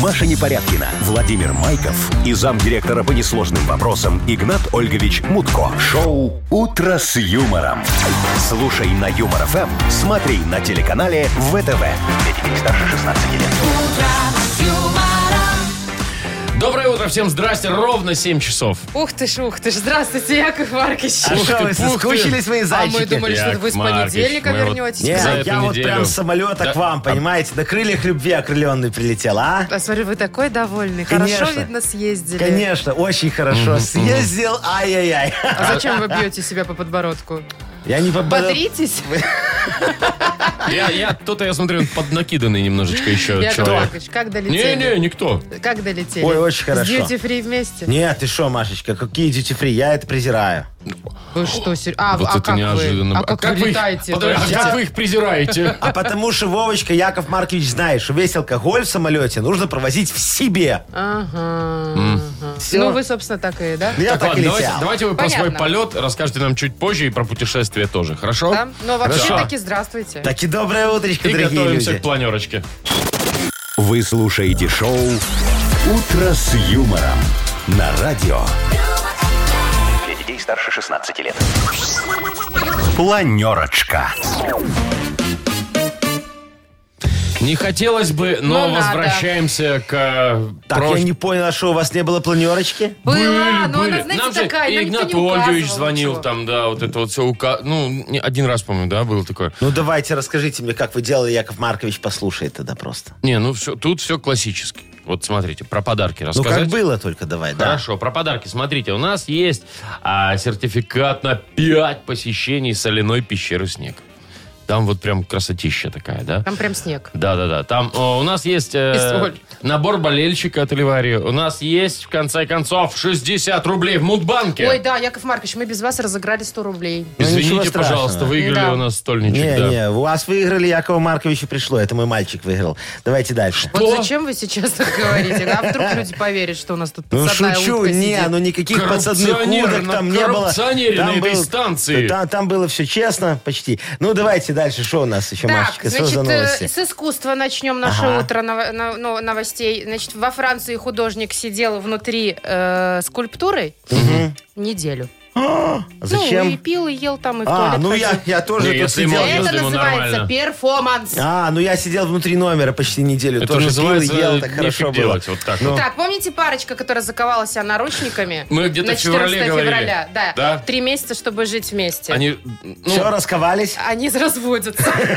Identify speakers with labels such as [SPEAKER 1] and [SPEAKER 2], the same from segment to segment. [SPEAKER 1] Маша Непорядкина, Владимир Майков и замдиректора по несложным вопросам Игнат Ольгович Мутко. Шоу «Утро с юмором». Слушай на Юмор ФМ, смотри на телеканале ВТВ. Для детей старше 16 лет.
[SPEAKER 2] Доброе утро всем, здрасте, ровно 7 часов.
[SPEAKER 3] Ух ты ж, ух ты ж. Здравствуйте, Яков Маркович.
[SPEAKER 2] Ух
[SPEAKER 4] А что
[SPEAKER 2] ты,
[SPEAKER 4] вы,
[SPEAKER 2] пух ты.
[SPEAKER 4] соскучились свои
[SPEAKER 3] А мы
[SPEAKER 4] зайчики?
[SPEAKER 3] думали, что
[SPEAKER 2] Яков
[SPEAKER 3] вы с
[SPEAKER 2] Маркович,
[SPEAKER 3] понедельника
[SPEAKER 2] мы вот-
[SPEAKER 3] вернетесь.
[SPEAKER 4] Не,
[SPEAKER 2] за
[SPEAKER 4] я
[SPEAKER 2] эту
[SPEAKER 4] вот
[SPEAKER 2] неделю.
[SPEAKER 4] прям с самолета
[SPEAKER 2] Да.
[SPEAKER 4] к вам, понимаете, на крыльях любви окрыленный прилетел, а?
[SPEAKER 3] А смотрю, вы такой довольный. Хорошо,
[SPEAKER 4] Конечно.
[SPEAKER 3] видно, съездили.
[SPEAKER 4] Конечно, очень хорошо. Съездил, ай-яй-яй.
[SPEAKER 3] А зачем вы бьете себя по подбородку?
[SPEAKER 4] Я не попадал.
[SPEAKER 3] Бодритесь?
[SPEAKER 2] Я, я, кто-то, я смотрю, поднакиданный немножечко еще
[SPEAKER 3] Яков
[SPEAKER 2] человек.
[SPEAKER 3] Маркович, как долетели?
[SPEAKER 2] Не-не, никто.
[SPEAKER 3] Как долетели?
[SPEAKER 4] Ой, очень хорошо.
[SPEAKER 3] С Duty Free вместе?
[SPEAKER 4] Нет, ты что, Машечка, какие дьюти-фри? Я это презираю.
[SPEAKER 3] Вы что, Сереж? А,
[SPEAKER 2] вот
[SPEAKER 3] а
[SPEAKER 2] это
[SPEAKER 3] как
[SPEAKER 2] неожиданно.
[SPEAKER 3] вы? А как, вы
[SPEAKER 2] их-
[SPEAKER 3] летаете?
[SPEAKER 2] подо- а
[SPEAKER 4] Я-
[SPEAKER 2] как вы их презираете?
[SPEAKER 4] А потому что, Вовочка, Яков Маркович, знаешь, что весь алкоголь в самолете нужно провозить в себе.
[SPEAKER 3] Ага. ага.
[SPEAKER 4] Всё.
[SPEAKER 3] Ну, вы, собственно, так и, да?
[SPEAKER 4] Я
[SPEAKER 2] Так,
[SPEAKER 4] А так
[SPEAKER 2] ладно,
[SPEAKER 4] и
[SPEAKER 2] давайте,
[SPEAKER 4] летел.
[SPEAKER 2] давайте вы про свой
[SPEAKER 3] Понятно.
[SPEAKER 2] полет расскажете нам чуть позже и про путешествие тоже, хорошо?
[SPEAKER 3] Да? Но вообще
[SPEAKER 2] Хорошо.
[SPEAKER 3] таки здравствуйте.
[SPEAKER 4] Так и доброе утречко,
[SPEAKER 2] И
[SPEAKER 4] дорогие
[SPEAKER 2] готовимся
[SPEAKER 4] люди.
[SPEAKER 2] к планерочке.
[SPEAKER 1] Вы слушаете шоу «Утро с юмором» на радио. Для детей старше 16 лет. Планерочка.
[SPEAKER 2] Не хотелось бы, но,
[SPEAKER 3] Но надо.
[SPEAKER 2] возвращаемся к э,
[SPEAKER 4] Так,
[SPEAKER 2] прош-
[SPEAKER 4] я не понял, а что, у вас не было планерочки?
[SPEAKER 3] Была,
[SPEAKER 2] Были,
[SPEAKER 3] но
[SPEAKER 2] были.
[SPEAKER 3] а, ну, она, знаете,
[SPEAKER 2] Нам же
[SPEAKER 3] такая,
[SPEAKER 2] и
[SPEAKER 3] нам никто
[SPEAKER 2] Игнат
[SPEAKER 3] не указывал
[SPEAKER 2] Ольгович звонил
[SPEAKER 3] ничего.
[SPEAKER 2] там, да, вот это вот все ука... Ну, не- один раз, по-моему, да, было такое.
[SPEAKER 4] Ну, давайте, расскажите мне, как вы делали, Яков Маркович послушает тогда просто.
[SPEAKER 2] Не, ну все, тут все классически. Вот смотрите, про подарки
[SPEAKER 4] Ну,
[SPEAKER 2] рассказать.
[SPEAKER 4] как было только давай, да?
[SPEAKER 2] Хорошо, про подарки. Смотрите, у нас есть а, сертификат на 5 посещений соляной пещеры «Снег». Там вот прям красотища такая, да?
[SPEAKER 3] Там прям снег.
[SPEAKER 2] Да-да-да. Там э, у нас есть э,
[SPEAKER 3] И соль.
[SPEAKER 2] набор болельщика от Ливарии. У нас есть, в конце концов, 60 рублей в Мудбанке.
[SPEAKER 3] Ой, да, Яков Маркович, мы без вас разыграли 100 рублей.
[SPEAKER 4] Ну, ничего
[SPEAKER 2] Извините,
[SPEAKER 4] страшного.
[SPEAKER 2] пожалуйста, выиграли
[SPEAKER 3] Да.
[SPEAKER 2] у нас стольничек.
[SPEAKER 4] Не,
[SPEAKER 2] да.
[SPEAKER 4] не, у вас выиграли, Якова Марковича пришло. Это мой мальчик выиграл. Давайте дальше.
[SPEAKER 3] Вот
[SPEAKER 2] Кто?
[SPEAKER 3] зачем вы сейчас так говорите? А вдруг люди поверят, что у нас тут
[SPEAKER 4] Ну,
[SPEAKER 3] подсадная
[SPEAKER 4] шучу,
[SPEAKER 3] утка
[SPEAKER 4] не,
[SPEAKER 3] сидит?
[SPEAKER 4] ну никаких подсадных
[SPEAKER 2] Коррупционер
[SPEAKER 4] уток
[SPEAKER 2] на-
[SPEAKER 4] там не было.
[SPEAKER 2] коррупционере на
[SPEAKER 4] Там
[SPEAKER 2] этой
[SPEAKER 4] был-
[SPEAKER 2] станции.
[SPEAKER 4] Та- Там, было все честно, почти. Ну, давайте дальше, что у нас еще,
[SPEAKER 3] Так,
[SPEAKER 4] Машечка, что за
[SPEAKER 3] значит, э,
[SPEAKER 4] новости?
[SPEAKER 3] с искусства начнем наше
[SPEAKER 4] Ага.
[SPEAKER 3] утро нов- нов- ну, новостей. Значит, во Франции художник сидел внутри э, скульптуры неделю. Ну, и
[SPEAKER 4] А Зачем?
[SPEAKER 3] пил, и ел там, и в
[SPEAKER 4] а,
[SPEAKER 3] туалет
[SPEAKER 4] ну
[SPEAKER 3] ходил.
[SPEAKER 4] я, я тоже
[SPEAKER 2] Не,
[SPEAKER 4] тут
[SPEAKER 2] если
[SPEAKER 4] сидел.
[SPEAKER 2] можно,
[SPEAKER 3] Это
[SPEAKER 2] Ему
[SPEAKER 3] называется
[SPEAKER 2] нормально.
[SPEAKER 3] перформанс.
[SPEAKER 4] А, ну я сидел внутри номера почти неделю.
[SPEAKER 2] Это
[SPEAKER 4] тоже пил и
[SPEAKER 2] называется
[SPEAKER 4] ел, так
[SPEAKER 2] нифиг
[SPEAKER 4] хорошо было. Ну,
[SPEAKER 2] делать, вот так вот.
[SPEAKER 3] Так, помните парочка, которая заковала себя наручниками?
[SPEAKER 2] Мы где-то
[SPEAKER 3] На
[SPEAKER 2] в феврале
[SPEAKER 3] 14
[SPEAKER 2] говорили.
[SPEAKER 3] февраля, да.
[SPEAKER 2] Да.
[SPEAKER 3] Три месяца, чтобы жить вместе.
[SPEAKER 2] Они ну,
[SPEAKER 4] Все, расковались?
[SPEAKER 3] Они разводятся.
[SPEAKER 2] нашли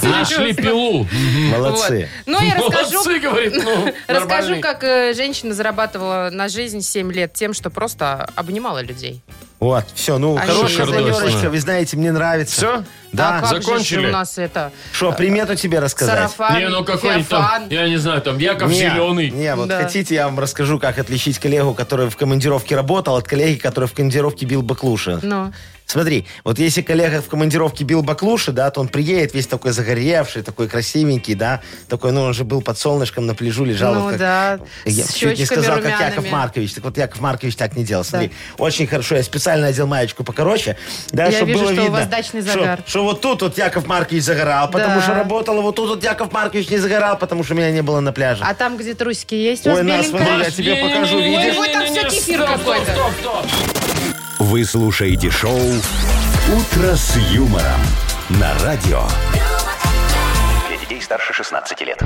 [SPEAKER 3] Серьезно.
[SPEAKER 2] пилу.
[SPEAKER 4] Молодцы.
[SPEAKER 3] Вот. Ну, я расскажу,
[SPEAKER 2] Молодцы, говорит, ну,
[SPEAKER 3] расскажу
[SPEAKER 2] нормальный.
[SPEAKER 3] как э, женщина зарабатывала на жизнь 7 лет тем, что просто обнимала людей.
[SPEAKER 4] Вот, все, ну,
[SPEAKER 3] А
[SPEAKER 4] хорошая
[SPEAKER 2] еще
[SPEAKER 4] планерочка,
[SPEAKER 2] красиво.
[SPEAKER 4] вы знаете, мне нравится.
[SPEAKER 2] Все?
[SPEAKER 3] а
[SPEAKER 4] Да.
[SPEAKER 3] как же ж
[SPEAKER 2] закончили?
[SPEAKER 3] у нас это
[SPEAKER 4] Что, примету тебе рассказать?
[SPEAKER 3] сарафан,
[SPEAKER 2] Не, ну какой там,
[SPEAKER 3] феофан.
[SPEAKER 2] я не знаю, там Яков
[SPEAKER 4] Не,
[SPEAKER 2] Зеленый.
[SPEAKER 4] Не, вот
[SPEAKER 3] Да.
[SPEAKER 4] хотите, я вам расскажу, как отличить коллегу, который в командировке работал, от коллеги, который в командировке бил баклуши.
[SPEAKER 3] Ну.
[SPEAKER 4] Смотри, вот если коллега в командировке бил баклуши, да, то он приедет весь такой загоревший, такой красивенький, да, такой, ну, он же был под солнышком на пляжу, лежал.
[SPEAKER 3] Ну
[SPEAKER 4] вот как-
[SPEAKER 3] да,
[SPEAKER 4] Я
[SPEAKER 3] с
[SPEAKER 4] чуть не
[SPEAKER 3] щечками
[SPEAKER 4] сказал, как
[SPEAKER 3] румяными.
[SPEAKER 4] Яков Маркович. Так вот, Яков Маркович так не делал. Смотри, очень хорошо. Я специально одел маечку покороче, да,
[SPEAKER 3] Я
[SPEAKER 4] чтобы
[SPEAKER 3] вижу,
[SPEAKER 4] было
[SPEAKER 3] что у
[SPEAKER 4] видно.
[SPEAKER 3] вас дачный
[SPEAKER 4] что-
[SPEAKER 3] загар.
[SPEAKER 4] Что, вот тут вот Яков Маркович загорал, потому
[SPEAKER 3] Да.
[SPEAKER 4] что работал, а вот тут вот Яков Маркович не загорал, потому что меня не было на пляже.
[SPEAKER 3] А там, где трусики есть, у вас
[SPEAKER 4] Ой, на, смотри,
[SPEAKER 3] беленькая?
[SPEAKER 4] я тебе покажу,
[SPEAKER 3] не,
[SPEAKER 4] видишь?
[SPEAKER 3] Ой, там всё кефир какой-то.
[SPEAKER 2] Стоп, стоп, стоп.
[SPEAKER 1] Вы слушаете шоу «Утро с юмором» на радио. Для детей старше 16 лет.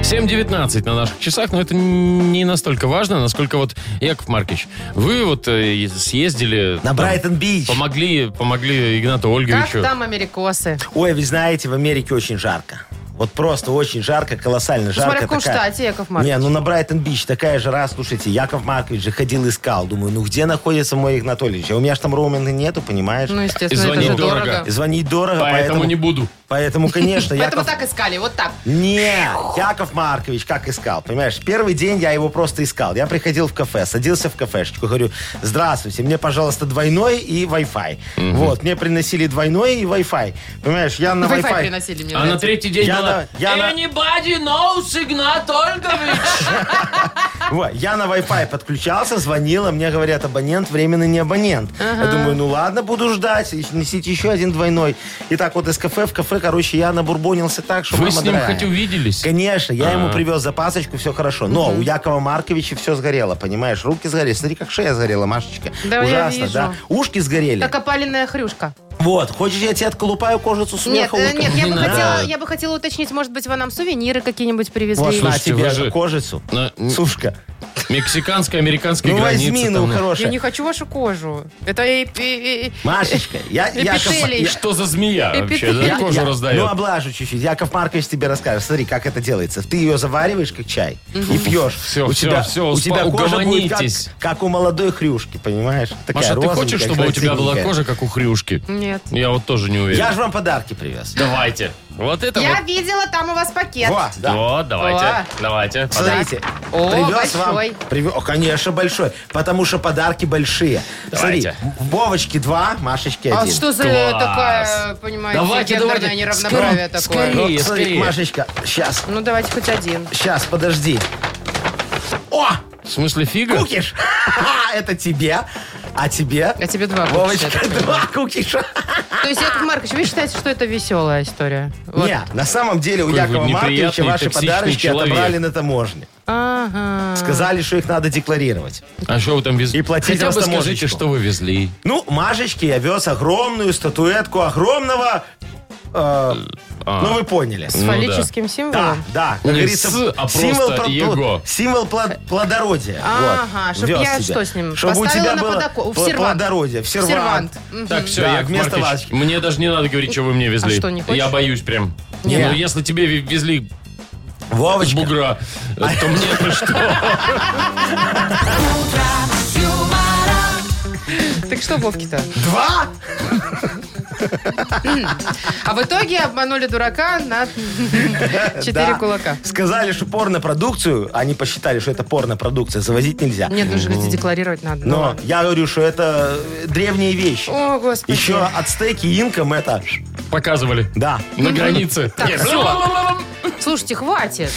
[SPEAKER 2] 7.19 на наших часах, но это не настолько важно, насколько вот, Яков Маркич, вы вот э, съездили...
[SPEAKER 4] На
[SPEAKER 2] там,
[SPEAKER 4] Брайтон-Бич.
[SPEAKER 2] Помогли, помогли Игнату
[SPEAKER 3] Как
[SPEAKER 2] Ольговичу.
[SPEAKER 3] там америкосы?
[SPEAKER 4] Ой, вы знаете, в Америке очень жарко. Вот просто очень жарко, колоссально жарко.
[SPEAKER 3] Смотря в каком
[SPEAKER 4] такая-
[SPEAKER 3] штате, Яков Маркович.
[SPEAKER 4] Не, ну на Брайтон-Бич такая жара, слушайте, Яков Маркович же ходил искал. Думаю, ну где находится мой Игнатольевич? А у меня же там роуминга нету, понимаешь?
[SPEAKER 3] Ну,
[SPEAKER 2] И
[SPEAKER 3] естественно, это
[SPEAKER 2] звонить
[SPEAKER 3] же
[SPEAKER 2] дорого.
[SPEAKER 3] дорого.
[SPEAKER 4] И Звонить дорого,
[SPEAKER 2] Поэтому,
[SPEAKER 4] поэтому...
[SPEAKER 2] не буду.
[SPEAKER 4] Поэтому, конечно,
[SPEAKER 3] Поэтому
[SPEAKER 4] Яков...
[SPEAKER 3] так искали, вот так.
[SPEAKER 4] Не, Яков Маркович как искал, понимаешь? Первый день я его просто искал. Я приходил в кафе, садился в кафешечку, говорю, здравствуйте, мне, пожалуйста, двойной и Wi-Fi. Вот, мне приносили двойной и Wi-Fi. Понимаешь, я на
[SPEAKER 3] Wi-Fi
[SPEAKER 4] Wi-Fi...
[SPEAKER 3] приносили мне.
[SPEAKER 2] А на
[SPEAKER 3] нравится.
[SPEAKER 2] третий день
[SPEAKER 4] Я
[SPEAKER 2] была...
[SPEAKER 4] на- я на-
[SPEAKER 2] Anybody knows Игнат Ольгович?
[SPEAKER 4] Во, я на Wi-Fi подключался, звонила, мне говорят, абонент, временно не абонент. Я думаю, ну ладно, буду ждать, и несите еще один двойной. И так вот из кафе в кафе, скульптуры, короче, я набурбонился так, что
[SPEAKER 2] Вы
[SPEAKER 4] мама
[SPEAKER 2] с ним
[SPEAKER 4] дорогая.
[SPEAKER 2] хоть увиделись? А.
[SPEAKER 4] Конечно, я ему привез запасочку, все хорошо. Но у Якова Марковича все сгорело, понимаешь? Руки сгорели. Смотри, как шея сгорела, Машечка.
[SPEAKER 3] Да, я
[SPEAKER 4] Ужасно,
[SPEAKER 3] вижу. а
[SPEAKER 4] да? Ушки сгорели.
[SPEAKER 3] Как опаленная хрюшка.
[SPEAKER 4] Вот, хочешь, я тебе отколупаю кожицу
[SPEAKER 3] Нет,
[SPEAKER 4] смеха?
[SPEAKER 3] э,
[SPEAKER 4] Утка?
[SPEAKER 3] нет, я
[SPEAKER 2] Не
[SPEAKER 3] бы,
[SPEAKER 2] надо.
[SPEAKER 3] хотела, я бы хотела уточнить, может быть, вы нам сувениры какие-нибудь привезли.
[SPEAKER 4] Вот на
[SPEAKER 2] Слушайте, вы
[SPEAKER 4] тебе
[SPEAKER 2] же-
[SPEAKER 4] кожицу.
[SPEAKER 2] На м-
[SPEAKER 4] Сушка.
[SPEAKER 2] мексиканско-американской
[SPEAKER 4] Ну
[SPEAKER 2] границе.
[SPEAKER 4] возьми, ну
[SPEAKER 2] там,
[SPEAKER 3] Я не
[SPEAKER 4] хорошая.
[SPEAKER 3] хочу вашу кожу. Это и- и- и-
[SPEAKER 4] Машечка, я... Яков-
[SPEAKER 3] Эпителий.
[SPEAKER 2] И Что за змея вообще?
[SPEAKER 3] Эпителий.
[SPEAKER 2] да,
[SPEAKER 4] Я-
[SPEAKER 2] Кожу
[SPEAKER 4] я-
[SPEAKER 2] раздает.
[SPEAKER 4] Ну, облажу чуть-чуть. Яков Маркович тебе расскажет. Смотри, как это делается. Ты ее завариваешь, как чай, и пьешь.
[SPEAKER 2] Всё,
[SPEAKER 4] у
[SPEAKER 2] всё,
[SPEAKER 4] тебя,
[SPEAKER 2] всё,
[SPEAKER 4] у
[SPEAKER 2] успа-
[SPEAKER 4] тебя кожа будет как,
[SPEAKER 2] угомонитесь.
[SPEAKER 4] как у молодой хрюшки, понимаешь? Такая
[SPEAKER 2] Маша, ты хочешь,
[SPEAKER 4] розовенькая,
[SPEAKER 2] чтобы у тебя была
[SPEAKER 4] красивенькая.
[SPEAKER 2] кожа, как у хрюшки?
[SPEAKER 3] Нет.
[SPEAKER 2] Я вот тоже не уверен.
[SPEAKER 4] Я же вам подарки привез.
[SPEAKER 2] Давайте. Вот это
[SPEAKER 3] Я
[SPEAKER 2] вот.
[SPEAKER 3] видела там у вас пакет.
[SPEAKER 4] Во, да.
[SPEAKER 2] Вот, давайте.
[SPEAKER 3] О.
[SPEAKER 2] Давайте.
[SPEAKER 4] Смотрите,
[SPEAKER 3] О,
[SPEAKER 4] привез вам-
[SPEAKER 3] большой.
[SPEAKER 4] привё- О, конечно, большой. Потому что подарки большие.
[SPEAKER 2] Давайте.
[SPEAKER 4] Смотри, Вовочке два, Машечке
[SPEAKER 3] А
[SPEAKER 4] один.
[SPEAKER 3] что за
[SPEAKER 2] Класс.
[SPEAKER 3] такая, понимаете,
[SPEAKER 2] Давайте,
[SPEAKER 3] гендерное
[SPEAKER 2] давайте. Скорее,
[SPEAKER 3] неравноправие такое?
[SPEAKER 2] скорее.
[SPEAKER 4] Ну, смотри,
[SPEAKER 2] скорее.
[SPEAKER 4] Машечка, сейчас,
[SPEAKER 3] Ну, давайте хоть один.
[SPEAKER 4] сейчас, подожди. О,
[SPEAKER 2] В смысле фига?
[SPEAKER 4] кукиш! Это тебе, а тебе...
[SPEAKER 3] А тебе два кукиша, я
[SPEAKER 4] Вовочка,
[SPEAKER 3] так понимаю.
[SPEAKER 4] два кукиша.
[SPEAKER 3] То есть, Яков Маркович, вы считаете, что это веселая история? Вот.
[SPEAKER 4] Не, на самом деле у
[SPEAKER 2] Какой вы
[SPEAKER 4] Якова Марковича
[SPEAKER 2] неприятный,
[SPEAKER 4] ваши
[SPEAKER 2] токсичный
[SPEAKER 4] подарочки
[SPEAKER 2] человек.
[SPEAKER 4] отобрали на таможне.
[SPEAKER 3] Ага.
[SPEAKER 4] Сказали, что их надо декларировать.
[SPEAKER 2] А что вы там везли?
[SPEAKER 4] И платить
[SPEAKER 2] Хотя бы скажите,
[SPEAKER 4] растаможечку.
[SPEAKER 2] что вы везли.
[SPEAKER 4] Ну, Машечке я вез огромную статуэтку огромного...
[SPEAKER 2] А.
[SPEAKER 4] э, Ну, вы поняли.
[SPEAKER 3] С
[SPEAKER 2] ну да.
[SPEAKER 3] фаллическим
[SPEAKER 4] Да,
[SPEAKER 3] символом?
[SPEAKER 4] да. Как
[SPEAKER 2] Не
[SPEAKER 4] говорится,
[SPEAKER 2] с, а
[SPEAKER 4] символ,
[SPEAKER 2] просто
[SPEAKER 4] про-
[SPEAKER 2] его.
[SPEAKER 4] символ пла- плодородия.
[SPEAKER 3] Ага,
[SPEAKER 4] вот,
[SPEAKER 3] чтоб
[SPEAKER 4] вез
[SPEAKER 3] я
[SPEAKER 4] тебе.
[SPEAKER 3] что с ним?
[SPEAKER 4] Чтобы у
[SPEAKER 3] Поставила
[SPEAKER 4] тебя
[SPEAKER 3] на
[SPEAKER 4] было
[SPEAKER 3] подоко- в
[SPEAKER 4] пла-
[SPEAKER 3] сервант.
[SPEAKER 4] плодородие. В сервант.
[SPEAKER 3] Сервант. Мгм.
[SPEAKER 2] Так, все,
[SPEAKER 4] Да,
[SPEAKER 2] Яков
[SPEAKER 4] вместо
[SPEAKER 2] Маркович,
[SPEAKER 4] лачки.
[SPEAKER 2] мне даже не надо говорить, А что вы мне везли.
[SPEAKER 3] что, не хочешь?
[SPEAKER 2] Я боюсь прям.
[SPEAKER 4] Не.
[SPEAKER 2] Ну, если тебе ве- везли с
[SPEAKER 4] Вовочка,
[SPEAKER 2] бугра,
[SPEAKER 4] А
[SPEAKER 2] то мне-то что?
[SPEAKER 3] Так что Вовки-то?
[SPEAKER 4] два?
[SPEAKER 3] А в итоге обманули дурака на четыре
[SPEAKER 4] Да.
[SPEAKER 3] кулака.
[SPEAKER 4] Сказали, что порнопродукцию, они посчитали, что это порнопродукция, завозить нельзя.
[SPEAKER 3] Нет, ну же, говорите, декларировать надо. Ну
[SPEAKER 4] Но
[SPEAKER 3] ладно.
[SPEAKER 4] я говорю, что это э, древние вещи.
[SPEAKER 3] О, господи.
[SPEAKER 4] Еще ацтеки, инкам это...
[SPEAKER 2] Показывали.
[SPEAKER 4] Да.
[SPEAKER 2] На границе.
[SPEAKER 3] Так,
[SPEAKER 2] Нет,
[SPEAKER 3] всё. Слушайте, хватит.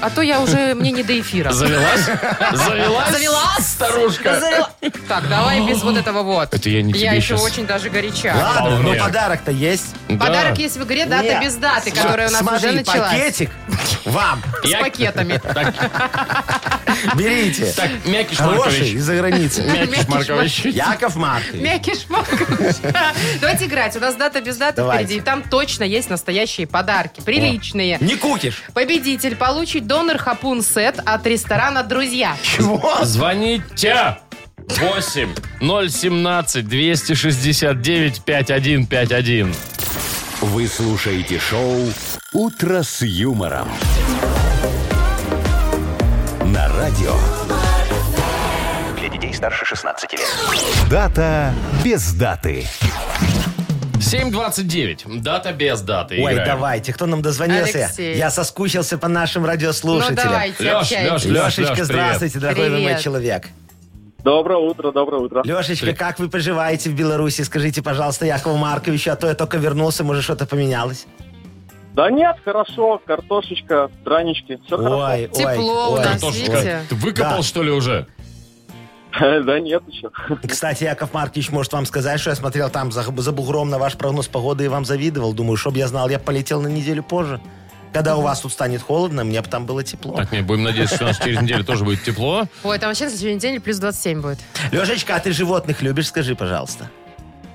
[SPEAKER 3] А то я уже, мне не до эфира.
[SPEAKER 2] Завелась? Завелась?
[SPEAKER 3] Завелась?
[SPEAKER 2] Старушка.
[SPEAKER 3] Завела. Так, давай без вот этого вот.
[SPEAKER 2] Это я не
[SPEAKER 3] Я
[SPEAKER 2] тебе
[SPEAKER 3] еще
[SPEAKER 2] щас.
[SPEAKER 3] очень даже горяча.
[SPEAKER 4] Ладно,
[SPEAKER 2] Вполне.
[SPEAKER 4] но подарок-то есть.
[SPEAKER 2] Да.
[SPEAKER 3] Подарок есть в игре, дата
[SPEAKER 4] Нет.
[SPEAKER 3] без даты,
[SPEAKER 4] Всё,
[SPEAKER 3] которая у нас
[SPEAKER 4] смотри,
[SPEAKER 3] уже началась.
[SPEAKER 4] пакетик вам.
[SPEAKER 3] С
[SPEAKER 2] Я-
[SPEAKER 3] пакетами.
[SPEAKER 2] Так,
[SPEAKER 4] Берите.
[SPEAKER 2] так, Мякиш
[SPEAKER 4] Хороший,
[SPEAKER 2] Маркович.
[SPEAKER 4] из-за границы.
[SPEAKER 2] Мякиш
[SPEAKER 3] Мякиш
[SPEAKER 2] Маркович.
[SPEAKER 4] Яков Маркович.
[SPEAKER 3] Мягкий шмакович. Давайте играть. У нас дата без даты
[SPEAKER 4] Давайте.
[SPEAKER 3] впереди. И там точно есть настоящие подарки. Приличные.
[SPEAKER 4] Не кукиш.
[SPEAKER 3] Победитель получит донор-хапун-сет от ресторана «Друзья».
[SPEAKER 4] Чего?
[SPEAKER 2] Звоните! 8 017 269 5151.
[SPEAKER 1] Вы слушаете шоу «Утро с юмором». На радио.
[SPEAKER 5] Для детей старше 16 лет.
[SPEAKER 1] Дата без даты.
[SPEAKER 2] 7.29. Дата без даты.
[SPEAKER 4] Ой,
[SPEAKER 2] Играем.
[SPEAKER 4] давайте, кто нам дозвонился?
[SPEAKER 3] Алексей.
[SPEAKER 4] Я соскучился по нашим
[SPEAKER 3] Ну,
[SPEAKER 4] радиослушателям.
[SPEAKER 3] давайте,
[SPEAKER 2] Лёш, Лёш,
[SPEAKER 3] общайтесь.
[SPEAKER 4] Лешечка,
[SPEAKER 2] привет.
[SPEAKER 4] здравствуйте, дорогой вы мой
[SPEAKER 3] Привет.
[SPEAKER 4] человек.
[SPEAKER 6] Доброе утро, доброе утро.
[SPEAKER 4] Лешечка, как вы поживаете в Беларуси? Скажите, пожалуйста, Якову Марковичу, а то я только вернулся, может, что-то поменялось.
[SPEAKER 6] Да нет, хорошо, картошечка, дранички, все
[SPEAKER 4] Ой,
[SPEAKER 3] Тепло у
[SPEAKER 4] ой,
[SPEAKER 3] нас,
[SPEAKER 4] ой.
[SPEAKER 3] видите?
[SPEAKER 2] Картошечка. Ты выкопал,
[SPEAKER 4] Да.
[SPEAKER 2] что ли, уже?
[SPEAKER 6] хорошо. Да нет, еще.
[SPEAKER 4] Кстати, Яков Маркович может вам сказать, что я смотрел там за, за бугром на ваш прогноз погоды и вам завидовал. Думаю, чтоб я знал, я б полетел на неделю позже. Когда у вас тут станет холодно, мне бы там было тепло.
[SPEAKER 2] Так, не, будем надеяться, что у нас через неделю тоже будет тепло.
[SPEAKER 3] Ой, там вообще на следующей неделе плюс 27 будет.
[SPEAKER 4] Лешечка, а ты животных любишь, скажи, пожалуйста.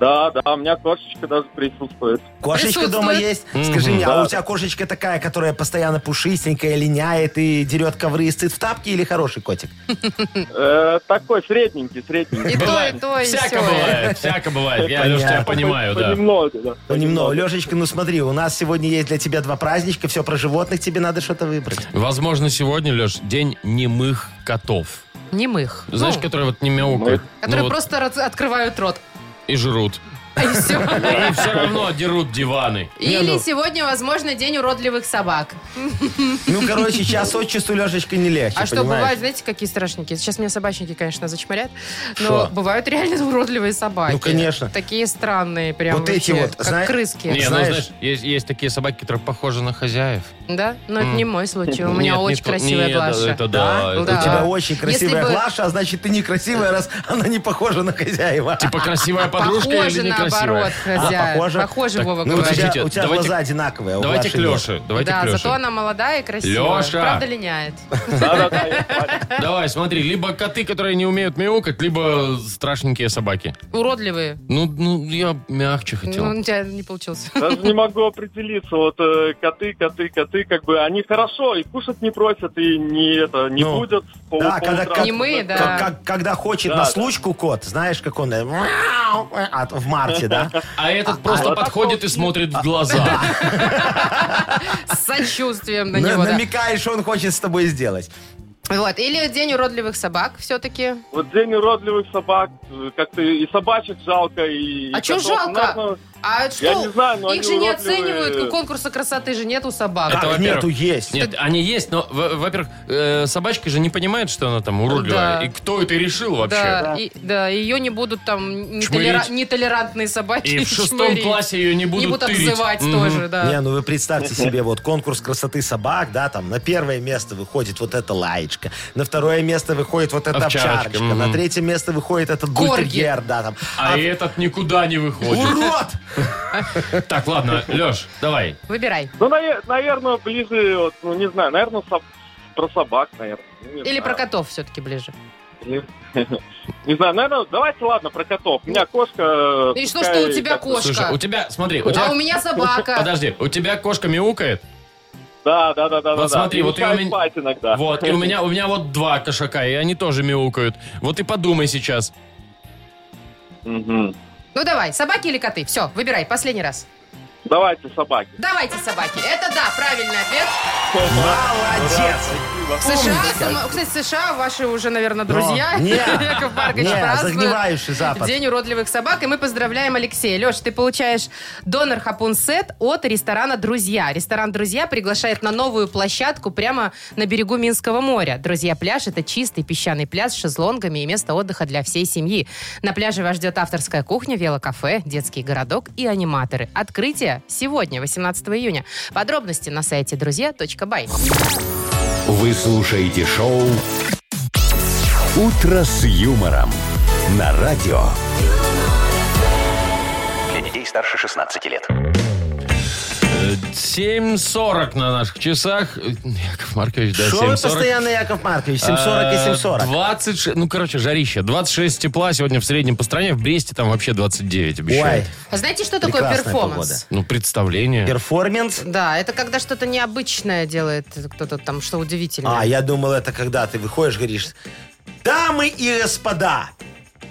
[SPEAKER 6] Да, да, у меня кошечка даже присутствует.
[SPEAKER 4] Кошечка
[SPEAKER 3] Присутствует.
[SPEAKER 4] дома есть? Скажи мне, а
[SPEAKER 6] Да.
[SPEAKER 4] у тебя кошечка такая, которая постоянно пушистенькая, линяет и дерет ковры и стыд в тапке или хороший котик?
[SPEAKER 6] Э, такой средненький, средненький.
[SPEAKER 3] И то, и то, и
[SPEAKER 2] Всяко
[SPEAKER 3] всё.
[SPEAKER 2] бывает, всяко бывает. Я,
[SPEAKER 4] Понятно.
[SPEAKER 2] Леш, тебя понимаю, да.
[SPEAKER 6] Понемногу, да.
[SPEAKER 4] Ну, немного. Лешечка, ну смотри, у нас сегодня есть для тебя два праздничка, все про животных, тебе надо что-то выбрать.
[SPEAKER 2] Возможно, сегодня, Леш, день немых котов.
[SPEAKER 3] Немых.
[SPEAKER 2] Знаешь,
[SPEAKER 3] Ну,
[SPEAKER 2] которые вот не мяукают.
[SPEAKER 3] которые
[SPEAKER 2] Ну вот
[SPEAKER 3] просто раз- открывают рот.
[SPEAKER 2] И жрут.
[SPEAKER 3] И все.
[SPEAKER 2] И все равно дерут диваны.
[SPEAKER 3] Или
[SPEAKER 4] ну.
[SPEAKER 3] сегодня, возможно, день уродливых собак.
[SPEAKER 4] Ну, короче, час от часу, Лешечка, не легче,
[SPEAKER 3] А что
[SPEAKER 4] понимаешь?
[SPEAKER 3] бывает, знаете, какие страшненькие? Сейчас меня собачники, конечно, зачморят, но
[SPEAKER 4] Шо?
[SPEAKER 3] бывают реально уродливые собаки.
[SPEAKER 4] Ну, конечно.
[SPEAKER 3] Такие странные, прям
[SPEAKER 4] Вот эти
[SPEAKER 3] вообще,
[SPEAKER 4] вот,
[SPEAKER 3] как
[SPEAKER 4] зна-
[SPEAKER 3] крыски.
[SPEAKER 2] Не, ну,
[SPEAKER 4] Знаешь-
[SPEAKER 2] знаешь, есть, есть такие собаки, которые похожи на хозяев.
[SPEAKER 3] Да? Но это не мой случай. У
[SPEAKER 2] Нет,
[SPEAKER 3] меня
[SPEAKER 2] не
[SPEAKER 3] очень
[SPEAKER 2] то-
[SPEAKER 3] красивая
[SPEAKER 2] нет,
[SPEAKER 3] Глаша.
[SPEAKER 2] это да, это
[SPEAKER 4] У
[SPEAKER 3] Да.
[SPEAKER 4] тебя очень
[SPEAKER 3] Если
[SPEAKER 4] красивая
[SPEAKER 3] бы-
[SPEAKER 4] Глаша, а значит, ты некрасивая, раз она не похожа на хозяева.
[SPEAKER 2] Типа красивая подружка
[SPEAKER 3] Похожа
[SPEAKER 2] или
[SPEAKER 3] на
[SPEAKER 2] красивая.
[SPEAKER 3] наоборот, хозяин.
[SPEAKER 4] похоже?
[SPEAKER 3] Похоже,
[SPEAKER 2] Так,
[SPEAKER 3] Вова
[SPEAKER 2] ну,
[SPEAKER 4] у
[SPEAKER 3] говорит.
[SPEAKER 2] подождите,
[SPEAKER 4] тебя, у тебя
[SPEAKER 2] давайте-
[SPEAKER 4] глаза одинаковые. а у
[SPEAKER 2] Давайте к
[SPEAKER 4] Маши нет.
[SPEAKER 2] Леше. Давайте
[SPEAKER 3] да,
[SPEAKER 2] к Леше.
[SPEAKER 3] зато она молодая и красивая.
[SPEAKER 2] Леша!
[SPEAKER 3] Правда линяет.
[SPEAKER 6] Да-да-да, я с вами.
[SPEAKER 2] Давай, смотри, либо коты, которые не умеют мяукать, либо страшненькие собаки.
[SPEAKER 3] Уродливые.
[SPEAKER 2] Ну, ну я мягче хотел.
[SPEAKER 3] Ну, у тебя не получилось.
[SPEAKER 6] Даже не могу определиться. Вот э, коты, коты, коты, как бы они хорошо и кушать не просят, и не это не
[SPEAKER 4] Ну,
[SPEAKER 6] будут. по-
[SPEAKER 4] да,
[SPEAKER 6] по
[SPEAKER 4] когда
[SPEAKER 6] утрам.
[SPEAKER 4] кот-
[SPEAKER 3] Немые, да.
[SPEAKER 4] Как- как- когда хочет
[SPEAKER 6] Да,
[SPEAKER 4] на
[SPEAKER 6] да.
[SPEAKER 4] случку кот, знаешь, как он э, мяу, э, а, в марте, да?
[SPEAKER 2] А этот просто
[SPEAKER 6] вот так
[SPEAKER 2] подходит и
[SPEAKER 6] вот.
[SPEAKER 2] смотрит в глаза.
[SPEAKER 3] С сочувствием на
[SPEAKER 4] На-
[SPEAKER 3] него, да.
[SPEAKER 4] Намекаешь, что он хочет с тобой сделать.
[SPEAKER 3] Вот. Или день уродливых собак все-таки.
[SPEAKER 6] Вот день уродливых собак, э, как-то и собачек жалко, и...
[SPEAKER 3] А
[SPEAKER 6] и
[SPEAKER 3] чё
[SPEAKER 6] котов.
[SPEAKER 3] жалко?
[SPEAKER 6] Ну,
[SPEAKER 3] А
[SPEAKER 6] Я не
[SPEAKER 3] что?
[SPEAKER 6] знаю, но
[SPEAKER 3] Их
[SPEAKER 6] они
[SPEAKER 3] же не
[SPEAKER 6] уродливые.
[SPEAKER 3] оценивают, как конкурса красоты же нет у собак.
[SPEAKER 2] Это
[SPEAKER 4] Как
[SPEAKER 2] во-первых.
[SPEAKER 4] нету, есть.
[SPEAKER 2] Нет, они есть, но, во- во-первых, э, собачка же не понимает, что она там уродливая.
[SPEAKER 3] Да.
[SPEAKER 2] И кто это решил вообще?
[SPEAKER 3] Да, и- да, ее не будут там нетолера-
[SPEAKER 2] Шмырить.
[SPEAKER 3] нетолерантные собаки.
[SPEAKER 2] И в шестом
[SPEAKER 3] шмырить.
[SPEAKER 2] классе ее не будут
[SPEAKER 3] Не будут
[SPEAKER 2] тырить.
[SPEAKER 3] обзывать
[SPEAKER 2] Мгм.
[SPEAKER 3] тоже,
[SPEAKER 4] Не,
[SPEAKER 3] да.
[SPEAKER 4] ну вы представьте себе, вот конкурс красоты собак, да, там на первое место выходит вот эта лаечка, на второе место выходит вот эта
[SPEAKER 2] Овчарочка,
[SPEAKER 4] овчарочка,
[SPEAKER 2] мгм.
[SPEAKER 4] на третье место выходит этот
[SPEAKER 3] Корги.
[SPEAKER 4] бультерьер, да, там.
[SPEAKER 2] А
[SPEAKER 4] А
[SPEAKER 2] этот никуда не выходит.
[SPEAKER 4] Урод!
[SPEAKER 2] Так, ладно, Леш, давай.
[SPEAKER 3] Выбирай.
[SPEAKER 6] Ну, наве- наверное, ближе, вот, ну, не знаю, наверное, со- про собак, наверное. ну,
[SPEAKER 3] Или
[SPEAKER 6] А.
[SPEAKER 3] про котов все-таки ближе.
[SPEAKER 6] котов. Не знаю, наверное, давайте, ладно, про котов. У меня кошка...
[SPEAKER 3] Ну, И что,
[SPEAKER 6] пускай
[SPEAKER 3] что у тебя
[SPEAKER 6] как-то-
[SPEAKER 2] Слушай,
[SPEAKER 3] кошка?
[SPEAKER 2] у тебя, смотри, у
[SPEAKER 3] А у
[SPEAKER 2] тебя...
[SPEAKER 3] меня собака.
[SPEAKER 2] Подожди, у тебя кошка мяукает?
[SPEAKER 6] Да, да, да, да.
[SPEAKER 2] Вот
[SPEAKER 6] да,
[SPEAKER 2] смотри,
[SPEAKER 6] да.
[SPEAKER 2] вот и у
[SPEAKER 6] Мешает
[SPEAKER 2] меня-
[SPEAKER 6] спать иногда.
[SPEAKER 2] Вот, и у меня, у меня вот два кошака, и они тоже мяукают. Вот и подумай сейчас.
[SPEAKER 6] Мгм.
[SPEAKER 3] Ну давай, собаки или коты? Все, выбирай, последний раз.
[SPEAKER 6] Давайте собаки.
[SPEAKER 3] Давайте собаки. Это да, правильный ответ.
[SPEAKER 4] Молодец!
[SPEAKER 3] В США, само- кстати, в США ваши уже, наверное, друзья.
[SPEAKER 4] Но- Нет.
[SPEAKER 3] Яков Маркович
[SPEAKER 4] Нет,
[SPEAKER 3] празднует
[SPEAKER 4] загнивающий Запад.
[SPEAKER 3] День уродливых собак. И мы поздравляем Алексея. Леш, ты получаешь донор хапунсет от ресторана «Друзья». Ресторан «Друзья» приглашает на новую площадку прямо на берегу Минского моря. «Друзья пляж» — это чистый песчаный пляж с шезлонгами и место отдыха для всей семьи. На пляже вас ждет авторская кухня, велокафе, детский городок и аниматоры. Открытие сегодня, 18 июня. Подробности на сайте друзья.бай.
[SPEAKER 1] Вы слушаете шоу «Утро с юмором» на радио.
[SPEAKER 5] Для детей старше 16 лет.
[SPEAKER 2] 7.40 на наших часах. Яков Маркович, да,
[SPEAKER 4] Что вы
[SPEAKER 2] 7.40.
[SPEAKER 4] постоянно, Яков Маркович, 740 и
[SPEAKER 2] Э,
[SPEAKER 4] 740?
[SPEAKER 2] 26, ну, короче, жарища. 26 тепла сегодня в среднем по стране. В Бресте там вообще 29
[SPEAKER 4] Ой,
[SPEAKER 2] обещают.
[SPEAKER 3] А знаете, что такое
[SPEAKER 4] Прекрасная
[SPEAKER 3] перформанс?
[SPEAKER 2] Ну, представление.
[SPEAKER 4] перформанс?
[SPEAKER 3] Да, это когда что-то необычное делает кто-то там, что удивительное.
[SPEAKER 4] А, я думал, это когда ты выходишь, говоришь, дамы и господа,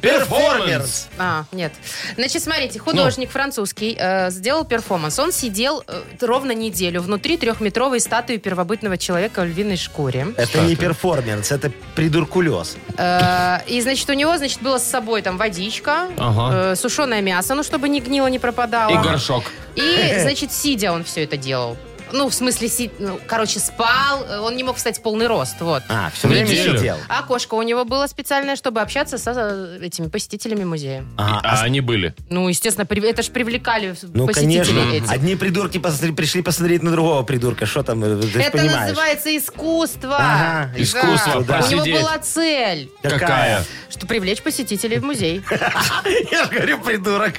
[SPEAKER 4] перформанс!
[SPEAKER 3] А, нет. Значит, смотрите,
[SPEAKER 2] Ну.
[SPEAKER 3] художник французский э, сделал перформанс. Он сидел э, ровно неделю внутри трехметровой статуи первобытного человека в львиной шкуре.
[SPEAKER 4] Это не перформанс, это придуркулез.
[SPEAKER 3] Э, и, значит, у него, значит, было с собой там водичка,
[SPEAKER 2] Ага.
[SPEAKER 3] э, сушеное мясо, ну, чтобы не гнило, не пропадало.
[SPEAKER 2] И горшок.
[SPEAKER 3] И, значит, сидя он все это делал. Ну, в смысле, си- ну, короче, спал, э, он не мог встать в полный рост, вот.
[SPEAKER 4] А, все время
[SPEAKER 2] Неделю.
[SPEAKER 4] сидел.
[SPEAKER 3] А Окошко у него было специальное, чтобы общаться с э, этими посетителями музея.
[SPEAKER 4] Ага,
[SPEAKER 2] А они были.
[SPEAKER 3] Ну, естественно, прив- это же привлекали
[SPEAKER 4] Ну,
[SPEAKER 3] посетителей
[SPEAKER 4] конечно.
[SPEAKER 3] эти.
[SPEAKER 4] Одни придурки посмотри- пришли посмотреть на другого придурка. Что там, э, ты ж
[SPEAKER 3] Это
[SPEAKER 4] понимаешь?
[SPEAKER 3] называется искусство.
[SPEAKER 4] Ага,
[SPEAKER 3] Да.
[SPEAKER 2] искусство,
[SPEAKER 3] У него
[SPEAKER 2] просидеть.
[SPEAKER 3] была цель,
[SPEAKER 2] Какая?
[SPEAKER 3] что привлечь посетителей в музей.
[SPEAKER 4] Я же говорю, придурок.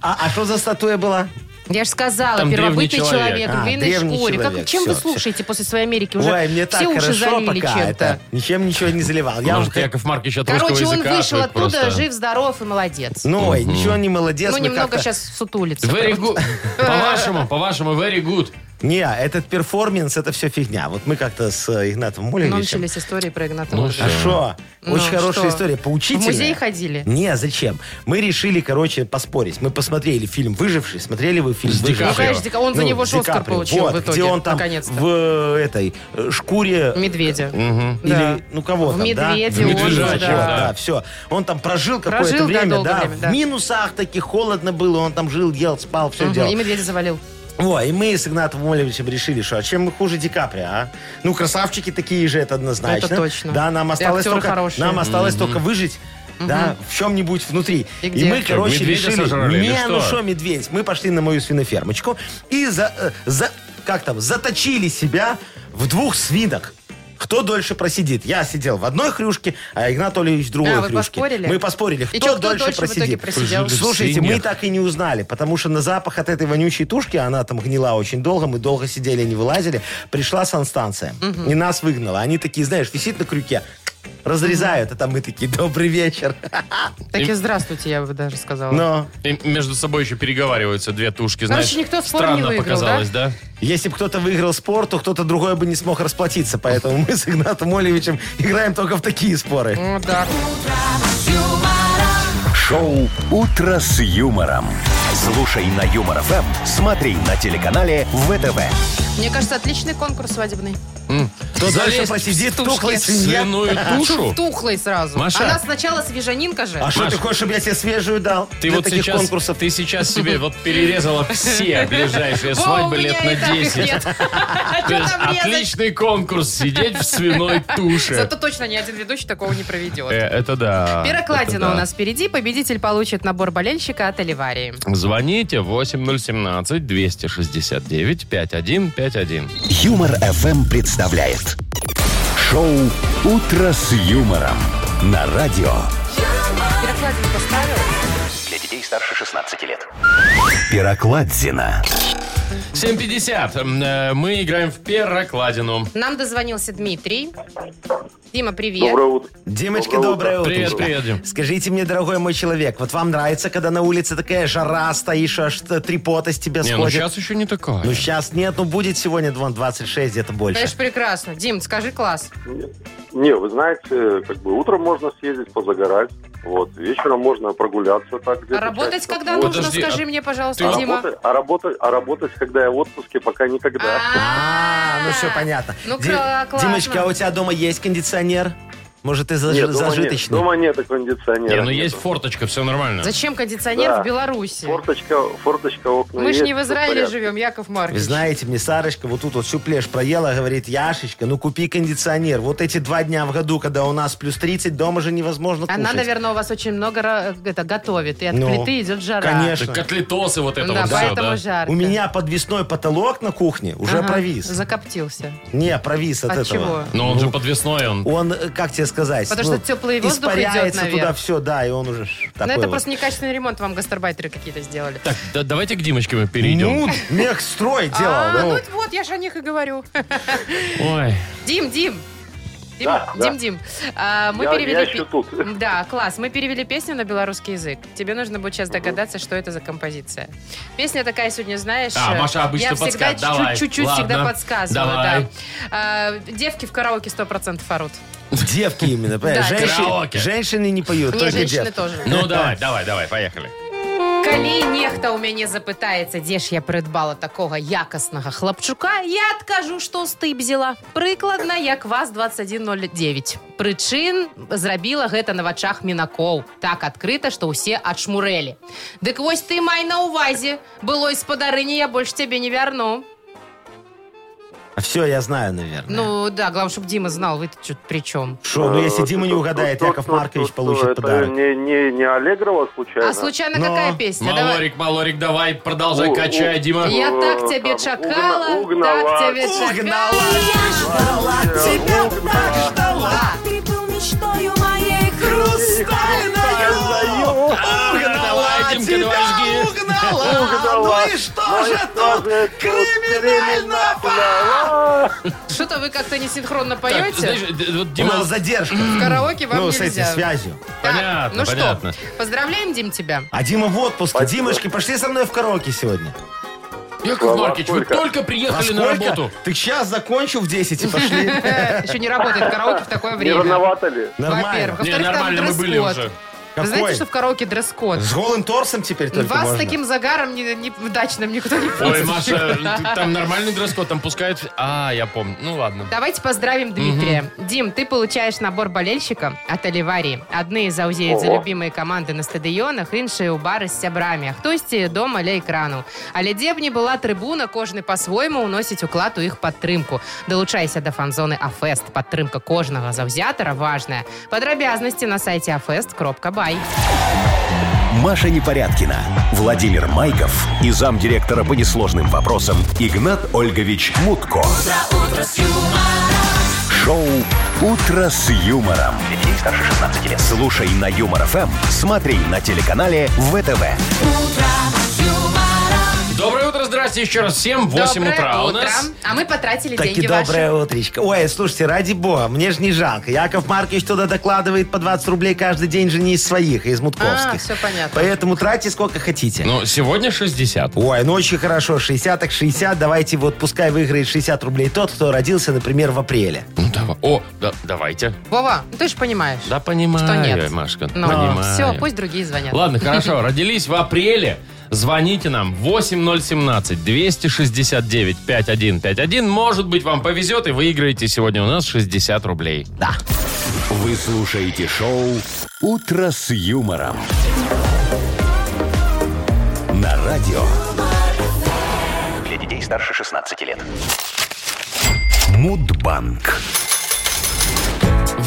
[SPEAKER 4] А а что за статуя была?
[SPEAKER 3] Я же сказала,
[SPEAKER 2] Там
[SPEAKER 3] первобытный
[SPEAKER 2] древний человек.
[SPEAKER 3] человек,
[SPEAKER 4] А,
[SPEAKER 3] в львиной
[SPEAKER 4] древний
[SPEAKER 3] шкуре. Как-
[SPEAKER 4] человек,
[SPEAKER 3] чем вы
[SPEAKER 4] всё,
[SPEAKER 3] слушаете после своей Америки? Уже
[SPEAKER 4] Ой, мне так
[SPEAKER 3] все уши
[SPEAKER 4] хорошо
[SPEAKER 3] залили
[SPEAKER 4] пока.
[SPEAKER 3] чем-то.
[SPEAKER 4] это. Ничем ничего не заливал. Я
[SPEAKER 2] Может,
[SPEAKER 4] уже
[SPEAKER 2] Яков Маркович от
[SPEAKER 3] Короче,
[SPEAKER 2] русского
[SPEAKER 3] он
[SPEAKER 2] языка
[SPEAKER 3] вышел
[SPEAKER 2] отвык
[SPEAKER 3] оттуда
[SPEAKER 2] просто.
[SPEAKER 3] жив, здоров и молодец.
[SPEAKER 4] Ну, ой, ничего не молодец.
[SPEAKER 3] ну,
[SPEAKER 4] мы
[SPEAKER 3] немного
[SPEAKER 4] как-то-
[SPEAKER 3] сейчас сутулится.
[SPEAKER 2] Very good. По-вашему, по-вашему, very good.
[SPEAKER 4] Не, этот перформанс, это все фигня. Вот мы как-то с э, Игнатом Мулевичем.
[SPEAKER 3] Научились истории про Игнатова.
[SPEAKER 2] Ну,
[SPEAKER 4] А что?
[SPEAKER 3] Ну,
[SPEAKER 4] Очень хорошая
[SPEAKER 3] что?
[SPEAKER 4] история.
[SPEAKER 3] В
[SPEAKER 4] Поучительная.
[SPEAKER 3] музей ходили?
[SPEAKER 4] Не, а зачем? Мы решили, короче, поспорить. Мы посмотрели фильм «Выживший». Смотрели вы фильм
[SPEAKER 2] С Ди
[SPEAKER 4] «Выживший»?
[SPEAKER 2] Каприо. Ну,
[SPEAKER 3] конечно, Ди Ка- он за него ж
[SPEAKER 4] Ди
[SPEAKER 3] Оскар
[SPEAKER 4] Каприо.
[SPEAKER 3] получил
[SPEAKER 4] Вот,
[SPEAKER 3] в итоге,
[SPEAKER 4] где он там
[SPEAKER 3] наконец-то.
[SPEAKER 4] в э, этой э, шкуре...
[SPEAKER 3] Медведя.
[SPEAKER 4] Или,
[SPEAKER 3] Да.
[SPEAKER 4] ну, кого
[SPEAKER 3] В
[SPEAKER 4] там, да?
[SPEAKER 3] медведе
[SPEAKER 2] В он, медвежачьем,
[SPEAKER 4] Вот,
[SPEAKER 2] да.
[SPEAKER 4] да. все. Он там прожил какое-то
[SPEAKER 3] Прожил, да,
[SPEAKER 4] время,
[SPEAKER 3] долгое
[SPEAKER 4] да,
[SPEAKER 3] время, да.
[SPEAKER 4] в минусах таких, холодно было, он там жил, ел, спал, все
[SPEAKER 3] Мгм,
[SPEAKER 4] делал.
[SPEAKER 3] И медведя завалил.
[SPEAKER 4] Во, и мы с Игнатом Олевичем решили, что а чем мы хуже Ди Каприо, а? Ну, красавчики такие же, это однозначно.
[SPEAKER 3] Это точно.
[SPEAKER 4] Да, нам
[SPEAKER 3] И
[SPEAKER 4] осталось
[SPEAKER 3] актеры
[SPEAKER 4] только,
[SPEAKER 3] хорошие.
[SPEAKER 4] Нам осталось только выжить. Да, в чем-нибудь внутри.
[SPEAKER 3] И где?
[SPEAKER 4] мы,
[SPEAKER 2] Что,
[SPEAKER 4] короче,
[SPEAKER 2] медведя
[SPEAKER 4] решили...
[SPEAKER 2] сожрали или
[SPEAKER 4] не, ну
[SPEAKER 2] что?
[SPEAKER 4] что, медведь, мы пошли на мою свинофермочку и за, э, за- как там, заточили себя в двух свинок. кто дольше просидит. Я сидел в одной хрюшке, а Игнатольевич в другой
[SPEAKER 3] А, вы
[SPEAKER 4] хрюшке.
[SPEAKER 3] поспорили?
[SPEAKER 4] Мы поспорили,
[SPEAKER 3] И
[SPEAKER 4] кто,
[SPEAKER 3] чё, кто
[SPEAKER 4] дольше,
[SPEAKER 3] дольше в итоге
[SPEAKER 4] просидит.
[SPEAKER 3] просидел?
[SPEAKER 4] Слушайте,
[SPEAKER 2] Синер.
[SPEAKER 4] мы так и не узнали, потому что на запах от этой вонючей тушки, она там гнила очень долго, мы долго сидели, не вылазили, пришла санстанция и нас выгнала. Они такие, знаешь, висит на крюке, разрезают, а там мы такие, добрый вечер.
[SPEAKER 3] Так и здравствуйте, я бы даже сказала.
[SPEAKER 4] Но
[SPEAKER 2] И между собой еще переговариваются две тушки, знаешь.
[SPEAKER 3] Короче, никто спор не
[SPEAKER 2] Странно
[SPEAKER 3] выиграл,
[SPEAKER 2] показалось, да?
[SPEAKER 4] Если бы кто-то выиграл спор, то кто-то другой бы не смог расплатиться. Поэтому мы с Игнатом Олевичем играем только в такие споры.
[SPEAKER 3] Ну да.
[SPEAKER 1] Шоу «Утро с юмором». Слушай на Юмор ФМ, смотри на телеканале ВТВ.
[SPEAKER 3] Мне кажется, отличный конкурс свадебный.
[SPEAKER 4] Кто дальше
[SPEAKER 2] Залезть
[SPEAKER 4] просидит,
[SPEAKER 3] в тушки.
[SPEAKER 4] тухлый свинья.
[SPEAKER 2] Свиную тушу?
[SPEAKER 3] Тухлый сразу.
[SPEAKER 2] А, Маша.
[SPEAKER 3] Она сначала свежанинка же.
[SPEAKER 4] А что
[SPEAKER 2] Маш,
[SPEAKER 4] ты хочешь, чтобы я тебе свежую дал?
[SPEAKER 2] Ты
[SPEAKER 4] для
[SPEAKER 2] вот
[SPEAKER 4] таких
[SPEAKER 2] сейчас,
[SPEAKER 4] конкурсов.
[SPEAKER 2] ты сейчас себе вот перерезала все ближайшие
[SPEAKER 3] Во,
[SPEAKER 2] свадьбы
[SPEAKER 3] у меня
[SPEAKER 2] лет
[SPEAKER 3] и
[SPEAKER 2] на
[SPEAKER 3] так их
[SPEAKER 2] 10.
[SPEAKER 3] нет. А
[SPEAKER 2] То
[SPEAKER 3] что
[SPEAKER 2] есть
[SPEAKER 3] там резать?
[SPEAKER 2] отличный конкурс сидеть в свиной туше.
[SPEAKER 3] Зато точно ни один ведущий такого не
[SPEAKER 2] Э,
[SPEAKER 3] проведет.
[SPEAKER 2] Это да. это
[SPEAKER 3] Пирокладина
[SPEAKER 2] да.
[SPEAKER 3] у нас впереди. Победитель получит набор болельщика от Оливарии.
[SPEAKER 2] Звоните 8017-269-5151.
[SPEAKER 1] Юмор ФМ представляет. Шоу «Утро с юмором» на радио.
[SPEAKER 3] Пирокладину поставил?
[SPEAKER 5] Для детей старше 16 лет.
[SPEAKER 1] Пирокладзина.
[SPEAKER 2] 7.50. М, э, Мы играем в перокладину.
[SPEAKER 3] Нам дозвонился Дмитрий. Дима, привет.
[SPEAKER 7] Доброе утро.
[SPEAKER 4] Димочка, доброе утро.
[SPEAKER 2] Привет, привет, Дим.
[SPEAKER 4] Скажите мне, дорогой мой человек, вот вам нравится, когда на улице такая жара стоишь, аж т- три пота с тебя
[SPEAKER 2] Не,
[SPEAKER 4] сходит?
[SPEAKER 2] ну сейчас еще не такая.
[SPEAKER 4] Ну, щас нет, ну будет сегодня вон, 26, где-то больше.
[SPEAKER 3] Конечно, прекрасно. Дим, скажи класс.
[SPEAKER 7] Не, вы знаете, как бы утром можно съездить позагорать, вот, вечером можно прогуляться так где-то.
[SPEAKER 3] А работать
[SPEAKER 7] часиков.
[SPEAKER 3] когда
[SPEAKER 7] Вот.
[SPEAKER 3] нужно,
[SPEAKER 2] Подожди,
[SPEAKER 3] скажи
[SPEAKER 2] а
[SPEAKER 3] мне,
[SPEAKER 2] ты
[SPEAKER 3] пожалуйста,
[SPEAKER 7] А
[SPEAKER 3] Дима.
[SPEAKER 7] работать, а, работать, а работать, когда я в отпуске, пока никогда.
[SPEAKER 4] А, ну все понятно.
[SPEAKER 3] Ну,
[SPEAKER 4] Ди-
[SPEAKER 3] кла- классно.
[SPEAKER 4] Димочка, а у тебя дома есть кондиционер? Может, ты заж-
[SPEAKER 7] Нет, ну, дома, нет,
[SPEAKER 4] зажиточный?
[SPEAKER 7] дома нет кондиционера.
[SPEAKER 2] Не, ну есть
[SPEAKER 7] нету.
[SPEAKER 2] форточка, все нормально.
[SPEAKER 3] Зачем кондиционер
[SPEAKER 7] Да.
[SPEAKER 3] в Беларуси?
[SPEAKER 7] форточка, форточка,
[SPEAKER 6] ну,
[SPEAKER 7] окна
[SPEAKER 3] Мы же
[SPEAKER 7] есть,
[SPEAKER 3] не в
[SPEAKER 7] всё
[SPEAKER 3] Израиле
[SPEAKER 7] порядке.
[SPEAKER 3] живем, Яков
[SPEAKER 4] Вы
[SPEAKER 3] Маркович.
[SPEAKER 4] знаете, мне Сарочка вот тут вот всю плешь проела, говорит, Яшечка, ну купи кондиционер. Вот эти два дня в году, когда у нас плюс 30, дома же невозможно кушать.
[SPEAKER 3] Она, наверное, А у вас очень много ра- это, готовит. И от
[SPEAKER 4] Ну,
[SPEAKER 3] плиты идет жара.
[SPEAKER 4] конечно.
[SPEAKER 2] Так котлетосы вот это
[SPEAKER 3] Да,
[SPEAKER 2] вот все,
[SPEAKER 3] поэтому
[SPEAKER 2] да?
[SPEAKER 3] жарко.
[SPEAKER 4] У меня подвесной потолок на кухне уже
[SPEAKER 3] Ага,
[SPEAKER 4] провис.
[SPEAKER 3] Закоптился.
[SPEAKER 4] Не, провис от,
[SPEAKER 3] От
[SPEAKER 4] этого.
[SPEAKER 3] чего? Ну,
[SPEAKER 2] Но он же подвесной, он...
[SPEAKER 4] Он, э, как тебе сказать,
[SPEAKER 3] Потому что теплый воздух идет
[SPEAKER 4] испаряется
[SPEAKER 3] наверх.
[SPEAKER 4] туда все, да, и он уже ш- такой
[SPEAKER 3] Но это
[SPEAKER 4] вот.
[SPEAKER 3] просто некачественный ремонт вам гастарбайтеры какие-то сделали.
[SPEAKER 2] Так, да- давайте к Димочке мы перейдем.
[SPEAKER 4] Ну, мехстрой делал.
[SPEAKER 3] а,
[SPEAKER 4] ну.
[SPEAKER 3] ну, вот, я же о них и говорю.
[SPEAKER 2] Ой,
[SPEAKER 3] Дим, Дим. Дим,
[SPEAKER 7] Да, да.
[SPEAKER 3] Дим, Дим. а, мы
[SPEAKER 7] Я-
[SPEAKER 3] перевели
[SPEAKER 7] я
[SPEAKER 3] пе-
[SPEAKER 7] еще тут.
[SPEAKER 3] Да, класс. Мы перевели песню на белорусский язык. Тебе нужно будет сейчас догадаться, что это за композиция. Песня такая сегодня, знаешь...
[SPEAKER 2] А,
[SPEAKER 3] э,
[SPEAKER 2] Маша обычно
[SPEAKER 3] Я всегда
[SPEAKER 2] подска- давай,
[SPEAKER 3] чуть- чуть-чуть всегда
[SPEAKER 2] ладно,
[SPEAKER 3] подсказывала,
[SPEAKER 2] давай.
[SPEAKER 3] да. А, девки в караоке 100% орут.
[SPEAKER 4] ну, Девки именно, понимаешь?
[SPEAKER 3] Да,
[SPEAKER 4] Женщины-
[SPEAKER 2] караоке.
[SPEAKER 4] Женщины не поют,
[SPEAKER 3] Не,
[SPEAKER 4] только
[SPEAKER 3] женщины
[SPEAKER 4] девки.
[SPEAKER 3] тоже.
[SPEAKER 2] ну давай, давай, давай, поехали.
[SPEAKER 3] Калі нехта ў мяне запытаецца, дзе ж я прыдбала такога якаснага хлапчука, я адкажу, што стыбзіла. Прыкладна, як вас 2109. Прычын зрабіла гэта на вачах мінакоў. Так адкрыта, што ўсе адшмурэлі. Дык вось ты май на ўвазе. Было і спадарыні я больш цябе не вярну.
[SPEAKER 4] Все, А я знаю, наверное.
[SPEAKER 3] Ну да, главное, чтобы Дима знал, вы тут при чем.
[SPEAKER 4] Шо, ну если
[SPEAKER 7] Э,
[SPEAKER 4] Дима не
[SPEAKER 7] что-
[SPEAKER 4] угадает,
[SPEAKER 7] что-
[SPEAKER 4] Яков
[SPEAKER 7] что-
[SPEAKER 4] Маркович
[SPEAKER 7] что-
[SPEAKER 4] получит
[SPEAKER 7] это
[SPEAKER 4] подарок.
[SPEAKER 7] Не, не, не Аллегрова случайно?
[SPEAKER 3] А случайно
[SPEAKER 4] Но-
[SPEAKER 3] какая песня? Давай.
[SPEAKER 2] Ну, Малорик, Малорик, давай, продолжай,
[SPEAKER 7] У-
[SPEAKER 2] качай,
[SPEAKER 7] у-
[SPEAKER 2] Дима.
[SPEAKER 3] Я
[SPEAKER 7] О,
[SPEAKER 3] так тебе
[SPEAKER 7] там,
[SPEAKER 3] чакала,
[SPEAKER 7] угна-
[SPEAKER 3] так
[SPEAKER 7] угнала.
[SPEAKER 3] тебе чакала.
[SPEAKER 8] ждала тебя, так ждала. Ты был мечтою моей хрустальной.
[SPEAKER 2] Давай, Димка, давай, жги.
[SPEAKER 7] Угадала.
[SPEAKER 4] Ну и что же тут? Криминально
[SPEAKER 3] Что-то вы как-то не синхронно
[SPEAKER 2] Так,
[SPEAKER 3] поете.
[SPEAKER 2] знаешь, д- вот
[SPEAKER 4] У
[SPEAKER 2] Дима,
[SPEAKER 4] нас задержка.
[SPEAKER 3] В караоке вам
[SPEAKER 4] Ну, с этой
[SPEAKER 3] нельзя.
[SPEAKER 4] связью.
[SPEAKER 3] Так,
[SPEAKER 2] Понятно,
[SPEAKER 3] ну
[SPEAKER 2] понятно.
[SPEAKER 3] что, поздравляем, Дим, тебя.
[SPEAKER 4] А Дима в отпуске.
[SPEAKER 7] Спасибо.
[SPEAKER 4] Димочки, пошли со мной в караоке сегодня.
[SPEAKER 2] Яков
[SPEAKER 7] Слава,
[SPEAKER 2] Маркич, вы
[SPEAKER 7] сколько?
[SPEAKER 2] только
[SPEAKER 4] А
[SPEAKER 2] приехали на работу.
[SPEAKER 4] Так сейчас закончу в 10 и пошли.
[SPEAKER 3] Еще не работает караоке в такое
[SPEAKER 7] Не
[SPEAKER 3] время.
[SPEAKER 7] рановато ли?
[SPEAKER 4] Нормально.
[SPEAKER 3] Во-первых.
[SPEAKER 2] Не,
[SPEAKER 3] Во-вторых, там
[SPEAKER 2] нормально, мы были
[SPEAKER 3] дресс-код.
[SPEAKER 2] уже.
[SPEAKER 3] Вы знаете,
[SPEAKER 4] Какой?
[SPEAKER 3] что в караоке дресс-код?
[SPEAKER 4] С голым торсом теперь только
[SPEAKER 3] Вас с
[SPEAKER 4] можно.
[SPEAKER 3] таким загаром не, не- в дачном никто не
[SPEAKER 2] Ой,
[SPEAKER 3] пустит.
[SPEAKER 2] Маша, ты- там нормальный дресс-код, там пускают... А, я помню. Ну ладно.
[SPEAKER 3] Давайте поздравим Дмитрия. Дим, ты получаешь набор болельщика от Оливарии. Одни заузеют за
[SPEAKER 7] Ого.
[SPEAKER 3] любимые команды на стадионах, іншие у бары с сябрамі. А хтосьці дома ля экрану. Але дзе б не была трибуна, кожны по-свойму уносить уклад у их падтрымку. Долучайся до фан-зоны Афест. Падтрымка кожного заузятора важная. Подробязности на сайте А afest.by.
[SPEAKER 1] Маша Непорядкина, Владимир Майков и замдиректора по несложным вопросам Игнат Ольгович Мутко. Шоу «Утро с юмором».
[SPEAKER 5] Для детей старше 16 лет.
[SPEAKER 1] Слушай на Юмор ФМ, смотри на телеканале ВТВ.
[SPEAKER 2] Доброе утро, здрасте еще раз всем. 8
[SPEAKER 3] Доброе
[SPEAKER 2] утра у
[SPEAKER 3] утро.
[SPEAKER 2] нас.
[SPEAKER 3] А мы потратили
[SPEAKER 4] Таки
[SPEAKER 3] деньги ваши.
[SPEAKER 4] доброе утречко. Ой, слушайте, ради бога, мне же не жалко. Яков Маркович туда докладывает по 20 рублей каждый день же не из своих, а из
[SPEAKER 3] А,
[SPEAKER 4] мутковских.
[SPEAKER 3] всё понятно.
[SPEAKER 4] Поэтому тратьте сколько хотите.
[SPEAKER 2] Ну, сегодня 60.
[SPEAKER 4] Ой, ну очень хорошо, 60 так 60. Давайте вот пускай выиграет 60 рублей тот, кто родился, например, в апреле.
[SPEAKER 2] Ну, давай. О, да, давайте.
[SPEAKER 3] Вова, ну ты же понимаешь.
[SPEAKER 2] Да, понимаю,
[SPEAKER 3] Что нет.
[SPEAKER 2] Машка.
[SPEAKER 3] Ну,
[SPEAKER 2] понимаю.
[SPEAKER 3] все, пусть другие звонят.
[SPEAKER 2] Ладно, хорошо. Родились в апреле. Звоните нам 8017-269-5151. Может быть, вам повезет и выиграете сегодня у нас 60 рублей.
[SPEAKER 1] Вы слушаете шоу «Утро с юмором». На радио
[SPEAKER 5] Для детей старше 16 лет.
[SPEAKER 1] Мудбанк.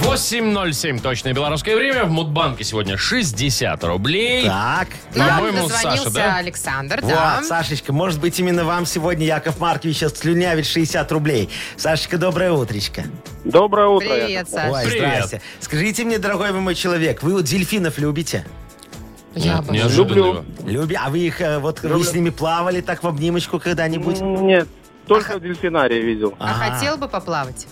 [SPEAKER 2] 8.07 точное белорусское время. В Мудбанке сегодня 60 рублей.
[SPEAKER 4] Так.
[SPEAKER 3] Нам
[SPEAKER 2] По-моему,
[SPEAKER 3] дозвонился
[SPEAKER 2] Саша, да?
[SPEAKER 3] Александр,
[SPEAKER 4] Вот,
[SPEAKER 3] да.
[SPEAKER 4] Сашечка, может быть, именно вам сегодня Яков Маркович сейчас слюнявит 60 рублей. Сашечка, доброе утречко.
[SPEAKER 6] Доброе утро.
[SPEAKER 3] Привет,
[SPEAKER 6] Яков.
[SPEAKER 3] Саша.
[SPEAKER 4] Ой,
[SPEAKER 2] Привет.
[SPEAKER 4] здрасте. Скажите мне, дорогой вы мой человек, вы вот дельфинов любите?
[SPEAKER 3] Я
[SPEAKER 2] Нет,
[SPEAKER 3] бы-
[SPEAKER 2] неожиданно
[SPEAKER 6] Люблю.
[SPEAKER 2] его.
[SPEAKER 4] Люби, а вы их э, вот вы
[SPEAKER 6] Люблю.
[SPEAKER 4] с ними плавали так в обнимочку когда-нибудь?
[SPEAKER 6] М, Нет, только в дельфинарии видел.
[SPEAKER 3] А
[SPEAKER 4] Ага.
[SPEAKER 3] хотел бы поплавать?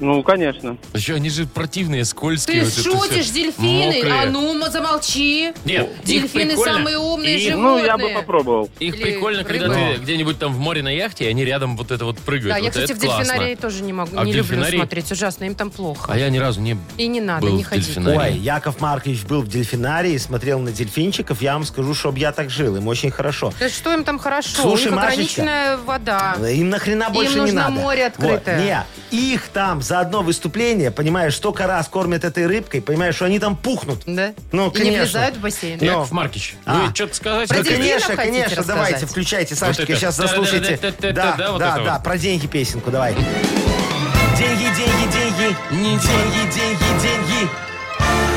[SPEAKER 6] Ну, конечно.
[SPEAKER 2] Еще они же противные, скользкие.
[SPEAKER 3] Ты
[SPEAKER 2] вот это
[SPEAKER 3] шутишь,
[SPEAKER 2] всё.
[SPEAKER 3] дельфины?
[SPEAKER 2] Мокрые.
[SPEAKER 3] А ну, мо- замолчи.
[SPEAKER 2] Нет,
[SPEAKER 3] Дельфины
[SPEAKER 2] их прикольно.
[SPEAKER 3] самые умные
[SPEAKER 2] И-
[SPEAKER 3] животные.
[SPEAKER 6] Ну, я бы попробовал.
[SPEAKER 2] Их
[SPEAKER 3] Или
[SPEAKER 2] прикольно, когда
[SPEAKER 3] рыбы.
[SPEAKER 2] ты где-нибудь там в море на яхте, и они рядом вот это вот прыгают.
[SPEAKER 3] Да, я,
[SPEAKER 2] Вот
[SPEAKER 3] кстати,
[SPEAKER 2] это
[SPEAKER 3] в
[SPEAKER 2] классно.
[SPEAKER 3] дельфинарии тоже не могу,
[SPEAKER 2] А в
[SPEAKER 3] не люблю
[SPEAKER 2] дельфинарии?
[SPEAKER 3] смотреть. Ужасно, им там плохо.
[SPEAKER 2] А я ни разу не...
[SPEAKER 3] И не надо,
[SPEAKER 2] был
[SPEAKER 3] не
[SPEAKER 2] в
[SPEAKER 3] ходи.
[SPEAKER 2] дельфинарии.
[SPEAKER 4] Ой, Яков Маркович был в дельфинарии, смотрел на дельфинчиков. Я вам скажу, чтобы я так жил. Им очень хорошо.
[SPEAKER 3] Да что им там хорошо? У
[SPEAKER 4] Слушай,
[SPEAKER 3] них
[SPEAKER 4] Машечка,
[SPEAKER 3] ограниченная вода.
[SPEAKER 4] Им нахрена больше не
[SPEAKER 3] нужно
[SPEAKER 4] надо.
[SPEAKER 3] море открытое.
[SPEAKER 4] Вот, не, их там за одно выступление, понимаешь, столько раз кормят этой рыбкой, понимаешь, что они там пухнут.
[SPEAKER 3] Да?
[SPEAKER 4] Ну,
[SPEAKER 3] И не
[SPEAKER 4] конечно.
[SPEAKER 3] влезают в бассейн.
[SPEAKER 4] Ну,
[SPEAKER 2] Яков Маркич,
[SPEAKER 4] А.
[SPEAKER 2] вы что-то сказать?
[SPEAKER 3] Про
[SPEAKER 4] Да,
[SPEAKER 2] хотите?
[SPEAKER 3] дельфинов
[SPEAKER 4] конечно,
[SPEAKER 3] хотите
[SPEAKER 4] конечно,
[SPEAKER 3] рассказать?
[SPEAKER 4] давайте, включайте, Сашечка,
[SPEAKER 2] это.
[SPEAKER 4] сейчас заслушайте.
[SPEAKER 2] Да-да-да-да-да-да,
[SPEAKER 4] Да,
[SPEAKER 2] да, вот
[SPEAKER 4] да,
[SPEAKER 2] это
[SPEAKER 4] да,
[SPEAKER 2] вот.
[SPEAKER 4] про деньги песенку, давай. Деньги, деньги, деньги,
[SPEAKER 2] Не
[SPEAKER 4] деньги, деньги, деньги.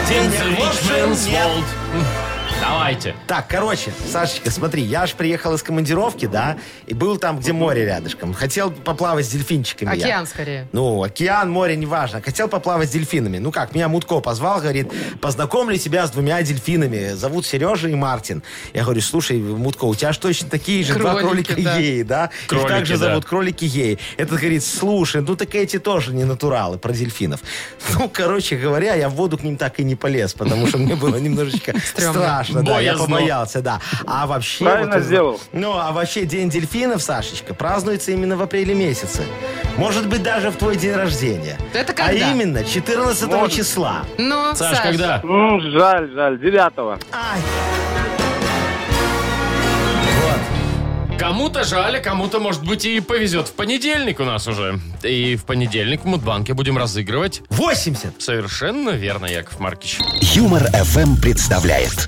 [SPEAKER 4] Денег, в общем,
[SPEAKER 2] Ричмондс
[SPEAKER 4] нет.
[SPEAKER 2] Волд. Давайте.
[SPEAKER 4] Так, короче, Сашечка, смотри, я аж приехал из командировки, да, и был там, где море рядышком. Хотел поплавать с дельфинчиками. я.
[SPEAKER 3] Океан скорее.
[SPEAKER 4] Ну, океан, море, неважно. Хотел поплавать с дельфинами. Ну как, меня Мутко позвал, говорит, познакомлю тебя с двумя дельфинами. Зовут Сережа и Мартин. Я говорю, слушай, Мутко, у тебя же точно такие же два
[SPEAKER 3] Кролики,
[SPEAKER 4] кролика
[SPEAKER 3] да.
[SPEAKER 4] геи, да?
[SPEAKER 2] Кролики,
[SPEAKER 4] Их также
[SPEAKER 2] да.
[SPEAKER 4] зовут кролики геи. Этот говорит, слушай, ну так эти тоже не натуралы про дельфинов. Ну, короче говоря, я в воду к ним так и не полез, потому что мне было немножечко страшно. Да, я
[SPEAKER 2] Боязно.
[SPEAKER 4] побоялся, да. А вообще...
[SPEAKER 6] Правильно
[SPEAKER 4] вот-
[SPEAKER 6] сделал.
[SPEAKER 4] ну, а вообще День дельфинов, Сашечка, празднуется именно в апреле месяце. Может быть, даже в твой день рождения.
[SPEAKER 3] Это
[SPEAKER 4] А
[SPEAKER 3] когда?
[SPEAKER 4] именно 14
[SPEAKER 6] Может.
[SPEAKER 4] числа.
[SPEAKER 3] Ну,
[SPEAKER 2] Саш, когда?
[SPEAKER 6] М, Ну, жаль, жаль, девятого.
[SPEAKER 4] Ай,
[SPEAKER 2] Кому-то жаль, а кому-то, может быть, и повезет. В понедельник у нас уже. И в понедельник в Мудбанке будем разыгрывать.
[SPEAKER 4] 80.
[SPEAKER 2] Совершенно верно, Яков Маркич.
[SPEAKER 1] Юмор ФМ представляет.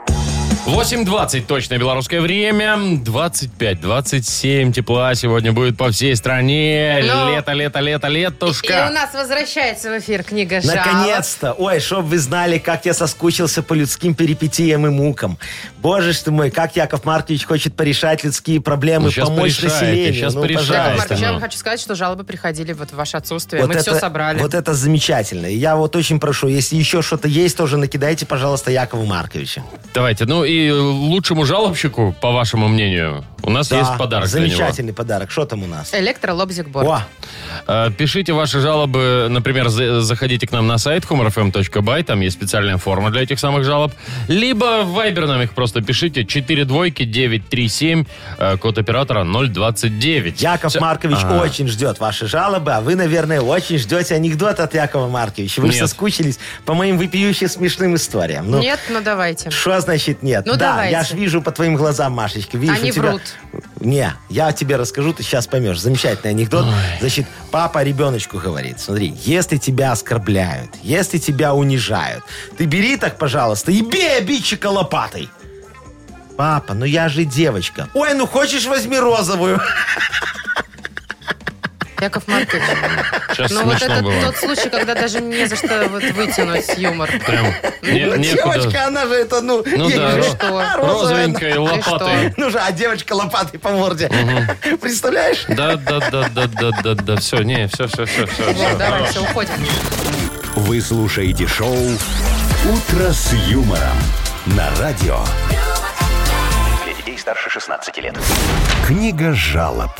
[SPEAKER 2] 8.20 точное белорусское время. 25-27 тепла сегодня будет по всей стране.
[SPEAKER 3] Ну.
[SPEAKER 2] лето, лето, лето,
[SPEAKER 3] И у
[SPEAKER 2] летушка.
[SPEAKER 3] нас возвращается в эфир книга жалоб.
[SPEAKER 4] Наконец-то! Ой, чтоб вы знали, как я соскучился по людским перипетиям и мукам. Боже ж ты мой, как Яков Маркович хочет порешать людские проблемы,
[SPEAKER 2] Ну, щас
[SPEAKER 4] помочь
[SPEAKER 2] порешаете,
[SPEAKER 4] населению.
[SPEAKER 2] щас
[SPEAKER 4] ну,
[SPEAKER 2] порешаете.
[SPEAKER 3] Яков
[SPEAKER 4] пожалуйста.
[SPEAKER 3] Маркович, я вам
[SPEAKER 2] Ну.
[SPEAKER 3] хочу сказать, что жалобы приходили вот в ваше отсутствие. Мы все
[SPEAKER 4] это-
[SPEAKER 3] собрали.
[SPEAKER 4] Вот это замечательно. И Я вот очень прошу, если еще что-то есть, тоже накидайте, пожалуйста, Якову Марковичу.
[SPEAKER 2] Давайте, ну и лучшему жалобщику, по вашему мнению, у нас есть
[SPEAKER 4] Да,
[SPEAKER 2] подарок для него.
[SPEAKER 4] Замечательный подарок. Что там у нас?
[SPEAKER 3] Электролобзик Борг.
[SPEAKER 4] О,
[SPEAKER 2] Э, Пишите ваши жалобы, например, за- заходите к нам на сайт humorfm.by, там есть специальная форма для этих самых жалоб. Либо в Viber нам их просто пишите 4 двойки 937, э, код оператора 029.
[SPEAKER 4] Яков
[SPEAKER 2] Всё.
[SPEAKER 4] Маркович
[SPEAKER 2] А.
[SPEAKER 4] очень ждет ваши жалобы, а вы, наверное, очень ждете анекдот от Якова Марковича. Вы же
[SPEAKER 2] Нет.
[SPEAKER 4] соскучились по моим вопиющим смешным историям. Ну,
[SPEAKER 3] Нет, ну давайте.
[SPEAKER 4] Что значит нет?
[SPEAKER 3] Ну,
[SPEAKER 4] да,
[SPEAKER 3] давайте.
[SPEAKER 4] я ж вижу по твоим глазам, Машечка. Видишь,
[SPEAKER 3] Они
[SPEAKER 4] у тебя...
[SPEAKER 3] врут.
[SPEAKER 4] Не, я тебе расскажу, ты сейчас поймешь. Замечательный анекдот. Значит, папа ребеночку говорит, смотри, если тебя оскорбляют, если тебя унижают, ты бери так, пожалуйста, и бей обидчика лопатой. Папа, ну я же девочка. Ой, ну хочешь, возьми розовую.
[SPEAKER 3] Яков Маркович.
[SPEAKER 2] Сейчас
[SPEAKER 3] Ну вот
[SPEAKER 2] смешно
[SPEAKER 3] это
[SPEAKER 2] было.
[SPEAKER 3] тот случай, когда даже не за что вот вытянуть юмор.
[SPEAKER 2] Прям не-
[SPEAKER 4] Ну,
[SPEAKER 2] некуда.
[SPEAKER 4] девочка, она же это, ну,
[SPEAKER 2] Ну
[SPEAKER 4] ей
[SPEAKER 2] да,
[SPEAKER 4] же
[SPEAKER 2] ро-
[SPEAKER 4] розовая,
[SPEAKER 2] розовенькой
[SPEAKER 3] Ты
[SPEAKER 2] лопатой.
[SPEAKER 4] Ну же, а девочка лопатой по морде. Представляешь?
[SPEAKER 2] Да, да, да, да, да, да, да. Все, не, все, все, все, все.
[SPEAKER 3] Вот, давай, все, уходим.
[SPEAKER 1] Вы слушаете шоу «Утро с юмором» на радио.
[SPEAKER 5] Для детей старше 16 лет.
[SPEAKER 1] Книга жалоб.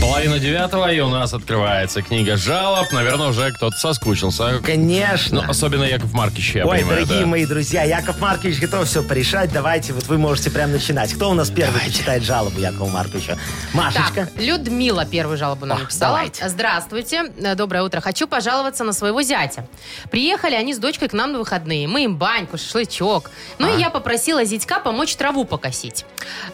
[SPEAKER 2] Половина девятого, и у нас открывается книга жалоб. Наверное, уже кто-то соскучился. Ну,
[SPEAKER 4] Конечно.
[SPEAKER 2] особенно Яков Маркич, я
[SPEAKER 4] Ой,
[SPEAKER 2] понимаю,
[SPEAKER 4] дорогие
[SPEAKER 2] да.
[SPEAKER 4] мои друзья, Яков Маркович готов все порешать. Давайте, вот вы можете прям начинать. Кто у нас первый читает жалобу Якова Марковича? Машечка.
[SPEAKER 3] Так, Людмила первую жалобу нам
[SPEAKER 4] О,
[SPEAKER 3] написала.
[SPEAKER 4] давайте.
[SPEAKER 3] Здравствуйте, э, доброе утро. Хочу пожаловаться на своего зятя. Приехали они с дочкой к нам на выходные. Мы им баньку, шашлычок. Ну и я попросила зятька помочь траву покосить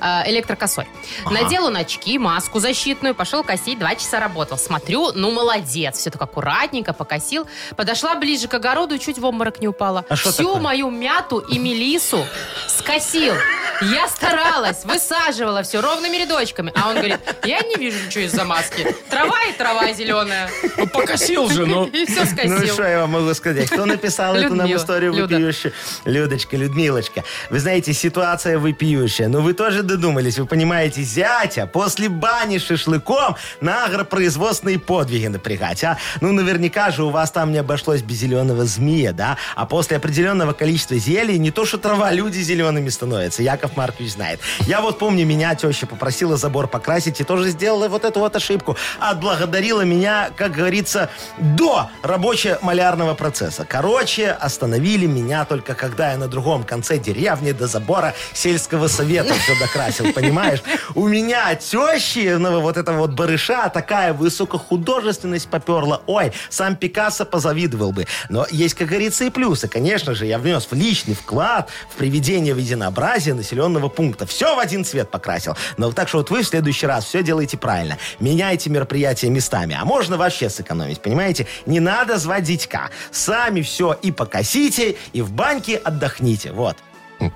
[SPEAKER 3] э, электрокосой. Надел он очки, маску защитную, пошел косить, два часа работал. Смотрю, ну молодец, все так аккуратненько покосил. Подошла ближе к огороду и чуть в обморок не упала.
[SPEAKER 4] А что
[SPEAKER 3] Всю
[SPEAKER 4] такое?
[SPEAKER 3] мою мяту и мелису скосил. Я старалась, высаживала все ровными рядочками. А он говорит, я не вижу ничего из-за маски. Трава и трава зеленая.
[SPEAKER 2] Ну, покосил же, ну.
[SPEAKER 3] И все
[SPEAKER 4] Ну и что
[SPEAKER 3] скосил.
[SPEAKER 4] я вам могу сказать? Кто написал эту нам
[SPEAKER 3] Людмила.
[SPEAKER 4] историю
[SPEAKER 3] Люда.
[SPEAKER 4] вопиющую? Людочка, Людмилочка. Вы знаете, ситуация вопиющая. Но вы тоже додумались, вы понимаете, зятя после бани с шашлыком на агропроизводственные подвиги напрягать, а? Ну, наверняка же у вас там не обошлось без зеленого змея, да? А после определенного количества зелий не то, что трава, люди зелеными становятся. Яков Маркович знает. Я вот помню, меня теща попросила забор покрасить и тоже сделала вот эту вот ошибку. Отблагодарила меня, как говорится, до рабоче-малярного процесса. Короче, остановили меня только когда я на другом конце деревни до забора сельского совета все докрасил, понимаешь? У меня тещиного вот этого вот барыша такая высокохудожественность поперла. Ой, сам Пикассо позавидовал бы. Но есть, как говорится, и плюсы. Конечно же, я внес в личный вклад в приведение в единообразие населенного пункта. Все в один цвет покрасил. Но так что вот вы в следующий раз все делаете правильно. Меняйте мероприятия местами. А можно вообще сэкономить, понимаете? Не надо звать дитька. Сами все и покосите, и в баньке отдохните. Вот.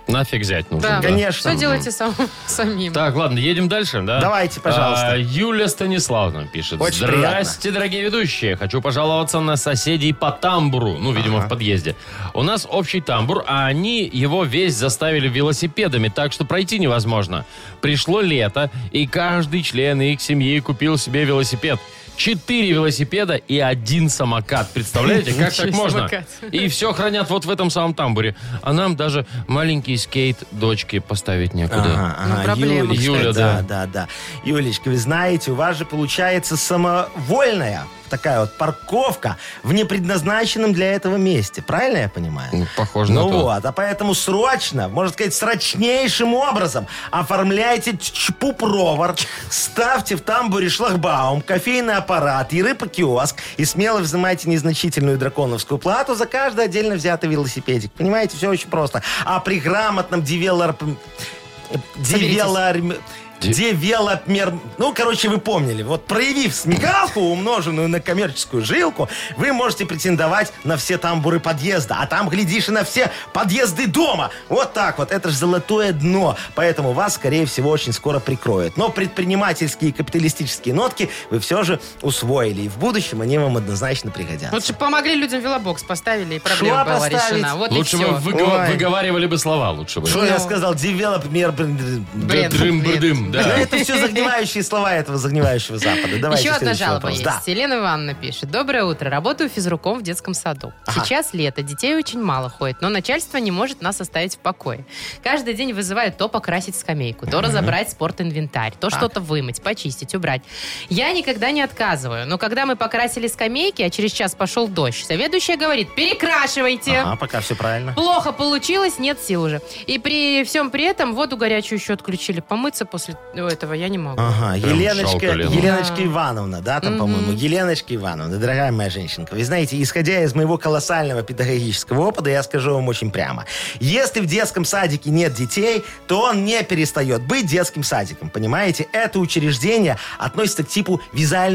[SPEAKER 2] Нафиг взять нужно.
[SPEAKER 3] Да.
[SPEAKER 2] да.
[SPEAKER 4] Конечно.
[SPEAKER 3] Все делайте сам- самим.
[SPEAKER 2] Так, ладно, едем дальше, да?
[SPEAKER 4] Давайте, пожалуйста.
[SPEAKER 2] А, Юлия Станиславовна пишет.
[SPEAKER 4] Очень
[SPEAKER 2] Здрасте, дорогие ведущие. Хочу пожаловаться на соседей по тамбуру. Ну, видимо, в подъезде. У нас общий тамбур, а они его весь заставили велосипедами, так что пройти невозможно. Пришло лето, и каждый член их семьи купил себе велосипед. Четыре велосипеда и один самокат. Представляете, как так
[SPEAKER 3] Ничего себе,
[SPEAKER 2] можно?
[SPEAKER 3] самокат.
[SPEAKER 2] И все хранят вот в этом самом тамбуре. А нам даже маленький скейт дочки поставить некуда.
[SPEAKER 4] Ага,
[SPEAKER 3] Ну,
[SPEAKER 4] ага,
[SPEAKER 3] проблема,
[SPEAKER 4] Юлечка,
[SPEAKER 2] Юля, да.
[SPEAKER 4] да, да, да. Юлечка, вы знаете, у вас же получается самовольная такая вот парковка в непредназначенном для этого месте. Правильно я понимаю?
[SPEAKER 2] Ну, похоже на
[SPEAKER 4] Ну
[SPEAKER 2] то.
[SPEAKER 4] вот, а поэтому срочно, можно сказать, срочнейшим образом оформляйте чпупровар, ставьте в тамбуре шлагбаум, кофейный аппарат и рыба-киоск и смело взимайте незначительную драконовскую плату за каждый отдельно взятый велосипедик. Понимаете, все очень просто. А при грамотном девелор... Девелор... Девелопмер... Ну, короче, вы помнили. Вот проявив смекалку, умноженную на коммерческую жилку, вы можете претендовать на все тамбуры подъезда. А там, глядишь, и на все подъезды дома. Вот так вот. Это же золотое дно. Поэтому вас, скорее всего, очень скоро прикроют. Но предпринимательские и капиталистические нотки вы все же усвоили. И в будущем они вам однозначно пригодятся.
[SPEAKER 3] Вот же помогли людям велобокс поставили, и проблема
[SPEAKER 4] Шла
[SPEAKER 3] была
[SPEAKER 4] поставить.
[SPEAKER 3] решена. Вот
[SPEAKER 2] лучше
[SPEAKER 3] и
[SPEAKER 2] бы
[SPEAKER 3] все.
[SPEAKER 2] выгова-
[SPEAKER 4] Ой.
[SPEAKER 2] выговаривали бы слова, лучше бы.
[SPEAKER 4] Что я сказал? Девелопмер...
[SPEAKER 3] Блин,
[SPEAKER 2] Дрым-брдым,
[SPEAKER 4] Ну,
[SPEAKER 2] да.
[SPEAKER 4] это все загнивающие слова этого загнивающего Запада. Давайте
[SPEAKER 3] Еще одна
[SPEAKER 4] следующий
[SPEAKER 3] жалоба
[SPEAKER 4] вопрос.
[SPEAKER 3] есть.
[SPEAKER 4] Да.
[SPEAKER 3] Елена Ивановна пишет. Доброе утро. Работаю физруком в детском саду. Сейчас лето, детей очень мало ходит, но начальство не может нас оставить в покое. Каждый день вызывают то покрасить скамейку, то разобрать спортинвентарь, то что-то вымыть, почистить, убрать. Я никогда не отказываю, но когда мы покрасили скамейки, а через час пошел дождь, заведующая говорит, перекрашивайте.
[SPEAKER 4] Ага, пока все правильно.
[SPEAKER 3] Плохо получилось, нет сил уже. И при всем при этом воду горячую еще отключили. Помыться после этого я не могу.
[SPEAKER 4] Ага,
[SPEAKER 2] Прям
[SPEAKER 4] Еленочка,
[SPEAKER 2] жалко Лену.
[SPEAKER 4] Еленочка
[SPEAKER 3] Да.
[SPEAKER 4] Ивановна, да, там,
[SPEAKER 3] Мгм.
[SPEAKER 4] по-моему, Еленочка Ивановна, дорогая моя женщинка, вы знаете, исходя из моего колоссального педагогического опыта, я скажу вам очень прямо. Если в детском садике нет детей, то он не перестает быть детским садиком, понимаете? Это учреждение относится к типу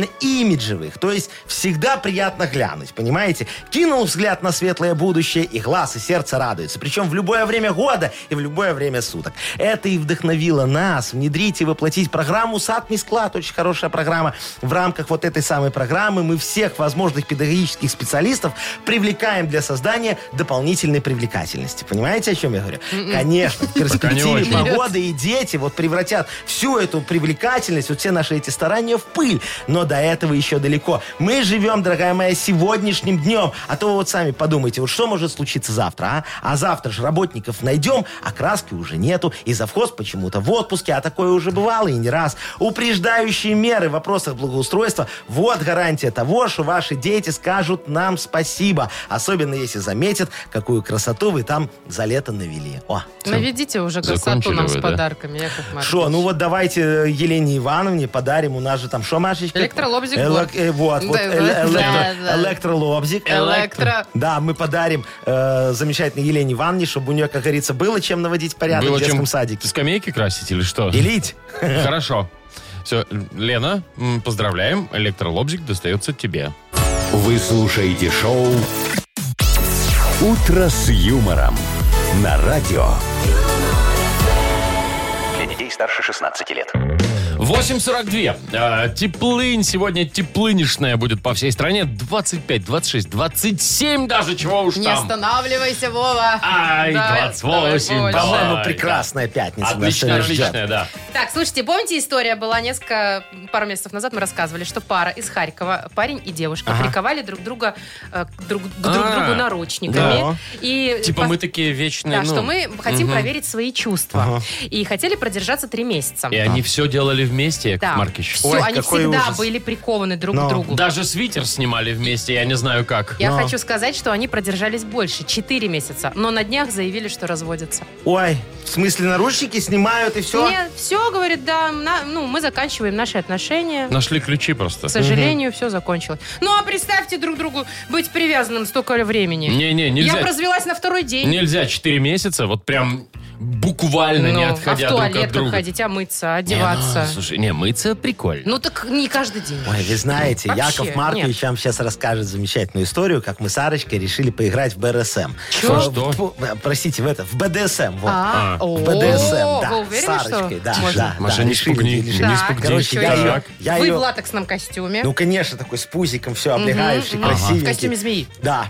[SPEAKER 4] визуально-имиджевых, то есть всегда приятно глянуть, понимаете? Кинул взгляд на светлое будущее, и глаз, и сердце радуются, причем в любое время года и в любое время суток. Это и вдохновило нас внедрить Помогите воплотить программу «Сад не склад». Очень хорошая программа. В рамках вот этой самой программы мы всех возможных педагогических специалистов привлекаем для создания дополнительной привлекательности. Понимаете, о чем я говорю? Конечно, в перспективе
[SPEAKER 2] очень.
[SPEAKER 4] погоды и дети вот превратят всю эту привлекательность, вот все наши эти старания в пыль. Но до этого еще далеко. Мы живем, дорогая моя, сегодняшним днем. А то вы вот сами подумайте, вот что может случиться завтра, а? А завтра же работников найдем, а краски уже нету. И завхоз почему-то в отпуске, а такое уже бывало и не раз. Упреждающие меры в вопросах благоустройства – вот гарантия того, что ваши дети скажут нам спасибо. Особенно если заметят, какую красоту вы там за лето навели. О,
[SPEAKER 3] Наведите уже красоту
[SPEAKER 2] Закончили
[SPEAKER 3] нам
[SPEAKER 2] вы,
[SPEAKER 3] с
[SPEAKER 2] да?
[SPEAKER 3] подарками, Яков Маркович.
[SPEAKER 4] Что, ну вот давайте э, Елене Ивановне подарим. У нас же там что, Машечка?
[SPEAKER 3] Электролобзик
[SPEAKER 4] Элек-
[SPEAKER 3] будет.
[SPEAKER 4] э, Вот, вот,
[SPEAKER 3] Да,
[SPEAKER 4] эле-
[SPEAKER 3] да,
[SPEAKER 4] электро-
[SPEAKER 3] да.
[SPEAKER 4] электролобзик.
[SPEAKER 3] Электро.
[SPEAKER 4] Да, мы подарим э, замечательной Елене Ивановне, чтобы у нее, как говорится, было чем наводить порядок
[SPEAKER 2] Было
[SPEAKER 4] в детском
[SPEAKER 2] чем
[SPEAKER 4] садике.
[SPEAKER 2] скамейки красить или что?
[SPEAKER 4] Белить.
[SPEAKER 2] Хорошо. Все, Лена, м, поздравляем. Электролобзик достается тебе.
[SPEAKER 1] Вы слушаете шоу «Утро с юмором» на радио.
[SPEAKER 5] Для детей старше 16 лет.
[SPEAKER 2] 8.42. А, теплынь. Сегодня теплынишная будет по всей стране. 25, 26, 27 даже. Чего уж
[SPEAKER 3] Не
[SPEAKER 2] там.
[SPEAKER 3] останавливайся, Вова.
[SPEAKER 2] Ай, 28,
[SPEAKER 3] давай, Вова.
[SPEAKER 2] давай.
[SPEAKER 4] По-моему,
[SPEAKER 2] да.
[SPEAKER 4] ну, прекрасная пятница. нас
[SPEAKER 2] Отлично,
[SPEAKER 4] всех ждет.
[SPEAKER 2] отличная, да.
[SPEAKER 3] Так, слушайте, помните, история была несколько, пару месяцев назад мы рассказывали, что пара из Харькова, парень и девушка, приковали друг друга э, к друг, к друг
[SPEAKER 2] А,
[SPEAKER 3] другу
[SPEAKER 2] да.
[SPEAKER 3] наручниками. И
[SPEAKER 2] Типа
[SPEAKER 3] пос-
[SPEAKER 2] мы такие вечные.
[SPEAKER 3] Да,
[SPEAKER 2] ну,
[SPEAKER 3] что мы хотим
[SPEAKER 2] мгм.
[SPEAKER 3] проверить свои чувства. И хотели продержаться три месяца.
[SPEAKER 2] И они все делали вместе, Яков
[SPEAKER 3] да.
[SPEAKER 2] Маркич.
[SPEAKER 3] Всё,
[SPEAKER 4] Ой,
[SPEAKER 3] они
[SPEAKER 4] какой
[SPEAKER 3] всегда
[SPEAKER 4] ужас.
[SPEAKER 3] были прикованы друг
[SPEAKER 4] Но.
[SPEAKER 3] к другу.
[SPEAKER 2] Даже свитер снимали вместе, я не знаю как.
[SPEAKER 3] Я хочу сказать, что они продержались больше, 4 месяца, но на днях заявили, что разводятся.
[SPEAKER 4] Ой, в смысле наручники снимают и все?
[SPEAKER 3] Нет, все, говорит, да, на- ну, мы заканчиваем наши отношения.
[SPEAKER 2] Нашли ключи просто.
[SPEAKER 3] К сожалению, все закончилось. Ну, а представьте друг другу быть привязанным столько времени.
[SPEAKER 2] Не-не, нельзя.
[SPEAKER 3] Я развелась на второй день.
[SPEAKER 2] Нельзя 4 месяца, вот прям буквально не
[SPEAKER 3] Ну,
[SPEAKER 2] отходя
[SPEAKER 3] а в
[SPEAKER 2] друг
[SPEAKER 3] туалет
[SPEAKER 2] от друга.
[SPEAKER 3] ходить, Ну, а мыться,
[SPEAKER 2] Не, ну,
[SPEAKER 3] одеваться. ну,
[SPEAKER 2] слушай, не, мыться прикольно.
[SPEAKER 3] так не каждый день.
[SPEAKER 4] Ой, вы знаете,
[SPEAKER 3] Вообще,
[SPEAKER 4] Яков Маркович
[SPEAKER 3] нет.
[SPEAKER 4] вам сейчас расскажет замечательную историю, как мы с Арочкой решили поиграть в БРСМ.
[SPEAKER 2] Чё?
[SPEAKER 4] Э, в- в- Простите, в это, в БДСМ. Вот.
[SPEAKER 3] А,
[SPEAKER 2] А,
[SPEAKER 3] о,
[SPEAKER 4] В БДСМ, да.
[SPEAKER 3] Вы уверены,
[SPEAKER 4] с Сарочкой,
[SPEAKER 3] что
[SPEAKER 4] да,
[SPEAKER 3] можно?
[SPEAKER 4] да,
[SPEAKER 2] Маша,
[SPEAKER 4] да,
[SPEAKER 2] не
[SPEAKER 4] решили,
[SPEAKER 2] спугни,
[SPEAKER 4] решили.
[SPEAKER 2] не
[SPEAKER 3] Так,
[SPEAKER 2] спугни.
[SPEAKER 4] короче, я
[SPEAKER 2] Так.
[SPEAKER 4] ее, я
[SPEAKER 3] Вы
[SPEAKER 4] ее-
[SPEAKER 3] в латексном костюме.
[SPEAKER 4] ну, конечно, такой с пузиком все облегающий,
[SPEAKER 3] Мгм, мгм.
[SPEAKER 4] красивенький.
[SPEAKER 3] В костюме змеи.
[SPEAKER 4] Да.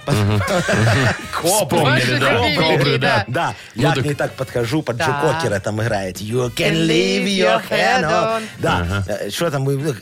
[SPEAKER 4] Копы.
[SPEAKER 2] Вспомнили,
[SPEAKER 3] Ваши
[SPEAKER 2] да,
[SPEAKER 3] любимые,
[SPEAKER 2] добрые,
[SPEAKER 3] да.
[SPEAKER 2] да.
[SPEAKER 4] Да,
[SPEAKER 2] Ну
[SPEAKER 4] я
[SPEAKER 2] так-
[SPEAKER 4] к ней так подхожу, под
[SPEAKER 3] Да.
[SPEAKER 4] Джо Кокера там играет. You can leave your head on.
[SPEAKER 3] on.
[SPEAKER 4] Да, э, что там, э,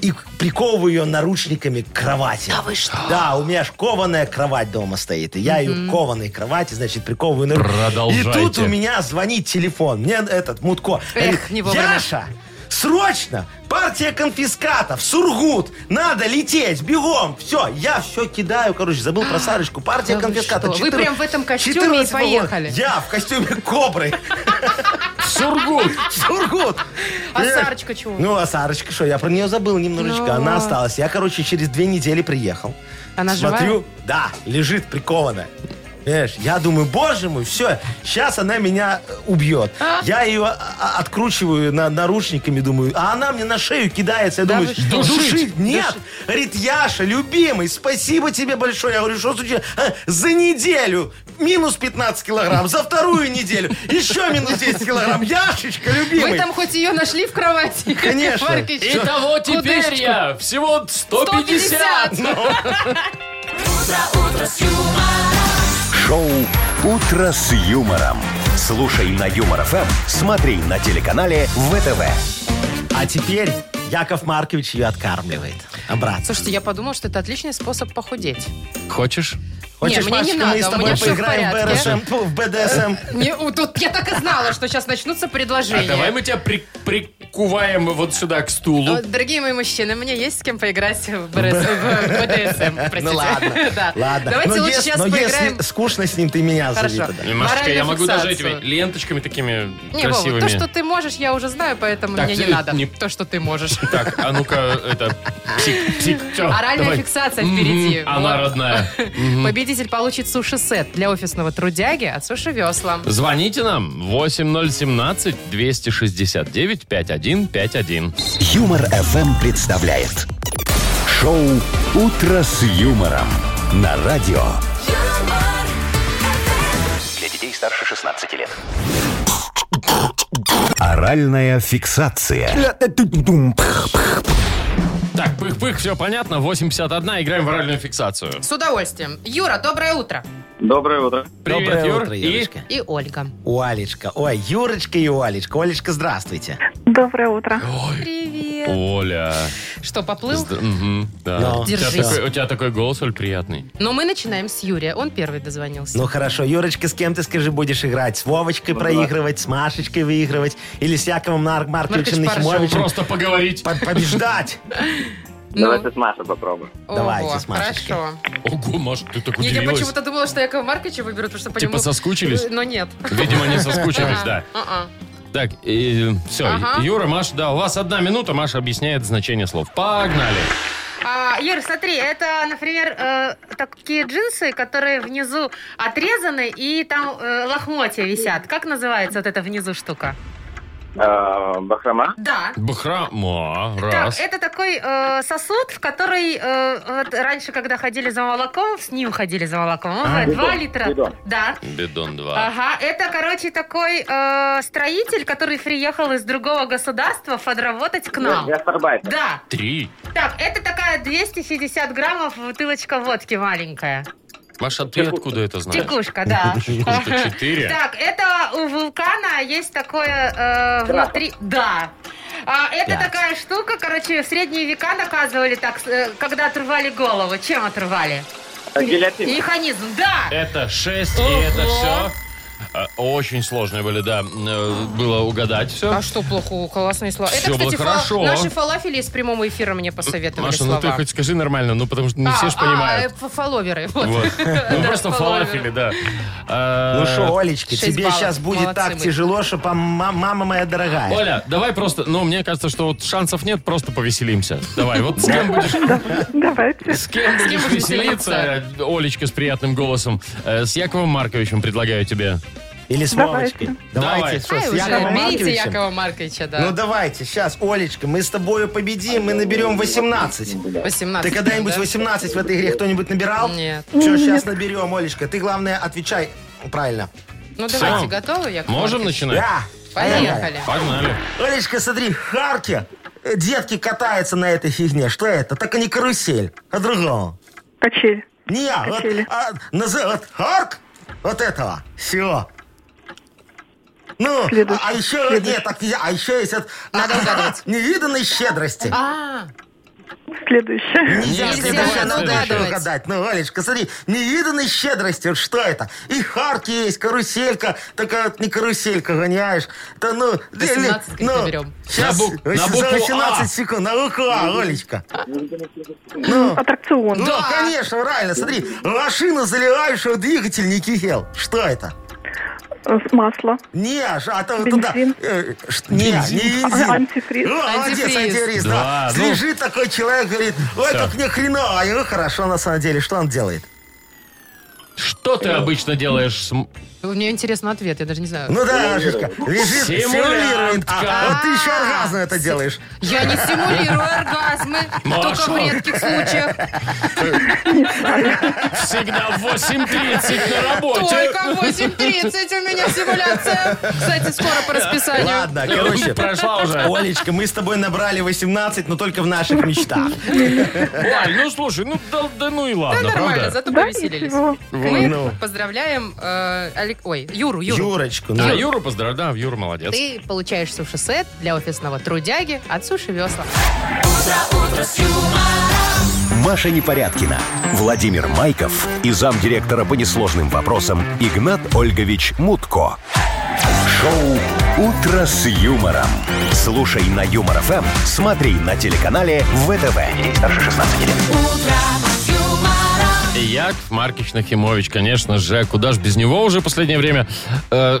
[SPEAKER 4] и приковываю ее наручниками к кровати. Да вы что? Да, у меня ж кованая кровать дома стоит. И я ее к кованой кровати, значит, приковываю наручниками. И
[SPEAKER 2] Продолжайте.
[SPEAKER 4] тут у меня звонит телефон. Мне этот Мутко.
[SPEAKER 3] Эх,
[SPEAKER 4] говорит,
[SPEAKER 3] не вовремя.
[SPEAKER 4] Яша, срочно! Партия конфискатов, Сургут, надо лететь, бегом, все, я все кидаю, короче, забыл про Сарочку, партия
[SPEAKER 3] Да вы
[SPEAKER 4] конфискатов.
[SPEAKER 3] что? Вы
[SPEAKER 4] 14
[SPEAKER 3] прям в этом костюме и
[SPEAKER 4] 14 было.
[SPEAKER 3] поехали.
[SPEAKER 4] Я в костюме кобры.
[SPEAKER 2] Сургут!
[SPEAKER 4] Сургут.
[SPEAKER 3] А
[SPEAKER 4] Э.
[SPEAKER 3] Сарочка чего?
[SPEAKER 4] Ну, а Сарочка, что, я про нее забыл немножечко.
[SPEAKER 3] Ну
[SPEAKER 4] Она
[SPEAKER 3] вот.
[SPEAKER 4] осталась. Я, короче, через две недели приехал.
[SPEAKER 3] Она живая?
[SPEAKER 4] Смотрю, да, лежит прикованная. Понимаешь, я думаю, боже мой, все, сейчас она меня э, убьет. Я ее а, откручиваю на, наручниками, думаю, а она мне на шею кидается. Я
[SPEAKER 3] Да
[SPEAKER 4] думаю,
[SPEAKER 3] вы что?
[SPEAKER 4] душить,
[SPEAKER 2] Душить.
[SPEAKER 4] нет. Говорит, Яша, любимый, спасибо тебе большое. Я говорю, что случилось? «А, За неделю минус 15 килограмм, за вторую неделю еще минус 10 килограмм. Яшечка, любимый.
[SPEAKER 3] Вы там хоть ее нашли в кровати?
[SPEAKER 4] Конечно.
[SPEAKER 3] Маркович?
[SPEAKER 2] Итого теперь
[SPEAKER 3] Кудышечку.
[SPEAKER 2] я всего 150!
[SPEAKER 3] 150.
[SPEAKER 1] Шоу «Утро с юмором». Слушай на Юмор ФМ, смотри на телеканале ВТВ.
[SPEAKER 4] А теперь Яков Маркович ее откармливает. Обратно.
[SPEAKER 3] Слушайте, я подумал, что это отличный способ похудеть.
[SPEAKER 2] Хочешь?
[SPEAKER 4] Хочешь,
[SPEAKER 3] не, мне не
[SPEAKER 4] Машечка, мы
[SPEAKER 3] надо,
[SPEAKER 4] с
[SPEAKER 3] у
[SPEAKER 4] тобой
[SPEAKER 3] меня всё в
[SPEAKER 4] поиграем в
[SPEAKER 3] порядке.
[SPEAKER 4] БРСМ, тьфу, в БДСМ?
[SPEAKER 3] Не, у, тут я так и знала, что сейчас начнутся
[SPEAKER 2] А
[SPEAKER 3] предложения.
[SPEAKER 2] давай мы тебя при- прикуваем вот сюда к стулу.
[SPEAKER 3] Э, Дорогие мои мужчины, мне есть с кем поиграть в БРС в БДСМ. простите.
[SPEAKER 4] Ну ладно,
[SPEAKER 3] Да.
[SPEAKER 4] ладно.
[SPEAKER 3] Давайте
[SPEAKER 4] Но
[SPEAKER 3] лучше
[SPEAKER 4] ес-
[SPEAKER 3] сейчас
[SPEAKER 4] но
[SPEAKER 3] поиграем.
[SPEAKER 4] если скучно с ним, ты меня зови
[SPEAKER 3] Хорошо.
[SPEAKER 4] тогда.
[SPEAKER 2] И, Машечка, я
[SPEAKER 3] моральную
[SPEAKER 2] могу даже
[SPEAKER 3] фиксацию.
[SPEAKER 2] этими ленточками такими
[SPEAKER 3] Не, Вова,
[SPEAKER 2] красивыми.
[SPEAKER 3] то, что ты можешь, я уже знаю, поэтому
[SPEAKER 2] Так,
[SPEAKER 3] мне
[SPEAKER 4] э,
[SPEAKER 3] не
[SPEAKER 2] ты
[SPEAKER 3] надо.
[SPEAKER 2] не-
[SPEAKER 3] То, что ты можешь.
[SPEAKER 2] Так, а ну-ка, это... Тик, тик, всё,
[SPEAKER 3] Оральная
[SPEAKER 2] давай.
[SPEAKER 3] фиксация впереди.
[SPEAKER 2] Мгм, Она
[SPEAKER 3] Вот.
[SPEAKER 2] родная.
[SPEAKER 3] Победитель получит суши-сет для офисного трудяги от Суши Весла.
[SPEAKER 2] Звоните нам 8017-269-5151.
[SPEAKER 1] Юмор ФМ представляет. Шоу «Утро с юмором» на радио.
[SPEAKER 8] юмор,
[SPEAKER 5] Для детей старше 16 лет.
[SPEAKER 1] Оральная фиксация.
[SPEAKER 2] Так, пых-пых, все понятно. 8.51, играем в оральную фиксацию.
[SPEAKER 3] С удовольствием. Юра, доброе утро.
[SPEAKER 6] Доброе утро.
[SPEAKER 2] Привет,
[SPEAKER 4] Доброе
[SPEAKER 2] Юр.
[SPEAKER 4] утро,
[SPEAKER 2] И
[SPEAKER 4] Юрочка.
[SPEAKER 3] И Ольга.
[SPEAKER 4] Олечка. Ой, Юрочка и Олечка. Олечка, здравствуйте.
[SPEAKER 9] Доброе утро.
[SPEAKER 3] Привет.
[SPEAKER 2] Оля.
[SPEAKER 3] Что, поплыл?
[SPEAKER 2] Зд- мгм, да.
[SPEAKER 4] Ну.
[SPEAKER 2] У, тебя
[SPEAKER 3] Держись.
[SPEAKER 2] такой, у тебя такой голос, Оль, приятный.
[SPEAKER 3] Но мы начинаем с Юрия. Он первый дозвонился.
[SPEAKER 4] Ну хорошо, Юрочка, с кем ты, скажи, будешь играть? С Вовочкой проигрывать, с Машечкой выигрывать? Или с Яковом Нар- Марковичем
[SPEAKER 3] Маркович Паршов.
[SPEAKER 4] Нахимовичем
[SPEAKER 2] Просто поговорить.
[SPEAKER 4] по- побеждать?
[SPEAKER 3] Ну,
[SPEAKER 6] Давайте с Машей попробуем.
[SPEAKER 3] ого,
[SPEAKER 4] Ну, давайте с Машечкой.
[SPEAKER 3] Хорошо.
[SPEAKER 2] Ого, Маша, ты так
[SPEAKER 3] Не, я
[SPEAKER 2] удивилась.
[SPEAKER 3] почему-то э, думала, что Якова Марковича выберут, потому что по
[SPEAKER 2] Типа
[SPEAKER 3] нему-
[SPEAKER 2] соскучились?
[SPEAKER 3] Но нет.
[SPEAKER 2] Видимо, не соскучились, да.
[SPEAKER 3] А-а.
[SPEAKER 2] Так, все,
[SPEAKER 3] Ага.
[SPEAKER 2] Юра, Маша, да, у вас одна минута, Маша объясняет значение слов. Погнали.
[SPEAKER 3] А, Юр, смотри, это, например, э, такие джинсы, которые внизу отрезаны и там э, лохмотья висят. Как называется вот эта внизу штука?
[SPEAKER 6] Э, Бахрома?
[SPEAKER 3] Да.
[SPEAKER 2] Бахрома,
[SPEAKER 3] Так,
[SPEAKER 2] раз.
[SPEAKER 3] это такой э, сосуд, в который э, вот раньше, когда ходили за молоком, с ним ходили за молоком.
[SPEAKER 2] А,
[SPEAKER 3] Он бывает два литра.
[SPEAKER 6] бидон.
[SPEAKER 3] Да.
[SPEAKER 2] Бидон 2.
[SPEAKER 3] Ага, это, короче, такой э, строитель, который приехал из другого государства подработать к нам.
[SPEAKER 6] Гастарбайтер.
[SPEAKER 3] Да.
[SPEAKER 2] Три.
[SPEAKER 3] Так, это такая 260 граммов бутылочка водки маленькая.
[SPEAKER 2] Маша, а ты
[SPEAKER 3] Типа
[SPEAKER 2] откуда это знаешь?
[SPEAKER 3] Текушка, да.
[SPEAKER 2] Текушка четыре.
[SPEAKER 3] Так, это у вулкана есть такое э, внутри... Да. А, это
[SPEAKER 4] Пять.
[SPEAKER 3] такая штука, короче, в средние века наказывали так, э, когда отрывали голову. Чем отрывали?
[SPEAKER 6] Гильотин.
[SPEAKER 3] Механизм, да.
[SPEAKER 2] Это шесть, и
[SPEAKER 3] Ого.
[SPEAKER 2] это все. Очень сложные были, да, э, было угадать все.
[SPEAKER 3] А что плохо, классные слова.
[SPEAKER 2] Всё было
[SPEAKER 3] фа-
[SPEAKER 2] хорошо.
[SPEAKER 3] фалафели из прямого эфира мне посоветовали
[SPEAKER 2] Маша, ну ты хоть скажи нормально, ну потому что не
[SPEAKER 3] А,
[SPEAKER 2] все же
[SPEAKER 3] а,
[SPEAKER 2] понимают.
[SPEAKER 3] э, фа- фолловеры. вот.
[SPEAKER 2] Вот. Ну
[SPEAKER 3] Да,
[SPEAKER 2] просто
[SPEAKER 3] фолловеры.
[SPEAKER 2] фалафели, да.
[SPEAKER 4] Ну
[SPEAKER 2] А,
[SPEAKER 4] что, Олечка,
[SPEAKER 3] шесть
[SPEAKER 4] тебе
[SPEAKER 3] баллов.
[SPEAKER 4] сейчас будет
[SPEAKER 3] Молодцы
[SPEAKER 4] так
[SPEAKER 3] мы.
[SPEAKER 4] тяжело, что пом- ма- мама моя дорогая.
[SPEAKER 2] Оля, давай просто, ну, мне кажется, что вот шансов нет, просто повеселимся. Давай, вот с кем будешь,
[SPEAKER 9] Давайте.
[SPEAKER 2] с кем будешь
[SPEAKER 3] будешь
[SPEAKER 2] веселиться, э, Олечка с приятным голосом, Э, с Яковом Марковичем предлагаю тебе.
[SPEAKER 4] Или с
[SPEAKER 9] Давайте.
[SPEAKER 4] Вовочкой.
[SPEAKER 2] Давай.
[SPEAKER 4] что,
[SPEAKER 3] Ай,
[SPEAKER 4] с
[SPEAKER 3] уже,
[SPEAKER 4] Яковом
[SPEAKER 3] берите
[SPEAKER 4] Марковичем?
[SPEAKER 3] Якова Марковича, да.
[SPEAKER 4] Ну давайте, сейчас, Олечка, мы с тобою победим, мы наберем 18.
[SPEAKER 3] 18.
[SPEAKER 4] Ты когда-нибудь
[SPEAKER 3] да?
[SPEAKER 4] 18 в этой игре кто-нибудь набирал?
[SPEAKER 3] Нет.
[SPEAKER 4] Все, сейчас наберем, Олечка. Ты, главное, отвечай правильно.
[SPEAKER 3] Ну давайте,
[SPEAKER 2] Всё.
[SPEAKER 3] готовы, Яков
[SPEAKER 2] Можем
[SPEAKER 3] Маркович?
[SPEAKER 2] начинать?
[SPEAKER 4] Да.
[SPEAKER 3] Поехали.
[SPEAKER 2] Погнали.
[SPEAKER 4] Олечка, смотри, Харки, э, детки катаются на этой фигне. Что это? Так не карусель, а другого.
[SPEAKER 9] Качель.
[SPEAKER 4] Не, вот,
[SPEAKER 9] Качели.
[SPEAKER 4] а, назы- вот Харк, вот этого. Все. Ну,
[SPEAKER 9] Следующий,
[SPEAKER 4] а еще,
[SPEAKER 9] следующий.
[SPEAKER 4] нет, так нельзя. А еще есть от
[SPEAKER 3] Надо угадывать.
[SPEAKER 4] невиданной щедрости.
[SPEAKER 3] А,
[SPEAKER 9] Следующее.
[SPEAKER 4] Нельзя,
[SPEAKER 2] Нельзя
[SPEAKER 4] следующее, надо
[SPEAKER 2] угадывать.
[SPEAKER 4] следующее угадать. Ну, Олечка, смотри, невиданной щедрости, вот что это? И харки есть, каруселька, такая вот не каруселька, гоняешь. Да ну,
[SPEAKER 3] 18 как
[SPEAKER 4] ну,
[SPEAKER 3] наберем.
[SPEAKER 2] На
[SPEAKER 4] Сейчас,
[SPEAKER 2] бук- на
[SPEAKER 4] за
[SPEAKER 2] букву
[SPEAKER 4] 18
[SPEAKER 2] А.
[SPEAKER 4] секунд, на букву А, Олечка.
[SPEAKER 9] Аттракцион.
[SPEAKER 4] Ну, конечно, правильно, смотри, машину заливаешь, а двигатель не кипел. Что это?
[SPEAKER 9] Э, с- Масло.
[SPEAKER 4] Не, аж, а то
[SPEAKER 9] Бензин.
[SPEAKER 4] туда... э, ш- не, не бензин.
[SPEAKER 9] А- антифриз.
[SPEAKER 4] О, молодец,
[SPEAKER 3] Антифриз.
[SPEAKER 4] антифриз, да.
[SPEAKER 2] Да, ну.
[SPEAKER 4] Лежит такой человек, говорит, ой,
[SPEAKER 2] Всё.
[SPEAKER 4] как мне хреново. А ему хорошо, на самом деле, что он делает?
[SPEAKER 2] Что
[SPEAKER 3] Э,
[SPEAKER 2] ты обычно делаешь с... м-
[SPEAKER 3] мне интересно ответ, я даже не знаю.
[SPEAKER 4] Ну да, Ашечка, лежит, симулирует.
[SPEAKER 2] Симулянтка.
[SPEAKER 4] А, вот ты еще оргазм это делаешь.
[SPEAKER 3] Я не симулирую оргазмы, только в редких случаях.
[SPEAKER 2] Всегда в 8.30 на работе.
[SPEAKER 3] Только 8.30 у меня симуляция. Кстати, скоро по расписанию.
[SPEAKER 4] Ладно, ну, короче.
[SPEAKER 2] Прошла уже.
[SPEAKER 4] Олечка, мы с тобой набрали 18, но только в наших мечтах.
[SPEAKER 2] Оль, ну слушай, ну да, да ну и
[SPEAKER 3] Да,
[SPEAKER 2] ладно, правда?
[SPEAKER 3] нормально, зато
[SPEAKER 9] Да,
[SPEAKER 3] Ну, повеселились.
[SPEAKER 9] ничего.
[SPEAKER 3] Мы
[SPEAKER 4] Ну.
[SPEAKER 3] поздравляем э, Алек- Ой, Юру, Юру.
[SPEAKER 4] Юрочку,
[SPEAKER 2] А,
[SPEAKER 4] ну.
[SPEAKER 2] Юру поздравляю, да, Юра молодец.
[SPEAKER 3] Ты получаешь суши-сет для офисного трудяги от Суши Весла.
[SPEAKER 1] Маша Непорядкина, Владимир Майков и замдиректора по несложным вопросам Игнат Ольгович Мутко. Шоу «Утро с юмором». Слушай на Юмор ФМ, смотри на телеканале ВТВ. Ей старше 16 лет.
[SPEAKER 2] Яков Маркич Нахимович, конечно же. Куда ж без него уже последнее время? Э,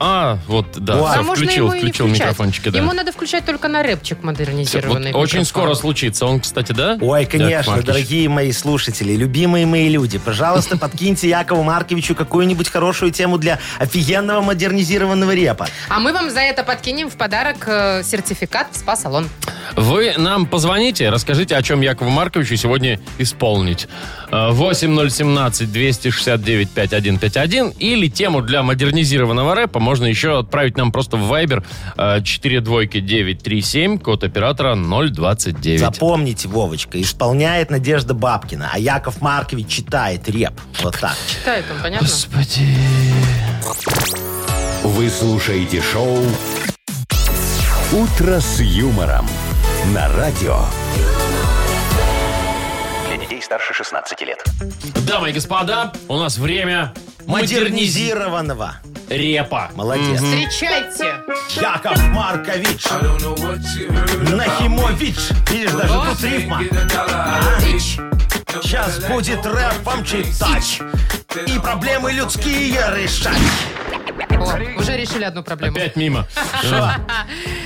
[SPEAKER 2] а, вот, да,
[SPEAKER 4] Ладно.
[SPEAKER 2] всё,
[SPEAKER 3] А можно
[SPEAKER 2] включил,
[SPEAKER 3] его и не
[SPEAKER 2] включил
[SPEAKER 3] включать.
[SPEAKER 2] микрофончики, да.
[SPEAKER 3] Ему надо включать только на
[SPEAKER 2] Всё,
[SPEAKER 3] рэпчик
[SPEAKER 2] вот
[SPEAKER 3] модернизированный.
[SPEAKER 2] очень
[SPEAKER 3] микрофон.
[SPEAKER 2] скоро случится. Он, кстати, да?
[SPEAKER 4] Ой,
[SPEAKER 2] Яков
[SPEAKER 4] конечно,
[SPEAKER 2] Маркич?
[SPEAKER 4] дорогие мои слушатели, любимые мои люди, пожалуйста, подкиньте Якову Марковичу какую-нибудь хорошую тему для офигенного модернизированного репа.
[SPEAKER 3] А мы вам за это подкинем в подарок э, сертификат в спа-салон.
[SPEAKER 2] Вы нам позвоните, расскажите, о чем Якову Марковичу сегодня исполнить. Э, 8017-269-5151 или тему для модернизированного рэпа можно еще отправить нам просто в Viber э, 4 двойки 937, код оператора 029.
[SPEAKER 4] Запомните, Вовочка, исполняет Надежда Бабкина, а Яков Маркович читает реп. Вот так.
[SPEAKER 3] Читает он, понятно?
[SPEAKER 2] Господи.
[SPEAKER 1] Вы слушаете шоу «Утро с юмором» на радио.
[SPEAKER 5] Для детей старше 16 лет.
[SPEAKER 2] Дамы и господа, у нас время
[SPEAKER 4] Модернизированного.
[SPEAKER 2] модернизи- репа.
[SPEAKER 4] Молодец.
[SPEAKER 3] Встречайте!
[SPEAKER 4] Яков Маркович Нахимович. Видишь, даже тут рифма. Сейчас будет рэпом читать. И проблемы людские решать.
[SPEAKER 3] О, уже решили одну проблему.
[SPEAKER 2] Опять мимо.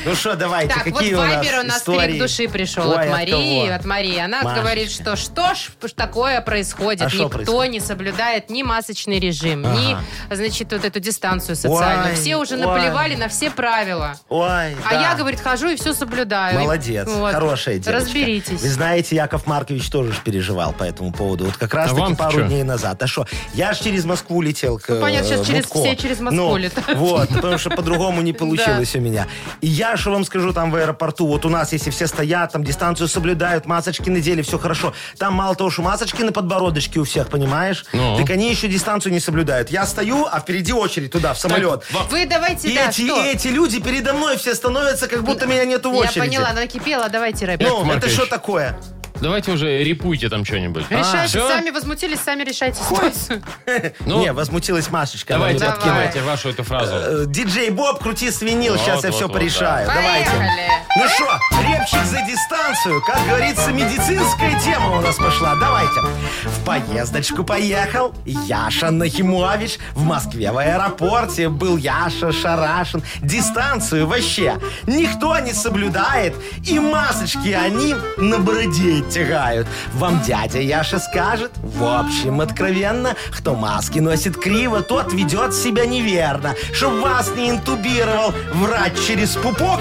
[SPEAKER 4] Ну что, давайте,
[SPEAKER 3] Так, вот
[SPEAKER 4] какие у нас
[SPEAKER 3] Вайбер у нас
[SPEAKER 4] истории?
[SPEAKER 3] крик души пришел
[SPEAKER 4] Ой,
[SPEAKER 3] от Марии.
[SPEAKER 4] кого?
[SPEAKER 3] От Марии. Она
[SPEAKER 4] Машечка.
[SPEAKER 3] говорит, что что ж такое происходит?
[SPEAKER 4] А что
[SPEAKER 3] Никто
[SPEAKER 4] происходит?
[SPEAKER 3] не соблюдает ни масочный режим, ни, значит, вот эту дистанцию социальную.
[SPEAKER 4] Ой,
[SPEAKER 3] все уже
[SPEAKER 4] ой.
[SPEAKER 3] наплевали на все правила.
[SPEAKER 4] Ой,
[SPEAKER 3] А
[SPEAKER 4] да.
[SPEAKER 3] я, говорит, хожу и все соблюдаю.
[SPEAKER 4] Молодец,
[SPEAKER 3] Вот.
[SPEAKER 4] хорошая девочка.
[SPEAKER 3] Разберитесь.
[SPEAKER 4] Вы знаете, Яков Маркович тоже ж переживал по этому поводу. Вот как раз
[SPEAKER 2] А
[SPEAKER 4] таки
[SPEAKER 2] вам-то
[SPEAKER 4] пару
[SPEAKER 2] чё?
[SPEAKER 4] дней назад. А что, я ж через Москву летел к
[SPEAKER 3] Ну, понятно,
[SPEAKER 4] э,
[SPEAKER 3] сейчас через-
[SPEAKER 4] Мутко.
[SPEAKER 3] все через Москву
[SPEAKER 4] Ну,
[SPEAKER 3] летают.
[SPEAKER 4] Вот, потому что по-другому не получилось у меня. И я что вам скажу там в аэропорту, вот у нас, если все стоят, там дистанцию соблюдают, масочки надели, все хорошо. Там мало того, что масочки на подбородочке у всех, понимаешь?
[SPEAKER 2] Ну.
[SPEAKER 4] Так они еще дистанцию не соблюдают. Я стою, а впереди очередь туда, в самолет.
[SPEAKER 3] Вы давайте,
[SPEAKER 4] И
[SPEAKER 3] да,
[SPEAKER 4] эти,
[SPEAKER 3] что?
[SPEAKER 4] и эти люди передо мной все становятся, как будто меня нету в
[SPEAKER 3] Я
[SPEAKER 4] очереди.
[SPEAKER 3] поняла, она кипела, давайте рэп.
[SPEAKER 4] Ну, это
[SPEAKER 2] Маркович.
[SPEAKER 4] что такое?
[SPEAKER 2] Давайте уже репуйте там что-нибудь.
[SPEAKER 3] Решайте,
[SPEAKER 2] А, Всё?
[SPEAKER 3] сами возмутились, сами решайте ситуацию.
[SPEAKER 2] Ну,
[SPEAKER 4] Не, возмутилась Машечка. она
[SPEAKER 2] Давайте,
[SPEAKER 4] мне
[SPEAKER 3] Давай.
[SPEAKER 4] подкинула.
[SPEAKER 2] давайте вашу эту фразу.
[SPEAKER 4] Э, Диджей Боб, крути свинил,
[SPEAKER 2] Вот,
[SPEAKER 4] сейчас я
[SPEAKER 2] вот,
[SPEAKER 4] все
[SPEAKER 2] вот,
[SPEAKER 4] порешаю. Давайте.
[SPEAKER 3] Поехали.
[SPEAKER 4] Ну что, репчик за дистанцию, как говорится, медицинская тема у нас пошла. Давайте. В поездочку поехал Яша Нахимович. В Москве в аэропорте был Яша Шарашин. Дистанцию вообще никто не соблюдает. И масочки они на бороде тягают. Вам дядя Яша скажет, в общем, откровенно, кто маски носит криво, тот ведет себя неверно. Чтоб вас не интубировал врач через пупок,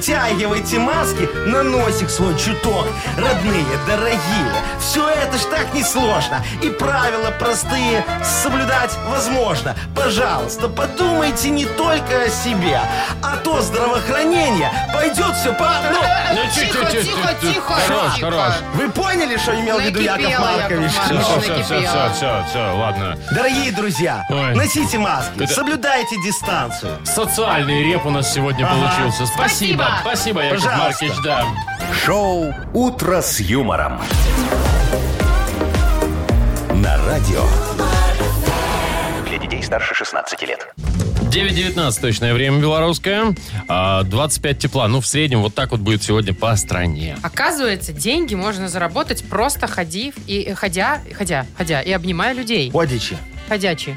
[SPEAKER 4] натягивайте маски на носик свой чуток. Родные, дорогие, все это ж так несложно. И правила простые соблюдать возможно. Пожалуйста, подумайте не только о себе, а то здравоохранение пойдет все по одному.
[SPEAKER 2] Ну,
[SPEAKER 3] Тихо,
[SPEAKER 2] чё, чё,
[SPEAKER 3] тихо,
[SPEAKER 2] чё,
[SPEAKER 3] тихо.
[SPEAKER 2] Хорош,
[SPEAKER 3] тихо.
[SPEAKER 2] хорош.
[SPEAKER 4] Вы поняли, что имел в виду Яков
[SPEAKER 3] Накипело,
[SPEAKER 4] Маркович?
[SPEAKER 3] Яков
[SPEAKER 2] Все, все,
[SPEAKER 3] Маркович.
[SPEAKER 4] Ну,
[SPEAKER 2] все, все,
[SPEAKER 3] накипело.
[SPEAKER 2] все, все, ладно.
[SPEAKER 4] Дорогие друзья,
[SPEAKER 2] Ой.
[SPEAKER 4] носите маски,
[SPEAKER 2] Это-
[SPEAKER 4] соблюдайте дистанцию.
[SPEAKER 2] Социальный реп у нас сегодня получился. Спасибо.
[SPEAKER 3] Спасибо.
[SPEAKER 2] Спасибо, Яков
[SPEAKER 4] Пожалуйста.
[SPEAKER 2] Маркович, да.
[SPEAKER 1] Шоу «Утро с юмором». На радио.
[SPEAKER 5] Для детей старше 16 лет.
[SPEAKER 2] 9.19 точное время белорусское. А, 25 тепла. Ну, в среднем вот так вот будет сегодня по стране.
[SPEAKER 3] Оказывается, деньги можно заработать просто ходив и э, ходя, ходя, ходя и обнимая людей.
[SPEAKER 4] Одичи.
[SPEAKER 3] Ходячие.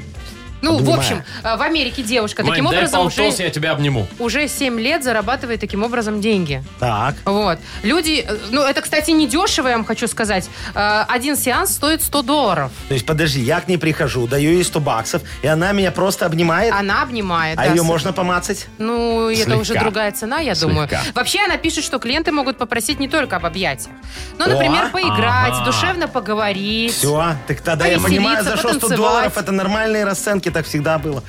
[SPEAKER 3] Ну,
[SPEAKER 4] Обнимая.
[SPEAKER 3] в общем, э, в Америке девушка таким
[SPEAKER 2] Мань, дай
[SPEAKER 3] образом
[SPEAKER 2] полтос,
[SPEAKER 3] уже,
[SPEAKER 2] я тебя обниму.
[SPEAKER 3] уже 7 лет зарабатывает таким образом деньги.
[SPEAKER 4] Так.
[SPEAKER 3] Вот. Люди, э, ну, это, кстати, не дешево, я вам хочу сказать. Э, Один сеанс стоит 100 долларов.
[SPEAKER 4] То есть, подожди, я к ней прихожу, даю ей 100 баксов, и она меня просто обнимает, а,
[SPEAKER 3] Она обнимает. да,
[SPEAKER 4] ее
[SPEAKER 3] с-
[SPEAKER 4] можно помацать?
[SPEAKER 3] Ну, это
[SPEAKER 2] Слегка.
[SPEAKER 3] уже другая цена, я думаю.
[SPEAKER 2] Слегка.
[SPEAKER 3] Вообще, она пишет, что клиенты могут попросить не только об объятиях. но,
[SPEAKER 4] О,
[SPEAKER 3] например, поиграть,
[SPEAKER 2] ага.
[SPEAKER 3] душевно поговорить.
[SPEAKER 4] Все, так тогда я
[SPEAKER 3] Повеселиться,
[SPEAKER 4] понимаю, за что 100
[SPEAKER 3] потанцевать.
[SPEAKER 4] долларов, это нормальные расценки, так всегда было.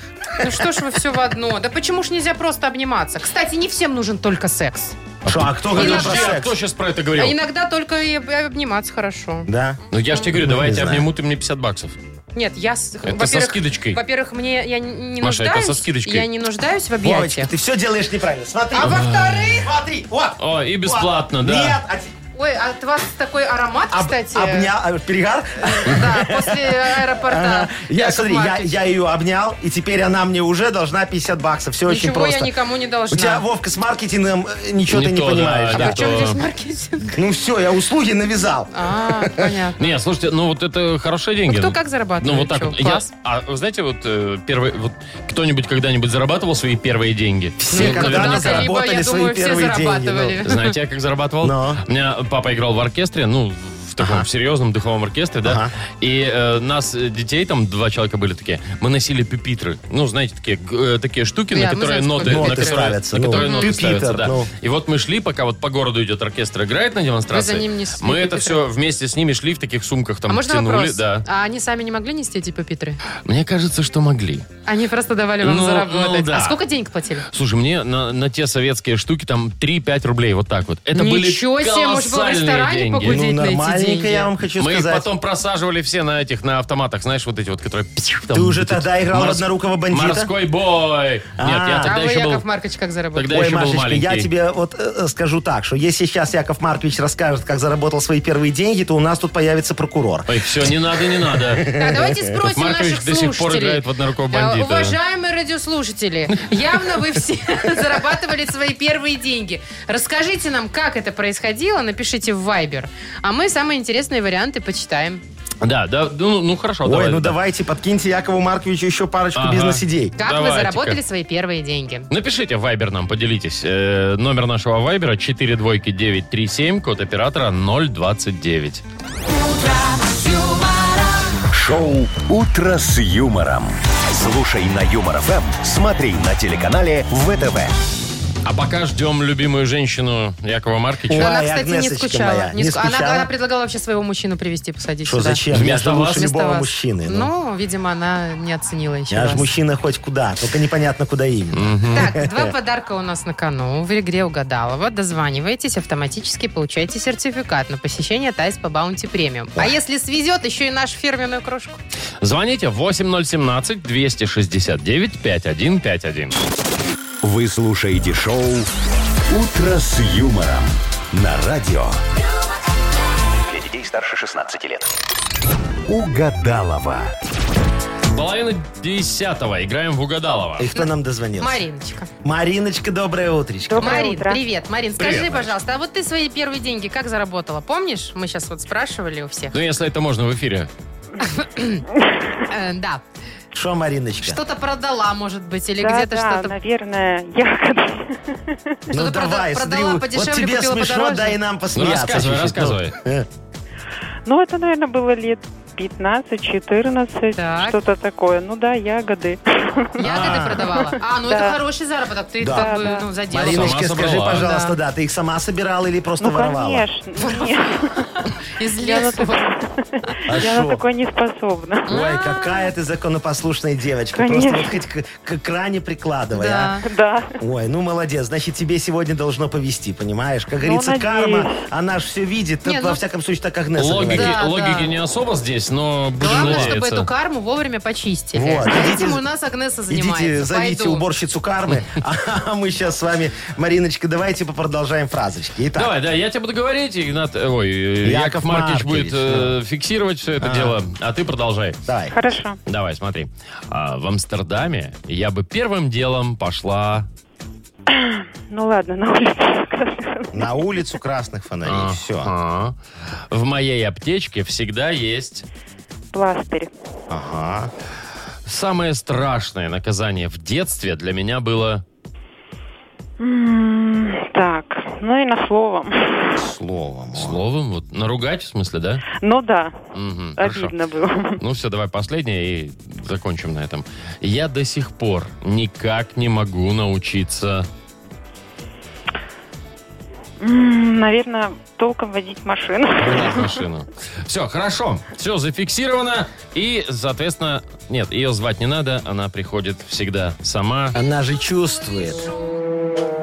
[SPEAKER 3] Ну что ж вы все в одно? Да почему ж нельзя просто обниматься? Кстати, не всем нужен только секс.
[SPEAKER 4] Что, а кто говорил
[SPEAKER 3] Подожди,
[SPEAKER 4] про
[SPEAKER 2] Вообще,
[SPEAKER 4] секс?
[SPEAKER 2] кто сейчас про это
[SPEAKER 3] А
[SPEAKER 2] говорил?
[SPEAKER 3] иногда только и об- обниматься хорошо.
[SPEAKER 4] Да.
[SPEAKER 2] Ну, я же тебе говорю, давай я
[SPEAKER 4] не
[SPEAKER 2] тебя
[SPEAKER 4] знаю.
[SPEAKER 2] обниму, ты мне 50 баксов.
[SPEAKER 3] Нет, я... с-
[SPEAKER 2] Это со
[SPEAKER 3] во-первых,
[SPEAKER 2] скидочкой.
[SPEAKER 3] Во-первых, мне я не не
[SPEAKER 2] Маша, это
[SPEAKER 3] нуждаюсь...
[SPEAKER 2] со скидочкой.
[SPEAKER 3] Я не нуждаюсь в
[SPEAKER 4] Вовочка,
[SPEAKER 3] объятиях.
[SPEAKER 4] ты все делаешь неправильно. Смотри.
[SPEAKER 3] А во-вторых...
[SPEAKER 4] Смотри, вот.
[SPEAKER 2] О, и бесплатно,
[SPEAKER 4] вот.
[SPEAKER 2] да.
[SPEAKER 4] Нет, а те-
[SPEAKER 3] Ой, а от вас такой аромат,
[SPEAKER 4] об-
[SPEAKER 3] кстати.
[SPEAKER 4] обня- а, перегар?
[SPEAKER 3] Да, после аэропорта.
[SPEAKER 4] Ага. Я,
[SPEAKER 3] Яков
[SPEAKER 4] смотри, я,
[SPEAKER 3] Маркович.
[SPEAKER 4] я ее обнял, и теперь она мне уже должна 50 баксов. Все очень
[SPEAKER 3] Ничего я
[SPEAKER 4] просто.
[SPEAKER 3] никому не должна.
[SPEAKER 4] У тебя, Вовка, с маркетингом э, ничего
[SPEAKER 2] Не
[SPEAKER 4] ты не
[SPEAKER 2] то, да,
[SPEAKER 4] понимаешь.
[SPEAKER 3] А
[SPEAKER 2] да.
[SPEAKER 3] при чем
[SPEAKER 2] то-
[SPEAKER 3] здесь маркетинг?
[SPEAKER 4] Ну все, я услуги навязал.
[SPEAKER 3] А, понятно.
[SPEAKER 2] Не, слушайте, ну вот это хорошие деньги.
[SPEAKER 3] Кто как зарабатывает?
[SPEAKER 2] Ну вот так
[SPEAKER 3] чё,
[SPEAKER 2] вот. Я-
[SPEAKER 3] Класс.
[SPEAKER 2] а вы знаете, вот э, первый, вот кто-нибудь когда-нибудь зарабатывал свои первые деньги?
[SPEAKER 4] Все
[SPEAKER 2] Ну, наверняка.
[SPEAKER 4] когда-то
[SPEAKER 3] Надо, либо,
[SPEAKER 4] заработали
[SPEAKER 3] я
[SPEAKER 4] свои
[SPEAKER 3] думаю, все
[SPEAKER 4] первые деньги, ну.
[SPEAKER 3] зарабатывали.
[SPEAKER 2] Знаете, я как зарабатывал?
[SPEAKER 4] Но.
[SPEAKER 2] У меня папа играл в оркестре, ну, в в таком в серьезном духовом оркестре, да.
[SPEAKER 4] Ага.
[SPEAKER 2] И э, нас, э, детей, там два человека были такие, мы носили пюпитры. Ну, знаете, такие, г- э, такие штуки,
[SPEAKER 3] Да,
[SPEAKER 2] на
[SPEAKER 3] мы
[SPEAKER 2] которые
[SPEAKER 3] знаем,
[SPEAKER 2] ноты,
[SPEAKER 3] сколько
[SPEAKER 2] на
[SPEAKER 3] Ноты
[SPEAKER 2] которые,
[SPEAKER 4] ставятся,
[SPEAKER 2] на
[SPEAKER 4] ну,
[SPEAKER 2] которые ноты
[SPEAKER 4] пюпитр,
[SPEAKER 2] ставятся, да.
[SPEAKER 4] ну.
[SPEAKER 2] И вот мы шли, пока вот по городу идет оркестр, играет на демонстрации.
[SPEAKER 3] Вы за ним несли
[SPEAKER 2] мы это
[SPEAKER 3] пюпитры?
[SPEAKER 2] все вместе с ними шли в таких сумках, там
[SPEAKER 3] А можно
[SPEAKER 2] тянули.
[SPEAKER 3] вопрос?
[SPEAKER 2] Да.
[SPEAKER 3] А они сами не могли нести эти пюпитры?
[SPEAKER 2] Мне кажется, что могли.
[SPEAKER 3] Они просто давали вам
[SPEAKER 2] Ну,
[SPEAKER 3] заработать.
[SPEAKER 2] ну да.
[SPEAKER 3] А сколько денег платили?
[SPEAKER 2] Слушай, мне на, на те советские штуки там 3-5 рублей, вот так вот. Это
[SPEAKER 3] Ничего
[SPEAKER 2] были
[SPEAKER 3] себе, может, было в
[SPEAKER 2] колоссальные
[SPEAKER 3] ресторане
[SPEAKER 2] деньги.
[SPEAKER 3] погулять?
[SPEAKER 4] Ну,
[SPEAKER 3] Худеть на эти деньги.
[SPEAKER 4] нормальненько, я вам хочу
[SPEAKER 2] Мы их
[SPEAKER 4] сказать.
[SPEAKER 2] потом просаживали все на этих, на автоматах, знаешь, вот эти вот, которые... псих, там
[SPEAKER 4] Ты уже
[SPEAKER 2] вот эти
[SPEAKER 4] тогда играл в
[SPEAKER 2] морс-
[SPEAKER 4] однорукого бандита?
[SPEAKER 2] Морской бой! Нет, я
[SPEAKER 4] А.
[SPEAKER 2] тогда
[SPEAKER 3] а вы,
[SPEAKER 2] еще
[SPEAKER 3] Яков
[SPEAKER 2] был...
[SPEAKER 3] Маркович, как заработали?
[SPEAKER 2] Тогда
[SPEAKER 4] Ой,
[SPEAKER 2] еще был
[SPEAKER 4] Машечка, я
[SPEAKER 2] маленький.
[SPEAKER 4] тебе вот э, э, скажу так, что если сейчас Яков Маркович расскажет, как заработал свои первые деньги, то у нас тут появится прокурор.
[SPEAKER 2] Ой, все, не надо, не надо.
[SPEAKER 3] Так, давайте спросим
[SPEAKER 2] Маркович
[SPEAKER 3] наших
[SPEAKER 2] до сих пор
[SPEAKER 3] слушателей.
[SPEAKER 2] играет в однорукого
[SPEAKER 3] Да,
[SPEAKER 2] бандита.
[SPEAKER 3] Уважаемые радиослушатели, явно вы все зарабатывали свои первые деньги. Расскажите нам, как это происходило, напишите в Viber. А мы самые интересные варианты почитаем.
[SPEAKER 2] Да, да, ну, ну, хорошо,
[SPEAKER 4] Ой,
[SPEAKER 2] давай.
[SPEAKER 4] ну
[SPEAKER 2] да.
[SPEAKER 4] давайте, подкиньте Якову Марковичу еще парочку
[SPEAKER 2] Ага.
[SPEAKER 4] бизнес-идей.
[SPEAKER 3] Как вы
[SPEAKER 2] Давайте-ка.
[SPEAKER 3] заработали свои первые деньги?
[SPEAKER 2] Напишите в Viber нам, поделитесь. Э, номер нашего Viber 42937, код оператора 029.
[SPEAKER 1] Шоу «Утро с юмором». Слушай на Юмор ФМ, смотри на телеканале ВТВ.
[SPEAKER 2] А пока ждем любимую женщину Якова Маркича.
[SPEAKER 4] Ой,
[SPEAKER 3] она, кстати, не
[SPEAKER 4] Агнесочка
[SPEAKER 3] скучала.
[SPEAKER 4] моя,
[SPEAKER 3] Не
[SPEAKER 4] не
[SPEAKER 3] ск- она-
[SPEAKER 4] скучала?
[SPEAKER 3] Она, предлагала вообще своего мужчину привести, посадить
[SPEAKER 4] Что,
[SPEAKER 3] сюда.
[SPEAKER 4] зачем? Я
[SPEAKER 2] Вместо
[SPEAKER 4] же
[SPEAKER 2] вас?
[SPEAKER 4] лучше
[SPEAKER 3] Вместо
[SPEAKER 4] любого
[SPEAKER 3] вас.
[SPEAKER 4] мужчины. Ну.
[SPEAKER 3] Ну, видимо, она не оценила еще
[SPEAKER 4] Я
[SPEAKER 3] раз.
[SPEAKER 4] же мужчина хоть куда, только непонятно куда именно.
[SPEAKER 3] Так, два подарка у нас на кону. В игре Угадалова дозваниваетесь, автоматически получаете сертификат на посещение Тайс по Баунти Премиум. А если свезет, еще и нашу фирменную кружку.
[SPEAKER 2] Звоните 8017-269-5151.
[SPEAKER 1] Вы слушаете шоу «Утро с юмором» на радио
[SPEAKER 5] Для детей старше 16 лет.
[SPEAKER 1] «Угадалова».
[SPEAKER 2] Половина десятого. Играем в Угадалово.
[SPEAKER 4] И кто нам дозвонился?
[SPEAKER 3] Мариночка.
[SPEAKER 4] Мариночка, доброе утречко.
[SPEAKER 9] Доброе
[SPEAKER 3] Марин,
[SPEAKER 9] утро.
[SPEAKER 3] привет. Марин, скажи,
[SPEAKER 2] Привет, Марин.
[SPEAKER 3] пожалуйста, а вот ты свои первые деньги как заработала? Помнишь? Мы сейчас вот спрашивали у всех.
[SPEAKER 2] Ну, если это можно в эфире.
[SPEAKER 3] Э, да.
[SPEAKER 4] Что, Мариночка?
[SPEAKER 3] Что-то продала, может быть, или
[SPEAKER 9] Да,
[SPEAKER 3] где-то
[SPEAKER 9] да,
[SPEAKER 3] что-то...
[SPEAKER 9] наверное, ягоды.
[SPEAKER 4] Ну
[SPEAKER 3] Что-то
[SPEAKER 4] давай,
[SPEAKER 3] прода-
[SPEAKER 4] смотри,
[SPEAKER 3] продала
[SPEAKER 4] вот
[SPEAKER 3] подешевле,
[SPEAKER 4] тебе
[SPEAKER 3] купила
[SPEAKER 4] смешно,
[SPEAKER 3] подороже.
[SPEAKER 4] да и нам
[SPEAKER 2] Ну,
[SPEAKER 4] посмеяться.
[SPEAKER 2] рассказывай,
[SPEAKER 4] чуть-чуть.
[SPEAKER 2] рассказывай.
[SPEAKER 9] Ну, это, наверное, было лет 15-14,
[SPEAKER 3] Так.
[SPEAKER 9] что-то такое. Ну да, ягоды. Ну,
[SPEAKER 3] Ягоды
[SPEAKER 2] А.
[SPEAKER 3] продавала. А, ну
[SPEAKER 9] Да.
[SPEAKER 3] это хороший заработок. Ты их
[SPEAKER 4] Да.
[SPEAKER 3] как бы
[SPEAKER 9] Да,
[SPEAKER 3] ну,
[SPEAKER 9] да.
[SPEAKER 3] задела.
[SPEAKER 4] Мариночка,
[SPEAKER 2] Сама
[SPEAKER 4] скажи,
[SPEAKER 2] собрала.
[SPEAKER 4] пожалуйста, да, ты их сама собирала или просто
[SPEAKER 9] Ну,
[SPEAKER 4] воровала?
[SPEAKER 9] конечно. Нет,
[SPEAKER 3] Из
[SPEAKER 9] я на
[SPEAKER 3] лесу.
[SPEAKER 4] А
[SPEAKER 9] я на
[SPEAKER 4] шо?
[SPEAKER 9] такое не способна.
[SPEAKER 4] Ой, какая ты законопослушная девочка.
[SPEAKER 9] Конечно.
[SPEAKER 4] Просто вот хоть к, к экране прикладывай,
[SPEAKER 3] Да.
[SPEAKER 4] а.
[SPEAKER 9] Да.
[SPEAKER 4] Ой, ну молодец, значит, тебе сегодня должно повести, понимаешь? Как
[SPEAKER 9] Ну,
[SPEAKER 4] говорится,
[SPEAKER 9] надеюсь.
[SPEAKER 4] карма, она ж все видит,
[SPEAKER 3] Не,
[SPEAKER 4] во
[SPEAKER 3] ну,
[SPEAKER 4] всяком случае, так Агнеса
[SPEAKER 2] Логики,
[SPEAKER 4] говорит.
[SPEAKER 3] Да,
[SPEAKER 2] логики
[SPEAKER 3] да.
[SPEAKER 2] не особо здесь, но будем
[SPEAKER 3] Главное, чтобы
[SPEAKER 2] надеяться.
[SPEAKER 3] эту карму вовремя почистили.
[SPEAKER 4] Вот,
[SPEAKER 3] А
[SPEAKER 4] идите-
[SPEAKER 3] Этим у нас Агнеса занимается.
[SPEAKER 4] Идите, зовите
[SPEAKER 3] Пойду.
[SPEAKER 4] уборщицу кармы, а мы сейчас с вами, Мариночка, давайте продолжаем фразочки. Итак,
[SPEAKER 2] Давай, да, я тебе буду говорить, Игнат, э, ой, э,
[SPEAKER 4] Яков
[SPEAKER 2] Яков Маркич
[SPEAKER 4] Маркович,
[SPEAKER 2] будет э, фиксировать все это дело, а ты продолжай.
[SPEAKER 4] давай.
[SPEAKER 9] Хорошо.
[SPEAKER 2] Давай, смотри. А, в Амстердаме я бы первым делом пошла...
[SPEAKER 9] Ну ладно, на улице.
[SPEAKER 4] На улицу красных фонарей. Все.
[SPEAKER 2] Ага. а, В моей аптечке всегда есть
[SPEAKER 9] Пластырь.
[SPEAKER 4] Ага.
[SPEAKER 2] самое страшное наказание в детстве для меня было...
[SPEAKER 9] М, Так, ну и на словом.
[SPEAKER 4] Словом.
[SPEAKER 2] Словом, вот наругать, в смысле, да?
[SPEAKER 9] Ну да,
[SPEAKER 2] Мгм, хорошо.
[SPEAKER 9] обидно было.
[SPEAKER 2] Ну все, давай последнее и закончим на этом. Я до сих пор никак не могу научиться...
[SPEAKER 9] М, Наверное, толком водить машину.
[SPEAKER 2] Продать машину. Все, хорошо. Все зафиксировано. И, соответственно, нет, ее звать не надо. Она приходит всегда сама.
[SPEAKER 4] Она же чувствует.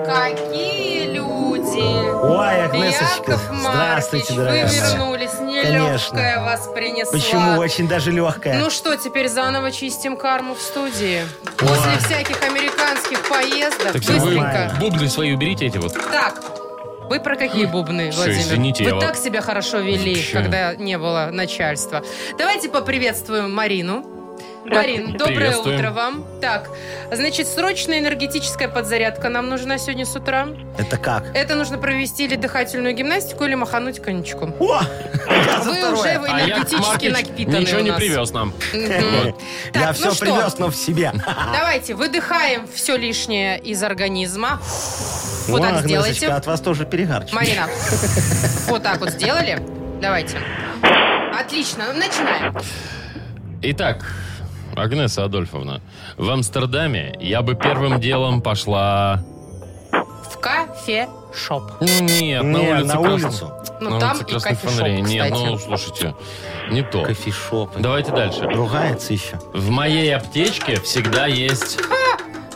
[SPEAKER 3] Какие люди!
[SPEAKER 4] Ой, Агнесочка,
[SPEAKER 3] Яков Маркович,
[SPEAKER 4] здравствуйте,
[SPEAKER 3] вы
[SPEAKER 4] дорогая моя.
[SPEAKER 3] вернулись. Нелегкая
[SPEAKER 4] Конечно.
[SPEAKER 3] вас принесла.
[SPEAKER 4] Почему? Очень даже легкая.
[SPEAKER 3] Ну что, теперь заново чистим карму в студии. После всяких американских поездок.
[SPEAKER 2] Так все, вы
[SPEAKER 3] быстренько.
[SPEAKER 2] бубны свои уберите эти вот.
[SPEAKER 3] Так, вы про какие бубны,
[SPEAKER 2] Всё,
[SPEAKER 3] Владимир?
[SPEAKER 2] извините, я
[SPEAKER 3] вы
[SPEAKER 2] вот-
[SPEAKER 3] так себя хорошо вели,
[SPEAKER 2] Вообще.
[SPEAKER 3] когда не было начальства. Давайте поприветствуем Марину.
[SPEAKER 9] Здравствуйте.
[SPEAKER 3] Марин, доброе
[SPEAKER 2] Приветствуем.
[SPEAKER 3] утро вам. Так, значит, срочная энергетическая подзарядка нам нужна сегодня с утра.
[SPEAKER 4] Это как?
[SPEAKER 3] Это нужно провести или дыхательную гимнастику, или махануть коньячком.
[SPEAKER 4] О! Я за
[SPEAKER 3] Вы
[SPEAKER 4] второе.
[SPEAKER 3] уже вы
[SPEAKER 2] А Яков
[SPEAKER 3] энергетически
[SPEAKER 2] Маркович
[SPEAKER 3] напитаны
[SPEAKER 2] ничего
[SPEAKER 3] у
[SPEAKER 2] не
[SPEAKER 3] нас.
[SPEAKER 2] привез нам.
[SPEAKER 3] Мгм. Так,
[SPEAKER 4] Я
[SPEAKER 3] ну
[SPEAKER 4] все
[SPEAKER 3] что?
[SPEAKER 4] привез, но в себе.
[SPEAKER 3] Давайте, выдыхаем все лишнее из организма. Вот
[SPEAKER 4] О,
[SPEAKER 3] так
[SPEAKER 4] Агнесочка,
[SPEAKER 3] сделайте.
[SPEAKER 4] от вас тоже перегар. чуть-чуть.
[SPEAKER 3] Марина, вот так вот сделали. Давайте. Отлично, Ну, начинаем.
[SPEAKER 2] Итак, Агнеса Адольфовна, в Амстердаме я бы первым делом пошла...
[SPEAKER 3] В кафе-шоп.
[SPEAKER 2] Нет, на
[SPEAKER 4] Не,
[SPEAKER 2] улицу.
[SPEAKER 4] на
[SPEAKER 2] красных-
[SPEAKER 4] улицу.
[SPEAKER 3] Ну,
[SPEAKER 2] на
[SPEAKER 3] там
[SPEAKER 2] улице
[SPEAKER 3] и
[SPEAKER 2] красных
[SPEAKER 3] кофешоп,
[SPEAKER 2] фонарей. Нет,
[SPEAKER 3] кстати.
[SPEAKER 2] ну, слушайте, не то.
[SPEAKER 4] Кофешопы.
[SPEAKER 2] Давайте дальше.
[SPEAKER 4] Ругается еще.
[SPEAKER 2] В моей аптечке всегда есть...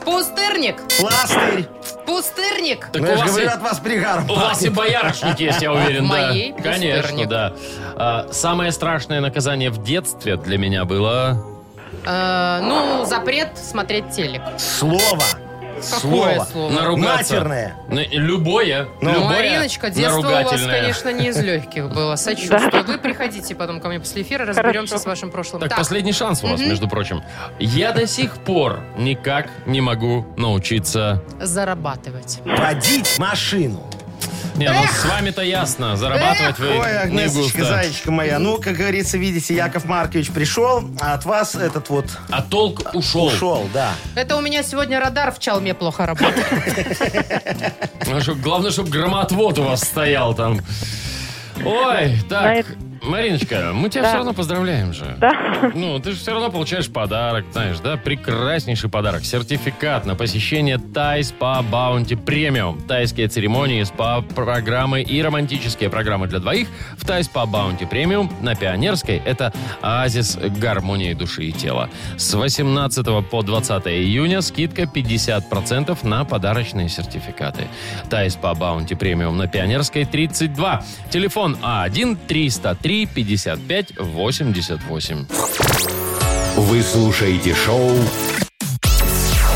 [SPEAKER 3] Пустырник!
[SPEAKER 4] Пластырь.
[SPEAKER 3] Пустырник!
[SPEAKER 2] Так
[SPEAKER 4] Ну,
[SPEAKER 2] у
[SPEAKER 4] я же
[SPEAKER 2] вас
[SPEAKER 4] говорю,
[SPEAKER 2] и-
[SPEAKER 4] от вас пригар.
[SPEAKER 2] У вас и боярышник есть, я уверен,
[SPEAKER 3] В
[SPEAKER 2] да.
[SPEAKER 3] моей
[SPEAKER 2] Конечно,
[SPEAKER 3] пустырник.
[SPEAKER 2] да. А, Самое страшное наказание в детстве для меня было...
[SPEAKER 3] Э, ну, запрет смотреть телек.
[SPEAKER 4] Слово.
[SPEAKER 3] Какое
[SPEAKER 4] Слово.
[SPEAKER 3] слово?
[SPEAKER 2] Наругаться.
[SPEAKER 4] Матерное.
[SPEAKER 2] Н- Любое.
[SPEAKER 3] Ну,
[SPEAKER 2] любое
[SPEAKER 3] Мариночка, детство у вас,
[SPEAKER 2] наругательное.
[SPEAKER 3] конечно, не из легких было. Сочувствую. Вы приходите потом ко мне после эфира, разберемся с вашим прошлым.
[SPEAKER 2] Так, последний шанс у вас, между прочим. Я до сих пор никак не могу научиться.
[SPEAKER 3] зарабатывать.
[SPEAKER 4] Водить машину.
[SPEAKER 2] Не, ну с вами-то ясно, зарабатывать вы
[SPEAKER 4] Ой,
[SPEAKER 2] не
[SPEAKER 4] Агнесочка,
[SPEAKER 2] густо.
[SPEAKER 4] зайчка моя. Ну, как говорится, видите, Яков Маркович пришел, а от вас этот вот
[SPEAKER 2] А толк ушел.
[SPEAKER 4] ушел, да.
[SPEAKER 3] Это у меня сегодня радар в чалме плохо работает.
[SPEAKER 2] Ну, чтоб- главное, чтобы громоотвод у вас стоял там. Ой, так, Мариночка, мы тебя
[SPEAKER 9] Да.
[SPEAKER 2] все равно поздравляем же.
[SPEAKER 9] Да.
[SPEAKER 2] Ну, ты же все равно получаешь подарок, знаешь, да? Прекраснейший подарок. Сертификат на посещение Тай Спа Баунти Премиум. Тайские церемонии, спа-программы и романтические программы для двоих в Тай Спа Баунти Премиум на Пионерской. Это оазис гармонии души и тела. С 18 по 20 июня скидка 50% на подарочные сертификаты. Тай Спа Баунти Премиум на Пионерской 32. Телефон А1-303-55-88.
[SPEAKER 1] Вы слушаете шоу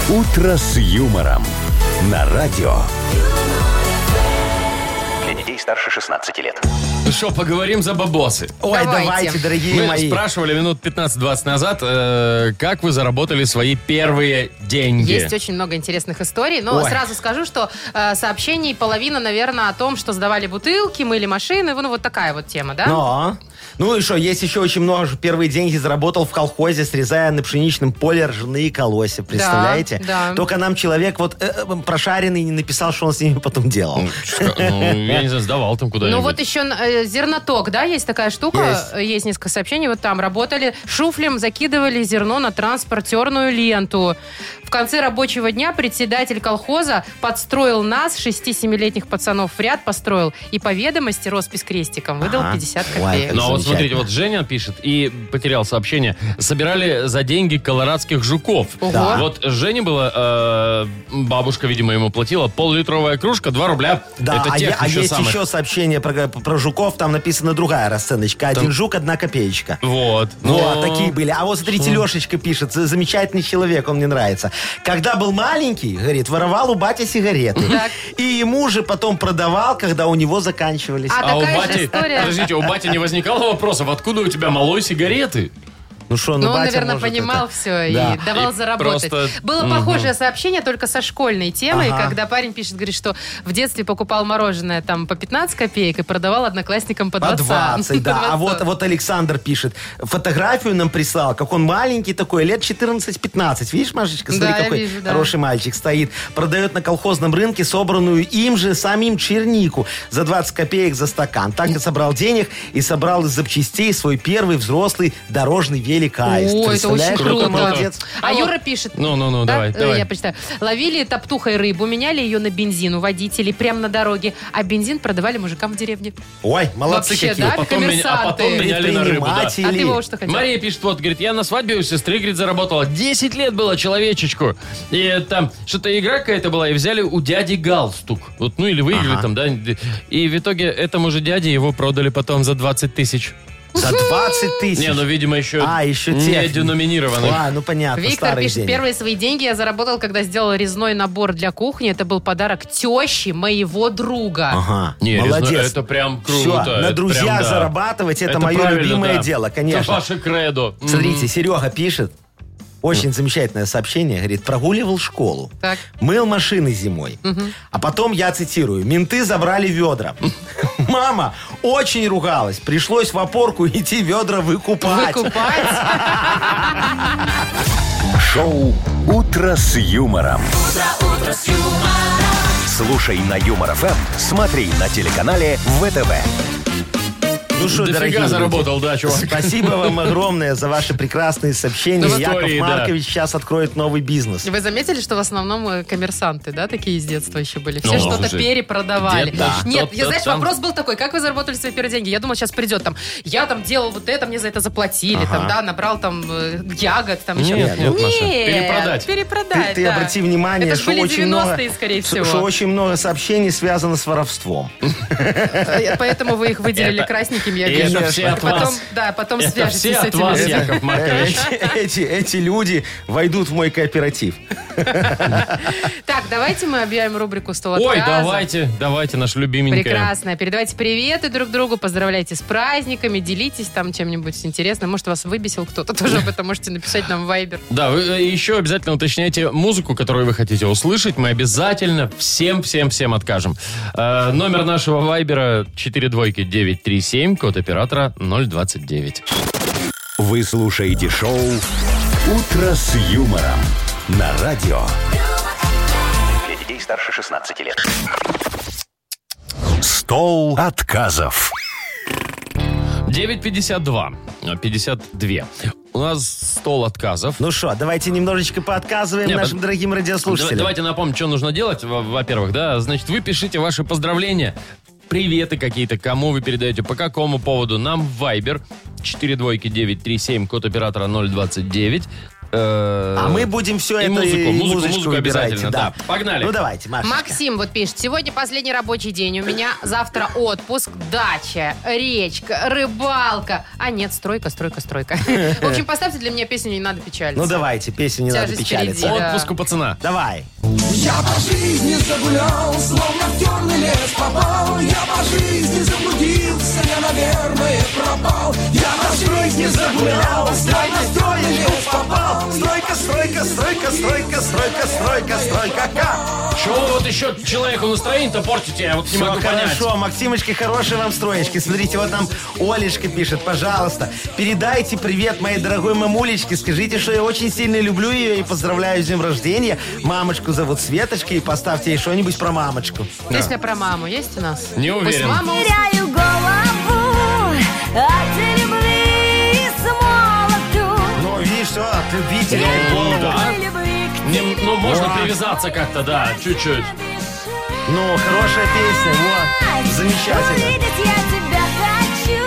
[SPEAKER 1] «Утро с юмором» на радио.
[SPEAKER 5] Для детей старше 16 лет.
[SPEAKER 2] Ну что, поговорим за бабосы.
[SPEAKER 4] Ой,
[SPEAKER 3] Давайте.
[SPEAKER 4] Э, давайте, дорогие
[SPEAKER 2] Мы
[SPEAKER 4] мои.
[SPEAKER 2] спрашивали минут 15-20 назад, э, как вы заработали свои первые деньги.
[SPEAKER 3] Есть очень много интересных историй, но
[SPEAKER 4] Ой.
[SPEAKER 3] сразу скажу, что э, сообщений половина, наверное, о том, что сдавали бутылки, мыли машины, ну вот такая вот тема, да?
[SPEAKER 4] Но. Ну и что, есть еще очень много. же. Первые деньги заработал в колхозе, срезая на пшеничном поле ржаные колосья. Представляете?
[SPEAKER 3] да.
[SPEAKER 4] Только нам человек вот э, э, прошаренный не написал, что он с ними потом делал.
[SPEAKER 2] Ну, что, ну, я не знаю, сдавал там куда-нибудь.
[SPEAKER 3] Ну вот еще э, зерноток, да, есть такая штука, Э,
[SPEAKER 4] Есть.
[SPEAKER 3] есть. несколько сообщений, вот там работали, шуфлем закидывали зерно на транспортерную ленту. В конце рабочего дня председатель колхоза подстроил нас, 6-7-летних пацанов в ряд построил, и по ведомости роспись крестиком выдал
[SPEAKER 4] Ага.
[SPEAKER 3] 50
[SPEAKER 4] Ой,
[SPEAKER 3] копеек.
[SPEAKER 2] Ну а вот смотрите,
[SPEAKER 4] Замечательно.
[SPEAKER 2] вот Женя пишет и потерял сообщение. Собирали за деньги колорадских жуков.
[SPEAKER 3] Ого.
[SPEAKER 4] Да.
[SPEAKER 2] Вот Жене было, э, бабушка, видимо, ему платила, пол-литровая кружка, 2 рубля.
[SPEAKER 4] Да,
[SPEAKER 2] Это
[SPEAKER 4] а,
[SPEAKER 2] тех
[SPEAKER 4] е- а
[SPEAKER 2] еще
[SPEAKER 4] есть
[SPEAKER 2] самых.
[SPEAKER 4] еще сообщение про, про жуков, там написана другая расценочка. Один жук, одна копеечка.
[SPEAKER 2] Вот.
[SPEAKER 4] Вот,
[SPEAKER 2] Ну,
[SPEAKER 4] такие были. А вот, смотрите, Лешечка пишет, з- замечательный человек, он мне нравится. Когда был маленький, говорит, воровал у батя сигареты.
[SPEAKER 3] Так.
[SPEAKER 4] И ему же потом продавал, когда у него заканчивались.
[SPEAKER 3] А,
[SPEAKER 2] А у
[SPEAKER 3] такая же
[SPEAKER 2] бати,
[SPEAKER 3] история.
[SPEAKER 2] подождите, у бати не возникало вопросов, откуда у тебя малой сигареты?
[SPEAKER 4] Ну что,
[SPEAKER 3] Ну, он,
[SPEAKER 4] батя
[SPEAKER 3] наверное,
[SPEAKER 4] может
[SPEAKER 3] понимал
[SPEAKER 4] это.
[SPEAKER 3] все
[SPEAKER 4] Да.
[SPEAKER 3] и давал
[SPEAKER 2] И
[SPEAKER 3] заработать.
[SPEAKER 2] просто-
[SPEAKER 3] Было
[SPEAKER 2] Мгм.
[SPEAKER 3] похожее сообщение, только со школьной темой,
[SPEAKER 4] Ага.
[SPEAKER 3] когда парень пишет, говорит, что в детстве покупал мороженое там по 15 копеек и продавал одноклассникам по
[SPEAKER 4] По
[SPEAKER 3] 20.
[SPEAKER 4] 20, да.
[SPEAKER 3] По
[SPEAKER 4] А вот,
[SPEAKER 3] 20.
[SPEAKER 4] вот Александр пишет. Фотографию нам прислал, как он маленький такой, лет 14-15. Видишь, Машечка, смотри,
[SPEAKER 3] Да, я
[SPEAKER 4] какой
[SPEAKER 3] вижу, да.
[SPEAKER 4] хороший мальчик стоит. Продает на колхозном рынке собранную им же самим чернику за 20 копеек за стакан. Так и собрал денег и собрал из запчастей свой первый взрослый дорожный велик Аист.
[SPEAKER 3] О, это
[SPEAKER 4] Представляешь,
[SPEAKER 3] очень
[SPEAKER 4] какой
[SPEAKER 3] круто.
[SPEAKER 4] молодец.
[SPEAKER 3] А, Юра пишет.
[SPEAKER 2] Ну-ну-ну,
[SPEAKER 3] Да?
[SPEAKER 2] Ну,
[SPEAKER 4] Ну,
[SPEAKER 2] давай,
[SPEAKER 3] Э,
[SPEAKER 2] давай.
[SPEAKER 3] Я почитаю. Ловили топтухой рыбу, меняли ее на бензин у водителей прямо на дороге, а бензин продавали мужикам в деревне.
[SPEAKER 4] Ой, молодцы
[SPEAKER 3] Вообще,
[SPEAKER 4] какие.
[SPEAKER 3] да?
[SPEAKER 2] Потом меня- а потом
[SPEAKER 3] коммерсанты.
[SPEAKER 2] меняли на рыбу, да.
[SPEAKER 4] Предприниматели.
[SPEAKER 3] А ты, Вова, что хотел?
[SPEAKER 2] Мария пишет, вот, говорит, я на свадьбе у сестры, говорит, заработала. 10 лет было человечечку. И там что-то игра какая-то была, и взяли у дяди галстук. Вот, ну или выиграли там, да. И в итоге этому же дяде его продали потом за 20 тысяч.
[SPEAKER 4] За 20 тысяч.
[SPEAKER 2] Не, ну, видимо, еще,
[SPEAKER 4] а, еще
[SPEAKER 2] не
[SPEAKER 4] тех.
[SPEAKER 2] деноминированных.
[SPEAKER 4] А, ну понятно,
[SPEAKER 3] Виктор
[SPEAKER 4] старые
[SPEAKER 3] пишет,
[SPEAKER 4] деньги.
[SPEAKER 3] первые свои деньги я заработал, когда сделал резной набор для кухни. Это был подарок тещи моего друга.
[SPEAKER 4] Ага,
[SPEAKER 2] Не,
[SPEAKER 4] молодец.
[SPEAKER 2] резно- это прям круто,
[SPEAKER 4] Всё,
[SPEAKER 2] это
[SPEAKER 4] на
[SPEAKER 2] прям
[SPEAKER 4] друзья
[SPEAKER 2] да.
[SPEAKER 4] зарабатывать, это, мое
[SPEAKER 2] правильно,
[SPEAKER 4] любимое
[SPEAKER 2] да.
[SPEAKER 4] дело, конечно. М-м.
[SPEAKER 2] Это ваше кредо. М.
[SPEAKER 4] Смотрите, Серега пишет, очень замечательное сообщение, говорит, прогуливал школу,
[SPEAKER 3] Так.
[SPEAKER 4] мыл машины зимой, а потом, я цитирую, менты забрали ведра. Мама очень ругалась, пришлось в опорку идти ведра выкупать.
[SPEAKER 3] Выкупать.
[SPEAKER 1] Шоу «Утро с юмором». Слушай на Юмор ФМ, смотри на телеканале ВТВ.
[SPEAKER 4] Ну Ну что,
[SPEAKER 2] Дофига
[SPEAKER 4] дорогие
[SPEAKER 2] заработал, да, чувак?
[SPEAKER 4] Спасибо вам огромное за ваши прекрасные сообщения.
[SPEAKER 2] Да в
[SPEAKER 4] Яков
[SPEAKER 2] истории, да.
[SPEAKER 4] Маркович сейчас откроет новый бизнес.
[SPEAKER 3] Вы заметили, что в основном э, коммерсанты, да, такие с детства еще были? Все
[SPEAKER 2] Ну,
[SPEAKER 3] что-то
[SPEAKER 2] слушай,
[SPEAKER 3] перепродавали.
[SPEAKER 2] где-то
[SPEAKER 3] Нет,
[SPEAKER 2] что-то
[SPEAKER 3] я, знаешь,
[SPEAKER 2] там.
[SPEAKER 3] вопрос был такой, как вы заработали свои первые деньги? Я думала, сейчас придет там, я там делал вот это, мне за это заплатили, там, да, набрал там э, ягод, там еще.
[SPEAKER 2] Нет, нет, Маша,
[SPEAKER 3] Нет,
[SPEAKER 2] перепродать.
[SPEAKER 3] перепродать,
[SPEAKER 4] ты, ты
[SPEAKER 3] да.
[SPEAKER 4] обрати внимание,
[SPEAKER 3] Это ж
[SPEAKER 4] что
[SPEAKER 3] были
[SPEAKER 4] очень,
[SPEAKER 3] 90-е,
[SPEAKER 4] много,
[SPEAKER 3] скорее
[SPEAKER 4] что-
[SPEAKER 3] всего.
[SPEAKER 4] что очень много сообщений связано с воровством.
[SPEAKER 3] Э, Поэтому вы их выделили
[SPEAKER 2] Это-
[SPEAKER 3] красненькими. я
[SPEAKER 2] это
[SPEAKER 3] вижу.
[SPEAKER 2] все от
[SPEAKER 3] Потом-
[SPEAKER 2] вас.
[SPEAKER 3] Да, потом
[SPEAKER 2] Это
[SPEAKER 3] свяжетесь
[SPEAKER 2] все
[SPEAKER 3] с
[SPEAKER 2] от
[SPEAKER 3] этими
[SPEAKER 4] Э,
[SPEAKER 2] вас,
[SPEAKER 3] людьми.
[SPEAKER 2] Яков Маркович.
[SPEAKER 4] Эти, э, эти, эти люди войдут в мой кооператив.
[SPEAKER 3] Так, давайте мы объявим рубрику «Стол
[SPEAKER 2] Ой,
[SPEAKER 3] отказа».
[SPEAKER 2] давайте, давайте, наш любименькая.
[SPEAKER 3] Прекрасно. Передавайте приветы друг другу, поздравляйте с праздниками, делитесь там чем-нибудь интересным. Может, вас выбесил кто-то тоже об этом. Можете написать нам в Viber.
[SPEAKER 2] Да, вы э, еще обязательно уточняйте музыку, которую вы хотите услышать. Мы обязательно всем-всем-всем откажем. Э, номер нашего вайбера 42937, код оператора 029.
[SPEAKER 1] Вы слушаете шоу «Утро с юмором» на радио.
[SPEAKER 5] Для детей старше 16 лет.
[SPEAKER 1] Стол отказов.
[SPEAKER 2] 952. Э, 52. У нас стол отказов.
[SPEAKER 4] Ну что, давайте немножечко поотказываем
[SPEAKER 2] Не,
[SPEAKER 4] нашим
[SPEAKER 2] под-
[SPEAKER 4] дорогим радиослушателям.
[SPEAKER 2] Давайте напомним, что нужно делать, во- во-первых, да. Значит, вы пишите ваши поздравления, приветы какие-то, кому вы передаете, по какому поводу. Нам в Viber 42937, код оператора 029. Э,
[SPEAKER 4] А мы будем все
[SPEAKER 2] и
[SPEAKER 4] это
[SPEAKER 2] музыку,
[SPEAKER 4] и
[SPEAKER 2] музыку,
[SPEAKER 4] музычку
[SPEAKER 2] музыку
[SPEAKER 4] выбирайте,
[SPEAKER 2] обязательно, да. Погнали.
[SPEAKER 4] Ну давайте, Маша.
[SPEAKER 3] Максим вот пишет. Сегодня последний рабочий день у меня. Завтра отпуск, дача, речка, рыбалка. А нет, стройка, стройка, стройка. В общем, поставьте для меня песню «Не надо печалиться».
[SPEAKER 4] Ну давайте, песню не надо
[SPEAKER 3] Тяжесть
[SPEAKER 4] печалиться.
[SPEAKER 3] впереди.
[SPEAKER 2] Отпуск у пацана.
[SPEAKER 4] Давай.
[SPEAKER 8] Я по жизни загулял, словно в темный лес попал. Я по жизни заблудился, я, наверное, пропал. Я по жизни загулял, словно в темный лес попал.
[SPEAKER 4] Стройка, стройка, стройка, стройка, стройка, стройка, стройка, как?
[SPEAKER 2] Чего вы вот еще человеку настроение-то портите? Я вот не
[SPEAKER 4] Все
[SPEAKER 2] могу понять.
[SPEAKER 4] хорошо, Максимочки, хорошие вам строечки. Смотрите, вот нам Олешка пишет, пожалуйста, передайте привет моей дорогой мамулечке, скажите, что я очень сильно люблю ее и поздравляю с днем рождения. Мамочку зовут Светочка и поставьте ей что-нибудь про мамочку.
[SPEAKER 3] Песня про маму есть у нас?
[SPEAKER 2] Не
[SPEAKER 3] Пусть
[SPEAKER 2] уверен.
[SPEAKER 3] мама
[SPEAKER 10] Теряю голову от любви с молоду.
[SPEAKER 4] Ну, видишь, все, от любви теряет голову.
[SPEAKER 2] да.
[SPEAKER 10] От любви к
[SPEAKER 2] Не- ну, можно
[SPEAKER 4] Да.
[SPEAKER 2] привязаться как-то, да, чуть-чуть.
[SPEAKER 10] тебе
[SPEAKER 4] Ну, хорошая песня, вот, замечательно.
[SPEAKER 10] Увидеть я тебя хочу.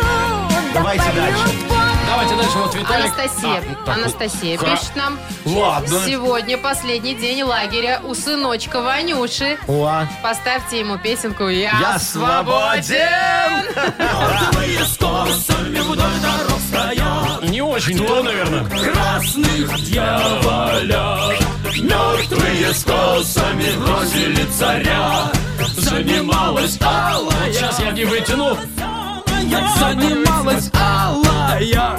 [SPEAKER 4] Давайте
[SPEAKER 10] Да
[SPEAKER 4] дальше.
[SPEAKER 10] поют по-
[SPEAKER 2] Давайте дальше вот Виталик.
[SPEAKER 3] Анастасия,
[SPEAKER 2] А, так,
[SPEAKER 3] Анастасия
[SPEAKER 2] ха-
[SPEAKER 3] пишет нам.
[SPEAKER 2] Ладно.
[SPEAKER 3] Сегодня последний день лагеря у сыночка Ванюши.
[SPEAKER 4] О,
[SPEAKER 3] Поставьте ему песенку «Я,
[SPEAKER 4] я
[SPEAKER 3] свободен».
[SPEAKER 4] свободен!
[SPEAKER 2] А, Не очень то, наверное. Сейчас я не вытяну.
[SPEAKER 8] Занималась Алая.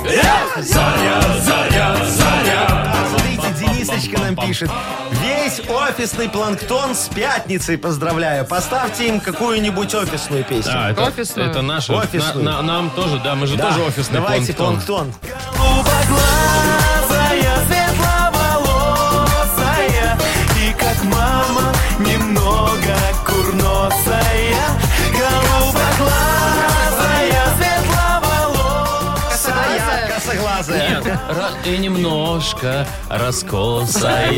[SPEAKER 4] Смотрите, Денисочка нам пишет. Весь офисный планктон с пятницей поздравляю. Поставьте им какую-нибудь офисную песню.
[SPEAKER 2] А, это,
[SPEAKER 3] Офисную.
[SPEAKER 2] это наше.
[SPEAKER 4] Офисную.
[SPEAKER 2] На- на- нам тоже, да, мы же
[SPEAKER 4] Да,
[SPEAKER 2] тоже офисный
[SPEAKER 4] Давайте
[SPEAKER 2] планктон.
[SPEAKER 4] планктон.
[SPEAKER 8] Голубоглазая, светловолосая И как мама немного курносая Голубоглазая,
[SPEAKER 4] Сая, косоглазая.
[SPEAKER 2] Нет, ра- и немножко раскосая. Вот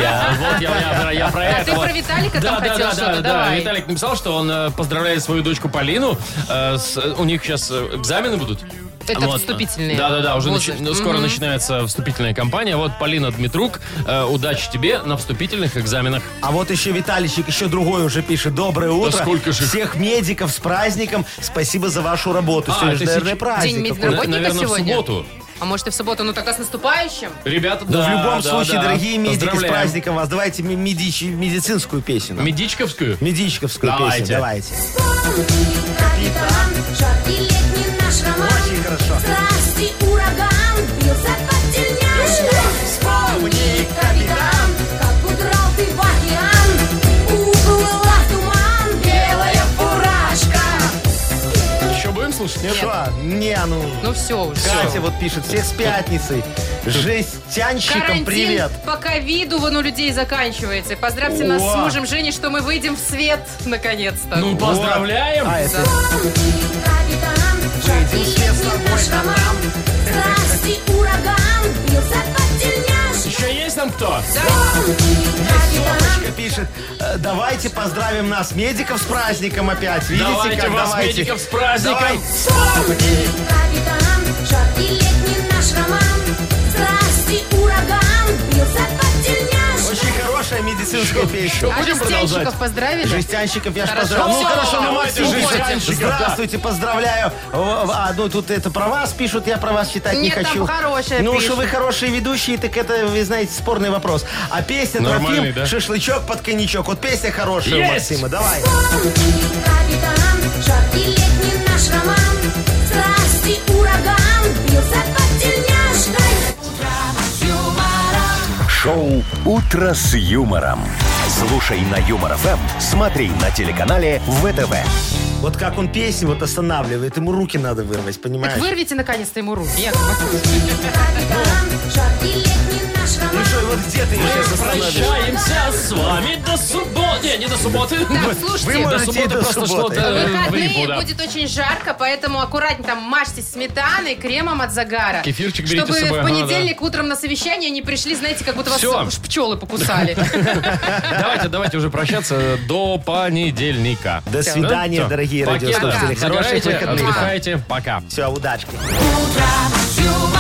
[SPEAKER 2] я, я, я про это.
[SPEAKER 3] А ты
[SPEAKER 2] вот.
[SPEAKER 3] про Виталика
[SPEAKER 2] да,
[SPEAKER 3] там
[SPEAKER 2] да,
[SPEAKER 3] хотел
[SPEAKER 2] да,
[SPEAKER 3] что-то,
[SPEAKER 2] да, да.
[SPEAKER 3] давай.
[SPEAKER 2] Виталик написал, что он э, поздравляет свою дочку Полину. Э, с- у них сейчас экзамены будут.
[SPEAKER 3] Это вступительные.
[SPEAKER 2] Да, да, да, уже
[SPEAKER 3] Вузы.
[SPEAKER 2] начи- ну, скоро
[SPEAKER 3] Мгм.
[SPEAKER 2] начинается вступительная кампания. Вот Полина Дмитрук, э, удачи тебе на вступительных экзаменах.
[SPEAKER 4] А вот еще Виталичек, еще другой уже пишет. Доброе утро.
[SPEAKER 2] сколько ж их?
[SPEAKER 4] Всех медиков с праздником. Спасибо за вашу работу.
[SPEAKER 2] А,
[SPEAKER 4] Сегодня же,
[SPEAKER 2] это
[SPEAKER 4] наверное,
[SPEAKER 2] сейчас-
[SPEAKER 4] праздник.
[SPEAKER 3] День
[SPEAKER 4] какой-то.
[SPEAKER 3] медработника
[SPEAKER 2] наверное, в
[SPEAKER 3] сегодня?
[SPEAKER 2] субботу.
[SPEAKER 3] А может и в субботу, ну тогда с наступающим.
[SPEAKER 2] Ребята,
[SPEAKER 4] Но
[SPEAKER 2] да,
[SPEAKER 4] в любом
[SPEAKER 2] да,
[SPEAKER 4] случае,
[SPEAKER 2] да.
[SPEAKER 4] дорогие медики, с
[SPEAKER 2] Поздравляем.
[SPEAKER 4] праздником вас. Давайте ми- медичи- медицинскую песню. нам.
[SPEAKER 2] Медичковскую?
[SPEAKER 4] Медичковскую
[SPEAKER 2] Давайте.
[SPEAKER 4] песню. Давайте.
[SPEAKER 10] Капитан, жаркий летний наш роман.
[SPEAKER 4] Очень хорошо.
[SPEAKER 10] Страсти ураган, бился под тельняшку. Вспомни, капитан, как удрал ты в океан. Уплыла в туман белая фуражка.
[SPEAKER 2] Еще будем слушать? Нет?
[SPEAKER 4] Что? Не, ну...
[SPEAKER 3] Ну все уже.
[SPEAKER 4] Катя вот пишет, всех с пятницей. Жестянщикам
[SPEAKER 3] Карантин
[SPEAKER 4] привет.
[SPEAKER 3] по ковиду вон у людей заканчивается. И Поздравьте нас с
[SPEAKER 4] О.
[SPEAKER 3] мужем Женей, что мы выйдем в свет наконец-то.
[SPEAKER 2] Ну, поздравляем!
[SPEAKER 4] А, это
[SPEAKER 10] Капитан, жаркий летний Здравствуй, наш хамам. Здрасте, ураган. Бился под тельняшкой.
[SPEAKER 2] Еще есть там кто?
[SPEAKER 10] Вспомни, капитан.
[SPEAKER 4] Сёмочка пишет, э, давайте поздравим нас, медиков, с праздником опять. Видите,
[SPEAKER 2] Давайте
[SPEAKER 4] как
[SPEAKER 2] вас,
[SPEAKER 4] давайте.
[SPEAKER 2] медиков, с праздником.
[SPEAKER 4] Давайте.
[SPEAKER 10] Вспомни, капитан, жаркий летний наш роман. Здрасте, ураган, бился под тельняшкой.
[SPEAKER 4] Очень хорошая медицинская песня.
[SPEAKER 2] Будем
[SPEAKER 3] А жестянщиков
[SPEAKER 2] продолжать.
[SPEAKER 3] поздравили?
[SPEAKER 4] Жестянщиков я ж
[SPEAKER 3] Хорошо.
[SPEAKER 4] поздравляю. Ну
[SPEAKER 3] Всё,
[SPEAKER 4] хорошо, ну
[SPEAKER 2] давайте
[SPEAKER 4] Максим,
[SPEAKER 2] жестянщиков, да.
[SPEAKER 4] здравствуйте, поздравляю. В- в- А, ну тут это про вас пишут, я про вас читать не
[SPEAKER 3] Нет, там
[SPEAKER 4] хочу.
[SPEAKER 3] хорошее
[SPEAKER 4] Ну, что
[SPEAKER 3] пишут.
[SPEAKER 4] вы хорошие ведущие, так это, вы знаете, спорный вопрос. А песня
[SPEAKER 2] Нормальный,
[SPEAKER 4] Трофим
[SPEAKER 2] да?
[SPEAKER 4] «Шашлычок под коньячок». Вот песня хорошая у
[SPEAKER 2] Есть!
[SPEAKER 4] Максима, давай.
[SPEAKER 10] Вспомни, капитан, жаркий летний наш роман. Здрасте, ураган, бился под тельняшкой. Утром с юмором.
[SPEAKER 1] Шоу «Утро с юмором». Слушай на Юмор ФМ, смотри на телеканале ВТВ.
[SPEAKER 4] Вот как он песню вот останавливает, ему руки надо вырвать,
[SPEAKER 3] Так
[SPEAKER 4] понимаешь?
[SPEAKER 3] вырвите наконец-то ему руки. Яков Маркович.
[SPEAKER 10] а Капитан, жаркий летний наш
[SPEAKER 4] Ну
[SPEAKER 10] роман.
[SPEAKER 4] что, вот где ты его сейчас остановишь?
[SPEAKER 2] Прощаемся с вами до субботы. Не, не до субботы.
[SPEAKER 3] Так, слушайте,
[SPEAKER 4] вы
[SPEAKER 2] До
[SPEAKER 4] можете и
[SPEAKER 2] субботы
[SPEAKER 4] до
[SPEAKER 2] просто
[SPEAKER 4] субботы.
[SPEAKER 2] что-то
[SPEAKER 3] В
[SPEAKER 2] э,
[SPEAKER 3] выходные
[SPEAKER 2] выпу, да.
[SPEAKER 3] будет очень жарко, поэтому аккуратнее там мажьтесь сметаной, кремом от загара.
[SPEAKER 2] Кефирчик берите
[SPEAKER 3] Чтобы
[SPEAKER 2] с собой,
[SPEAKER 3] в
[SPEAKER 2] ага,
[SPEAKER 3] понедельник утром на совещание не пришли, знаете, как будто вас
[SPEAKER 2] Всё.
[SPEAKER 3] уж пчелы покусали.
[SPEAKER 2] Давайте, давайте уже прощаться до понедельника.
[SPEAKER 4] До свидания,
[SPEAKER 2] Всё.
[SPEAKER 4] дорогие
[SPEAKER 2] Пакетов.
[SPEAKER 4] радиослушатели. Хороших
[SPEAKER 2] Загорайте,
[SPEAKER 4] выходных.
[SPEAKER 2] отдыхайте. Пока.
[SPEAKER 4] Все, удачки.
[SPEAKER 10] Утро с юмором.